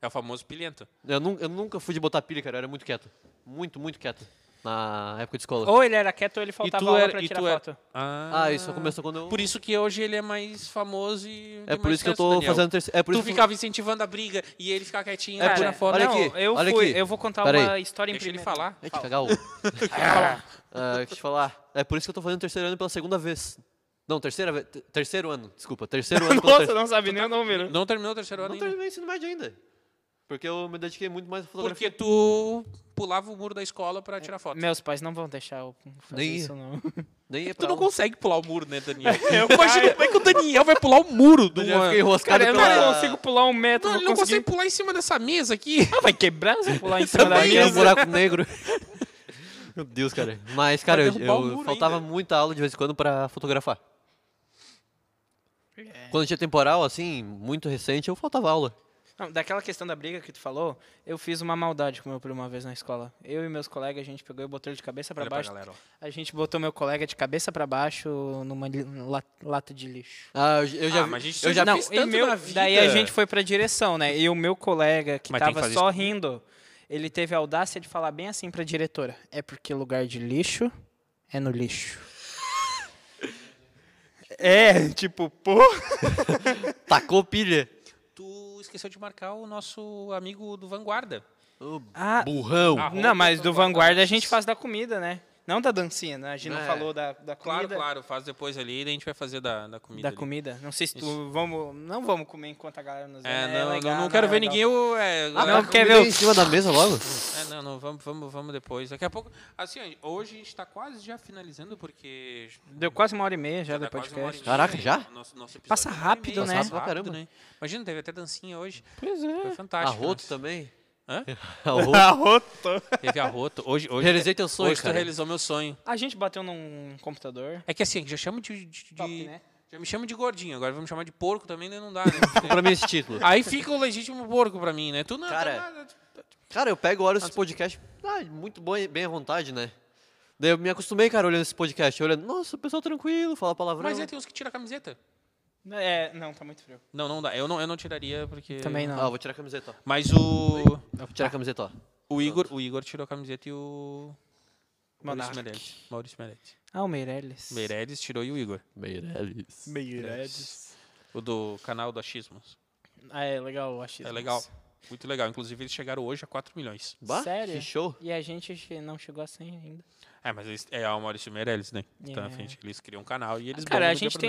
C: É o famoso pilhento.
B: eu, nun- eu nunca fui de botar pilha, cara, eu era muito quieto. Muito, muito quieto. Na época de escola.
C: Oh,
A: Ou ele era quieto ou ele faltava
B: é-
A: aula pra tirar
C: era-
A: foto.
C: Ah,
B: Ah, isso começou quando eu...
C: Por isso que hoje ele é mais famoso e.
B: é
C: tem
B: por
C: mais
B: isso que eu
C: sucesso,
B: tô
C: Daniel.
B: fazendo terceiro... É por
C: tu
B: isso que-
C: ficava incentivando a briga e ele ficava quietinho,
B: É
C: lá
B: por-
C: tira foto.
B: olha
C: Não,
B: aqui.
A: eu
B: olha
A: fui,
B: aqui.
A: eu vou contar
B: Pera
A: uma
B: aí.
A: história em
C: Deixa ele
A: primeiro.
C: falar.
B: Ai, te cagar o... Ah, Deixa eu te falar. É por isso que eu tô fazendo terceiro ano pela segunda vez. Não, terceira vez. te- Terceiro ano, desculpa. Terceiro ano. pela
A: Nossa, não sabe nem o número.
C: Não terminou o terceiro ano
B: Não
C: ainda.
B: terminei o ensino médio ainda. Porque eu me dediquei muito mais à fotografia.
C: Porque tu pulava o muro da escola pra tirar foto.
A: Meus pais não vão deixar eu fazer
B: Nem-
A: isso, não.
B: Nem ia pra
C: Tu não
B: aula.
C: consegue pular o muro, né, Daniel? Imagina como é que o Daniel vai pular o muro do.
B: Eu já fiquei enroscado
A: Cara, eu
B: pela-
A: não consigo pular um metro,
C: Não,
A: não,
C: ele não
A: consegui.
C: consegue pular em cima dessa mesa aqui.
A: Ah, vai quebrar se eu pular em cima da
B: Também é um
A: mesa.
B: buraco negro. Meu Deus, cara. Mas, cara,
C: Vai
B: eu,
C: derrubar o
B: eu
C: muro
B: faltava
C: ainda.
B: muita aula de vez em quando pra fotografar.
C: É.
B: Quando tinha temporal, assim, muito recente, eu faltava aula.
A: Não, daquela questão da briga que tu falou, eu fiz uma maldade com meu primo uma vez na escola. Eu e meus colegas, a gente pegou e botou ele de cabeça pra
C: Olha pra
A: baixo.
C: galera, ó.
A: a gente botou meu colega de cabeça pra baixo numa li- la- lata de lixo.
B: Ah, eu, eu já.
C: Ah, mas a gente
B: eu já
C: não,
B: fiz-
C: fez tanto
A: e meu-
C: na vida.
A: Daí a gente foi pra direção, né? E o meu colega, que
C: Mas tem que
A: tava
C: fazer
A: só rindo, ele teve a audácia de falar bem assim pra diretora: É porque lugar de lixo é no lixo. é, tipo, pô.
B: Tacou pilha.
C: Tu esqueceu de marcar o nosso amigo do Vanguarda.
B: Ô,
A: Ah,
B: burrão.
C: Ah,
A: Tá não, mas do vanguarda a gente faz da comida, né? Não da dancinha, né? A gente não
B: É.
A: falou da, da
C: Claro,
A: comida.
C: claro, faz depois ali e a gente vai fazer da, da comida.
A: Da
C: ali.
A: comida. Não sei se tu. Vamos, não vamos comer enquanto a galera nos vê,
C: É,
A: né?
C: não,
A: legal,
C: não, não quero
A: é
C: ver
A: legal.
C: ninguém. Eu, é,
A: Ah,
C: eu-
A: não, quer ver
B: em
A: o...
B: cima da mesa logo?
C: É, não, não, vamos, vamos, vamos depois. Daqui a pouco. Assim, ó, hoje a gente tá quase já finalizando, porque.
A: Deu quase uma hora e meia já
C: tá
A: do
C: quase uma hora e
A: podcast.
C: meia,
B: Caraca,
C: né?
B: já?
C: Nosso- nosso episódio
A: Passa
C: é uma hora e
A: rápido,
C: meia,
A: né?
C: Passa
B: Pra
C: rápido,
B: caramba.
C: né? Imagina, teve até dancinha hoje. Pois é. Foi fantástico.
B: Arroto
C: né?
B: também?
C: Hã?
B: Arroto.
C: Teve arroto. Hoje, hoje,
B: Realizei teu sonho,
C: hoje tu
B: cara.
C: realizou meu sonho.
A: A gente bateu num computador.
C: É que assim, já chamo de. de-
A: Top,
C: de-
A: né?
C: Já me chamo de gordinho, agora vamos chamar de porco também, né? Não dá, né?
B: Pra mim esse título.
C: Aí fica o legítimo porco pra mim, né? Tu não.
B: Cara,
C: tá nada,
B: Cara, eu pego, olho esses podcasts, ah, muito bom, e bem à vontade, né? Daí eu me acostumei, cara, olhando esse podcast, olhando, nossa, o pessoal tranquilo, fala palavrão.
C: mas é, tem uns que tiram a camiseta.
A: É, não, tá muito frio.
C: Não, não dá. Eu não, eu não tiraria porque.
A: Também não.
B: Ah, vou tirar a camiseta, ó.
C: Mas o.
B: Vou tirar a camiseta, ó.
C: O Igor, o Igor tirou a camiseta e o. Maurício
A: Monark.
C: Meirelles. Maurício Meirelles.
A: Ah, o Meirelles.
C: Meirelles tirou e o Igor.
B: Meirelles.
A: Meirelles.
C: O do canal do Achismos.
A: Ah, é legal, eu achei.
C: É legal. Muito legal. Inclusive, eles chegaram hoje a 4 milhões.
B: Bah,
A: Sério?
B: Que show.
A: E a gente che- não chegou a 100 ainda.
C: É, mas eles, é o Maurício Meirelles, né? Que tá na
A: É.
C: frente. Eles criam um canal e eles
A: Cara,
C: bombam
A: a
C: do dia
A: gente
C: pra
A: tem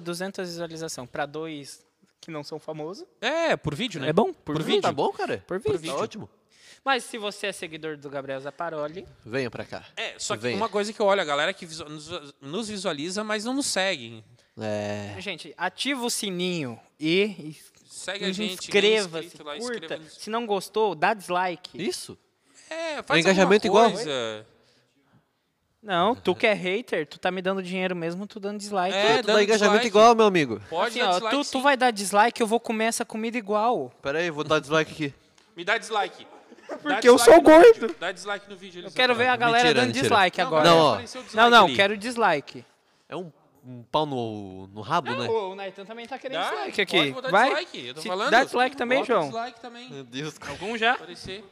A: 200, 200 visualizações. Pra dois que não são famosos.
C: É, por vídeo, né?
A: É bom, por
C: Por
A: vídeo.
C: vídeo.
B: Tá bom, cara?
A: Por vídeo.
B: Tá ótimo.
A: Mas se você é seguidor do Gabriel Zaparoli,
B: Venha pra cá.
C: É, só que
B: Venha.
C: uma coisa que eu olho, a galera que visu- nos- nos visualiza, mas não nos segue.
B: É.
A: gente, ativa o sininho e, e
C: Segue a gente. quem é
A: inscreva-se,
C: inscrito lá,
A: curta.
C: inscreva-nos.
A: Se não gostou, dá dislike.
B: Isso?
C: É, faz
B: engajamento
C: alguma
B: igual.
C: coisa.
A: Não, tu que é hater, tu tá me dando dinheiro mesmo, tu dando dislike.
C: É,
B: tu
C: dando
B: dá engajamento
C: dislike.
B: igual, meu amigo.
C: Pode
A: Assim,
C: dar
A: ó,
C: dislike,
A: tu, tu
C: sim.
A: vai dar dislike, eu vou comer essa comida igual.
B: Pera aí, vou dar dislike aqui.
C: Me dá dislike.
A: Porque eu sou gordo.
C: Dá dislike no vídeo.
A: Eu quero ver a galera
B: Mentira,
A: dando
B: mentira.
A: dislike agora.
B: Não, ó.
A: Não, não, quero dislike.
B: É um, um pau no, no rabo, né?
A: O, o Naitan também tá querendo
C: Dá,
A: dislike aqui.
C: pode botar
A: vai.
C: dislike, eu tô
A: Se-
C: falando.
A: Dá dislike também,
C: Bota
A: João.
C: dislike também.
B: Meu Deus, cara.
A: Algum já?
C: Aparecer.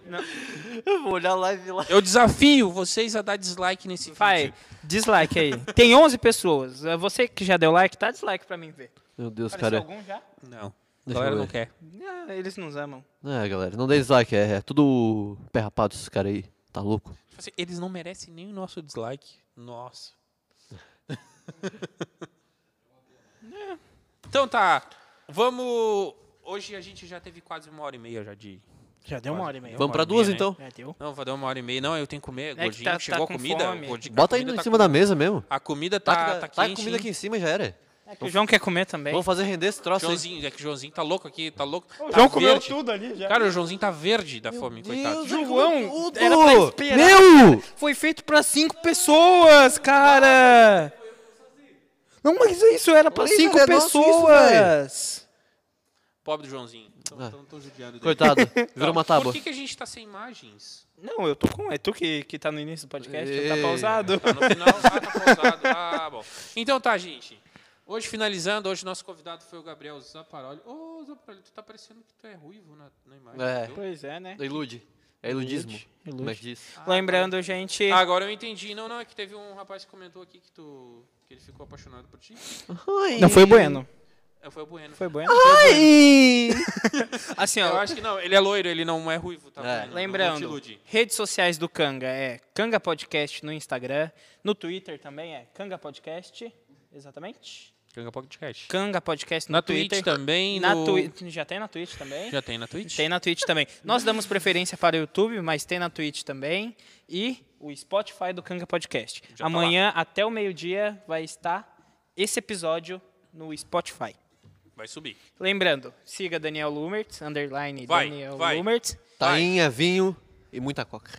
B: Eu vou olhar a live lá.
C: Eu desafio vocês a dar dislike nesse
A: Vai,
C: vídeo.
A: dislike aí. Tem 11 pessoas. É Você que já deu like, dá dislike pra mim ver.
B: Meu Deus,
A: Apareceu
B: cara.
A: algum já?
C: Não. A
B: Deixa
C: galera
B: eu
C: não
B: ver.
C: quer.
A: Ah, eles nos amam.
B: É, galera, não dê dislike, é, é tudo pé rapado esses caras aí. Tá louco?
C: Tipo assim, Eles não merecem nem o nosso dislike. Nossa. É. Então tá. Vamos. Hoje a gente já teve quase uma hora e meia já de.
A: Já deu É uma hora e meia.
B: Vamos pra
C: hora e
B: duas,
C: meia, né?
B: então.
A: Já deu.
C: Não, vai dar uma hora e meia. Não, eu tenho que comer.
A: que
C: Gordinho,
A: tá- tá
C: chegou
A: com
C: a comida.
A: fome.
C: Gordinho-
B: Bota
C: a
B: aí
C: comida
B: em
C: tá
B: cima da mesa mesmo.
C: A comida tá,
B: Tá,
C: tá
B: tá a
C: quente.
B: comida
C: hein?
B: aqui assim. em cima já era.
A: É que o João quer comer também.
B: Vamos fazer render esse troço aí.
C: Joãozinho, é que o Joãozinho tá louco aqui, tá louco.
A: O
C: tá
A: João comeu
C: verde.
A: tudo né? ali já.
C: Cara, o Joãozinho tá verde da fome, coitado.
A: João,
B: Tudo!
A: era pra esperar.
B: Meu!
A: Foi feito pra cinco pessoas, cara! Não, mas isso era pra
B: Luiz,
A: cinco
B: é nosso isso,
A: pessoas!
C: Pobre do Joãozinho. Tão,
B: Ah.
C: tão- tão judiando dele.
B: Coitado, virou uma tábua.
C: Por que, que a gente tá sem imagens?
A: não, eu tô com. É tu que, que tá no início do podcast, já tá
B: Ei.
A: pausado.
C: Tá no final, ah, tá pausado. Ah, bom. Então tá, gente. Hoje, finalizando, hoje nosso convidado foi o Gabriel Zaparoli. Ô, Zaparoli, tu tá parecendo que tu é ruivo na, na imagem.
B: É.
C: viu?
A: Pois é, né?
B: Ilude. É iludismo. Como é que diz?
A: Lembrando, gente.
C: Ah, agora eu entendi. Não, não, é que teve um rapaz que comentou aqui que tu... Que ele ficou apaixonado por ti.
A: Não foi o Bueno.
C: É, Foi o Bueno.
A: Foi o Bueno. Assim,
C: Eu
A: ó.
C: acho que não, ele é loiro, ele não é ruivo, tá?
B: É.
C: Bueno? Não- Não te
A: Lembrando,
C: ilude.
A: redes sociais do Kanga é Kanga Podcast no Instagram, no Twitter também é Kanga Podcast, exatamente.
C: Canga Podcast.
A: Kanga Podcast no
C: Na
A: Twitter.
C: Twitch também.
A: Na
C: no...
A: Twi- Já tem na Twitch também?
C: Já tem na Twitch?
A: Tem na Twitch também. Nós damos preferência para o YouTube, mas tem na Twitch também. E o Spotify do Kanga Podcast.
C: tá
A: Amanhã, até o meio-dia, vai estar esse episódio no Spotify.
C: Vai subir.
A: Lembrando, siga Daniel Lumertz, underline
C: Vai,
A: Daniel
C: vai.
A: Lumertz.
B: Tainha, vinho e muita coca.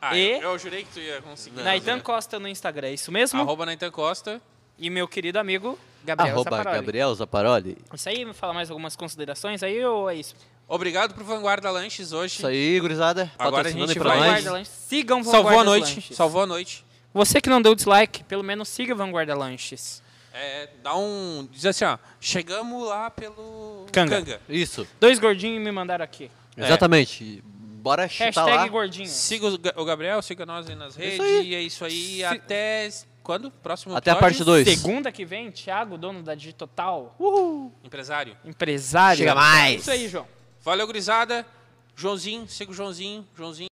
C: Ah,
A: E?
C: eu, eu jurei que tu ia conseguir.
A: Naitan
C: fazer.
A: Costa no Instagram, é isso mesmo?
C: Arroba Naitan Costa.
A: E meu querido amigo, Gabriel
B: Arroba
A: Saparoli.
B: Gabriel Zaparoli.
A: Isso aí, me fala mais algumas considerações aí ou é isso?
C: Obrigado pro Vanguarda Lanches hoje.
B: Isso aí, gurizada.
C: Agora a
B: Patrocinando
C: gente
B: aí pra
C: vai-
B: nós.
A: Vanguarda Lanches. Sigam Vanguarda
C: Salvou a noite.
A: Lanches.
C: Salvou a noite.
A: Você que não deu dislike, pelo menos siga Vanguarda Lanches.
C: É, dá um. Diz assim, ó. Chegamos lá pelo.
A: Canga.
B: Isso,
A: Dois gordinhos me mandaram aqui.
C: É.
B: exatamente. Bora chutar
A: Hashtag
B: Tá lá.
A: gordinho.
C: Siga o Ga- o Gabriel, siga nós aí nas redes.
B: Isso aí.
C: E é isso aí. Até. s- Quando? Próximo
B: Até a parte
C: episódio?
B: 2.
A: Segunda que vem, Thiago, dono da Digitotal,
C: Empresário.
A: empresário. É
B: Chega mais.
A: Isso aí, João.
C: Valeu, gurizada. Joãozinho, siga o Joãozinho. Joãozinho.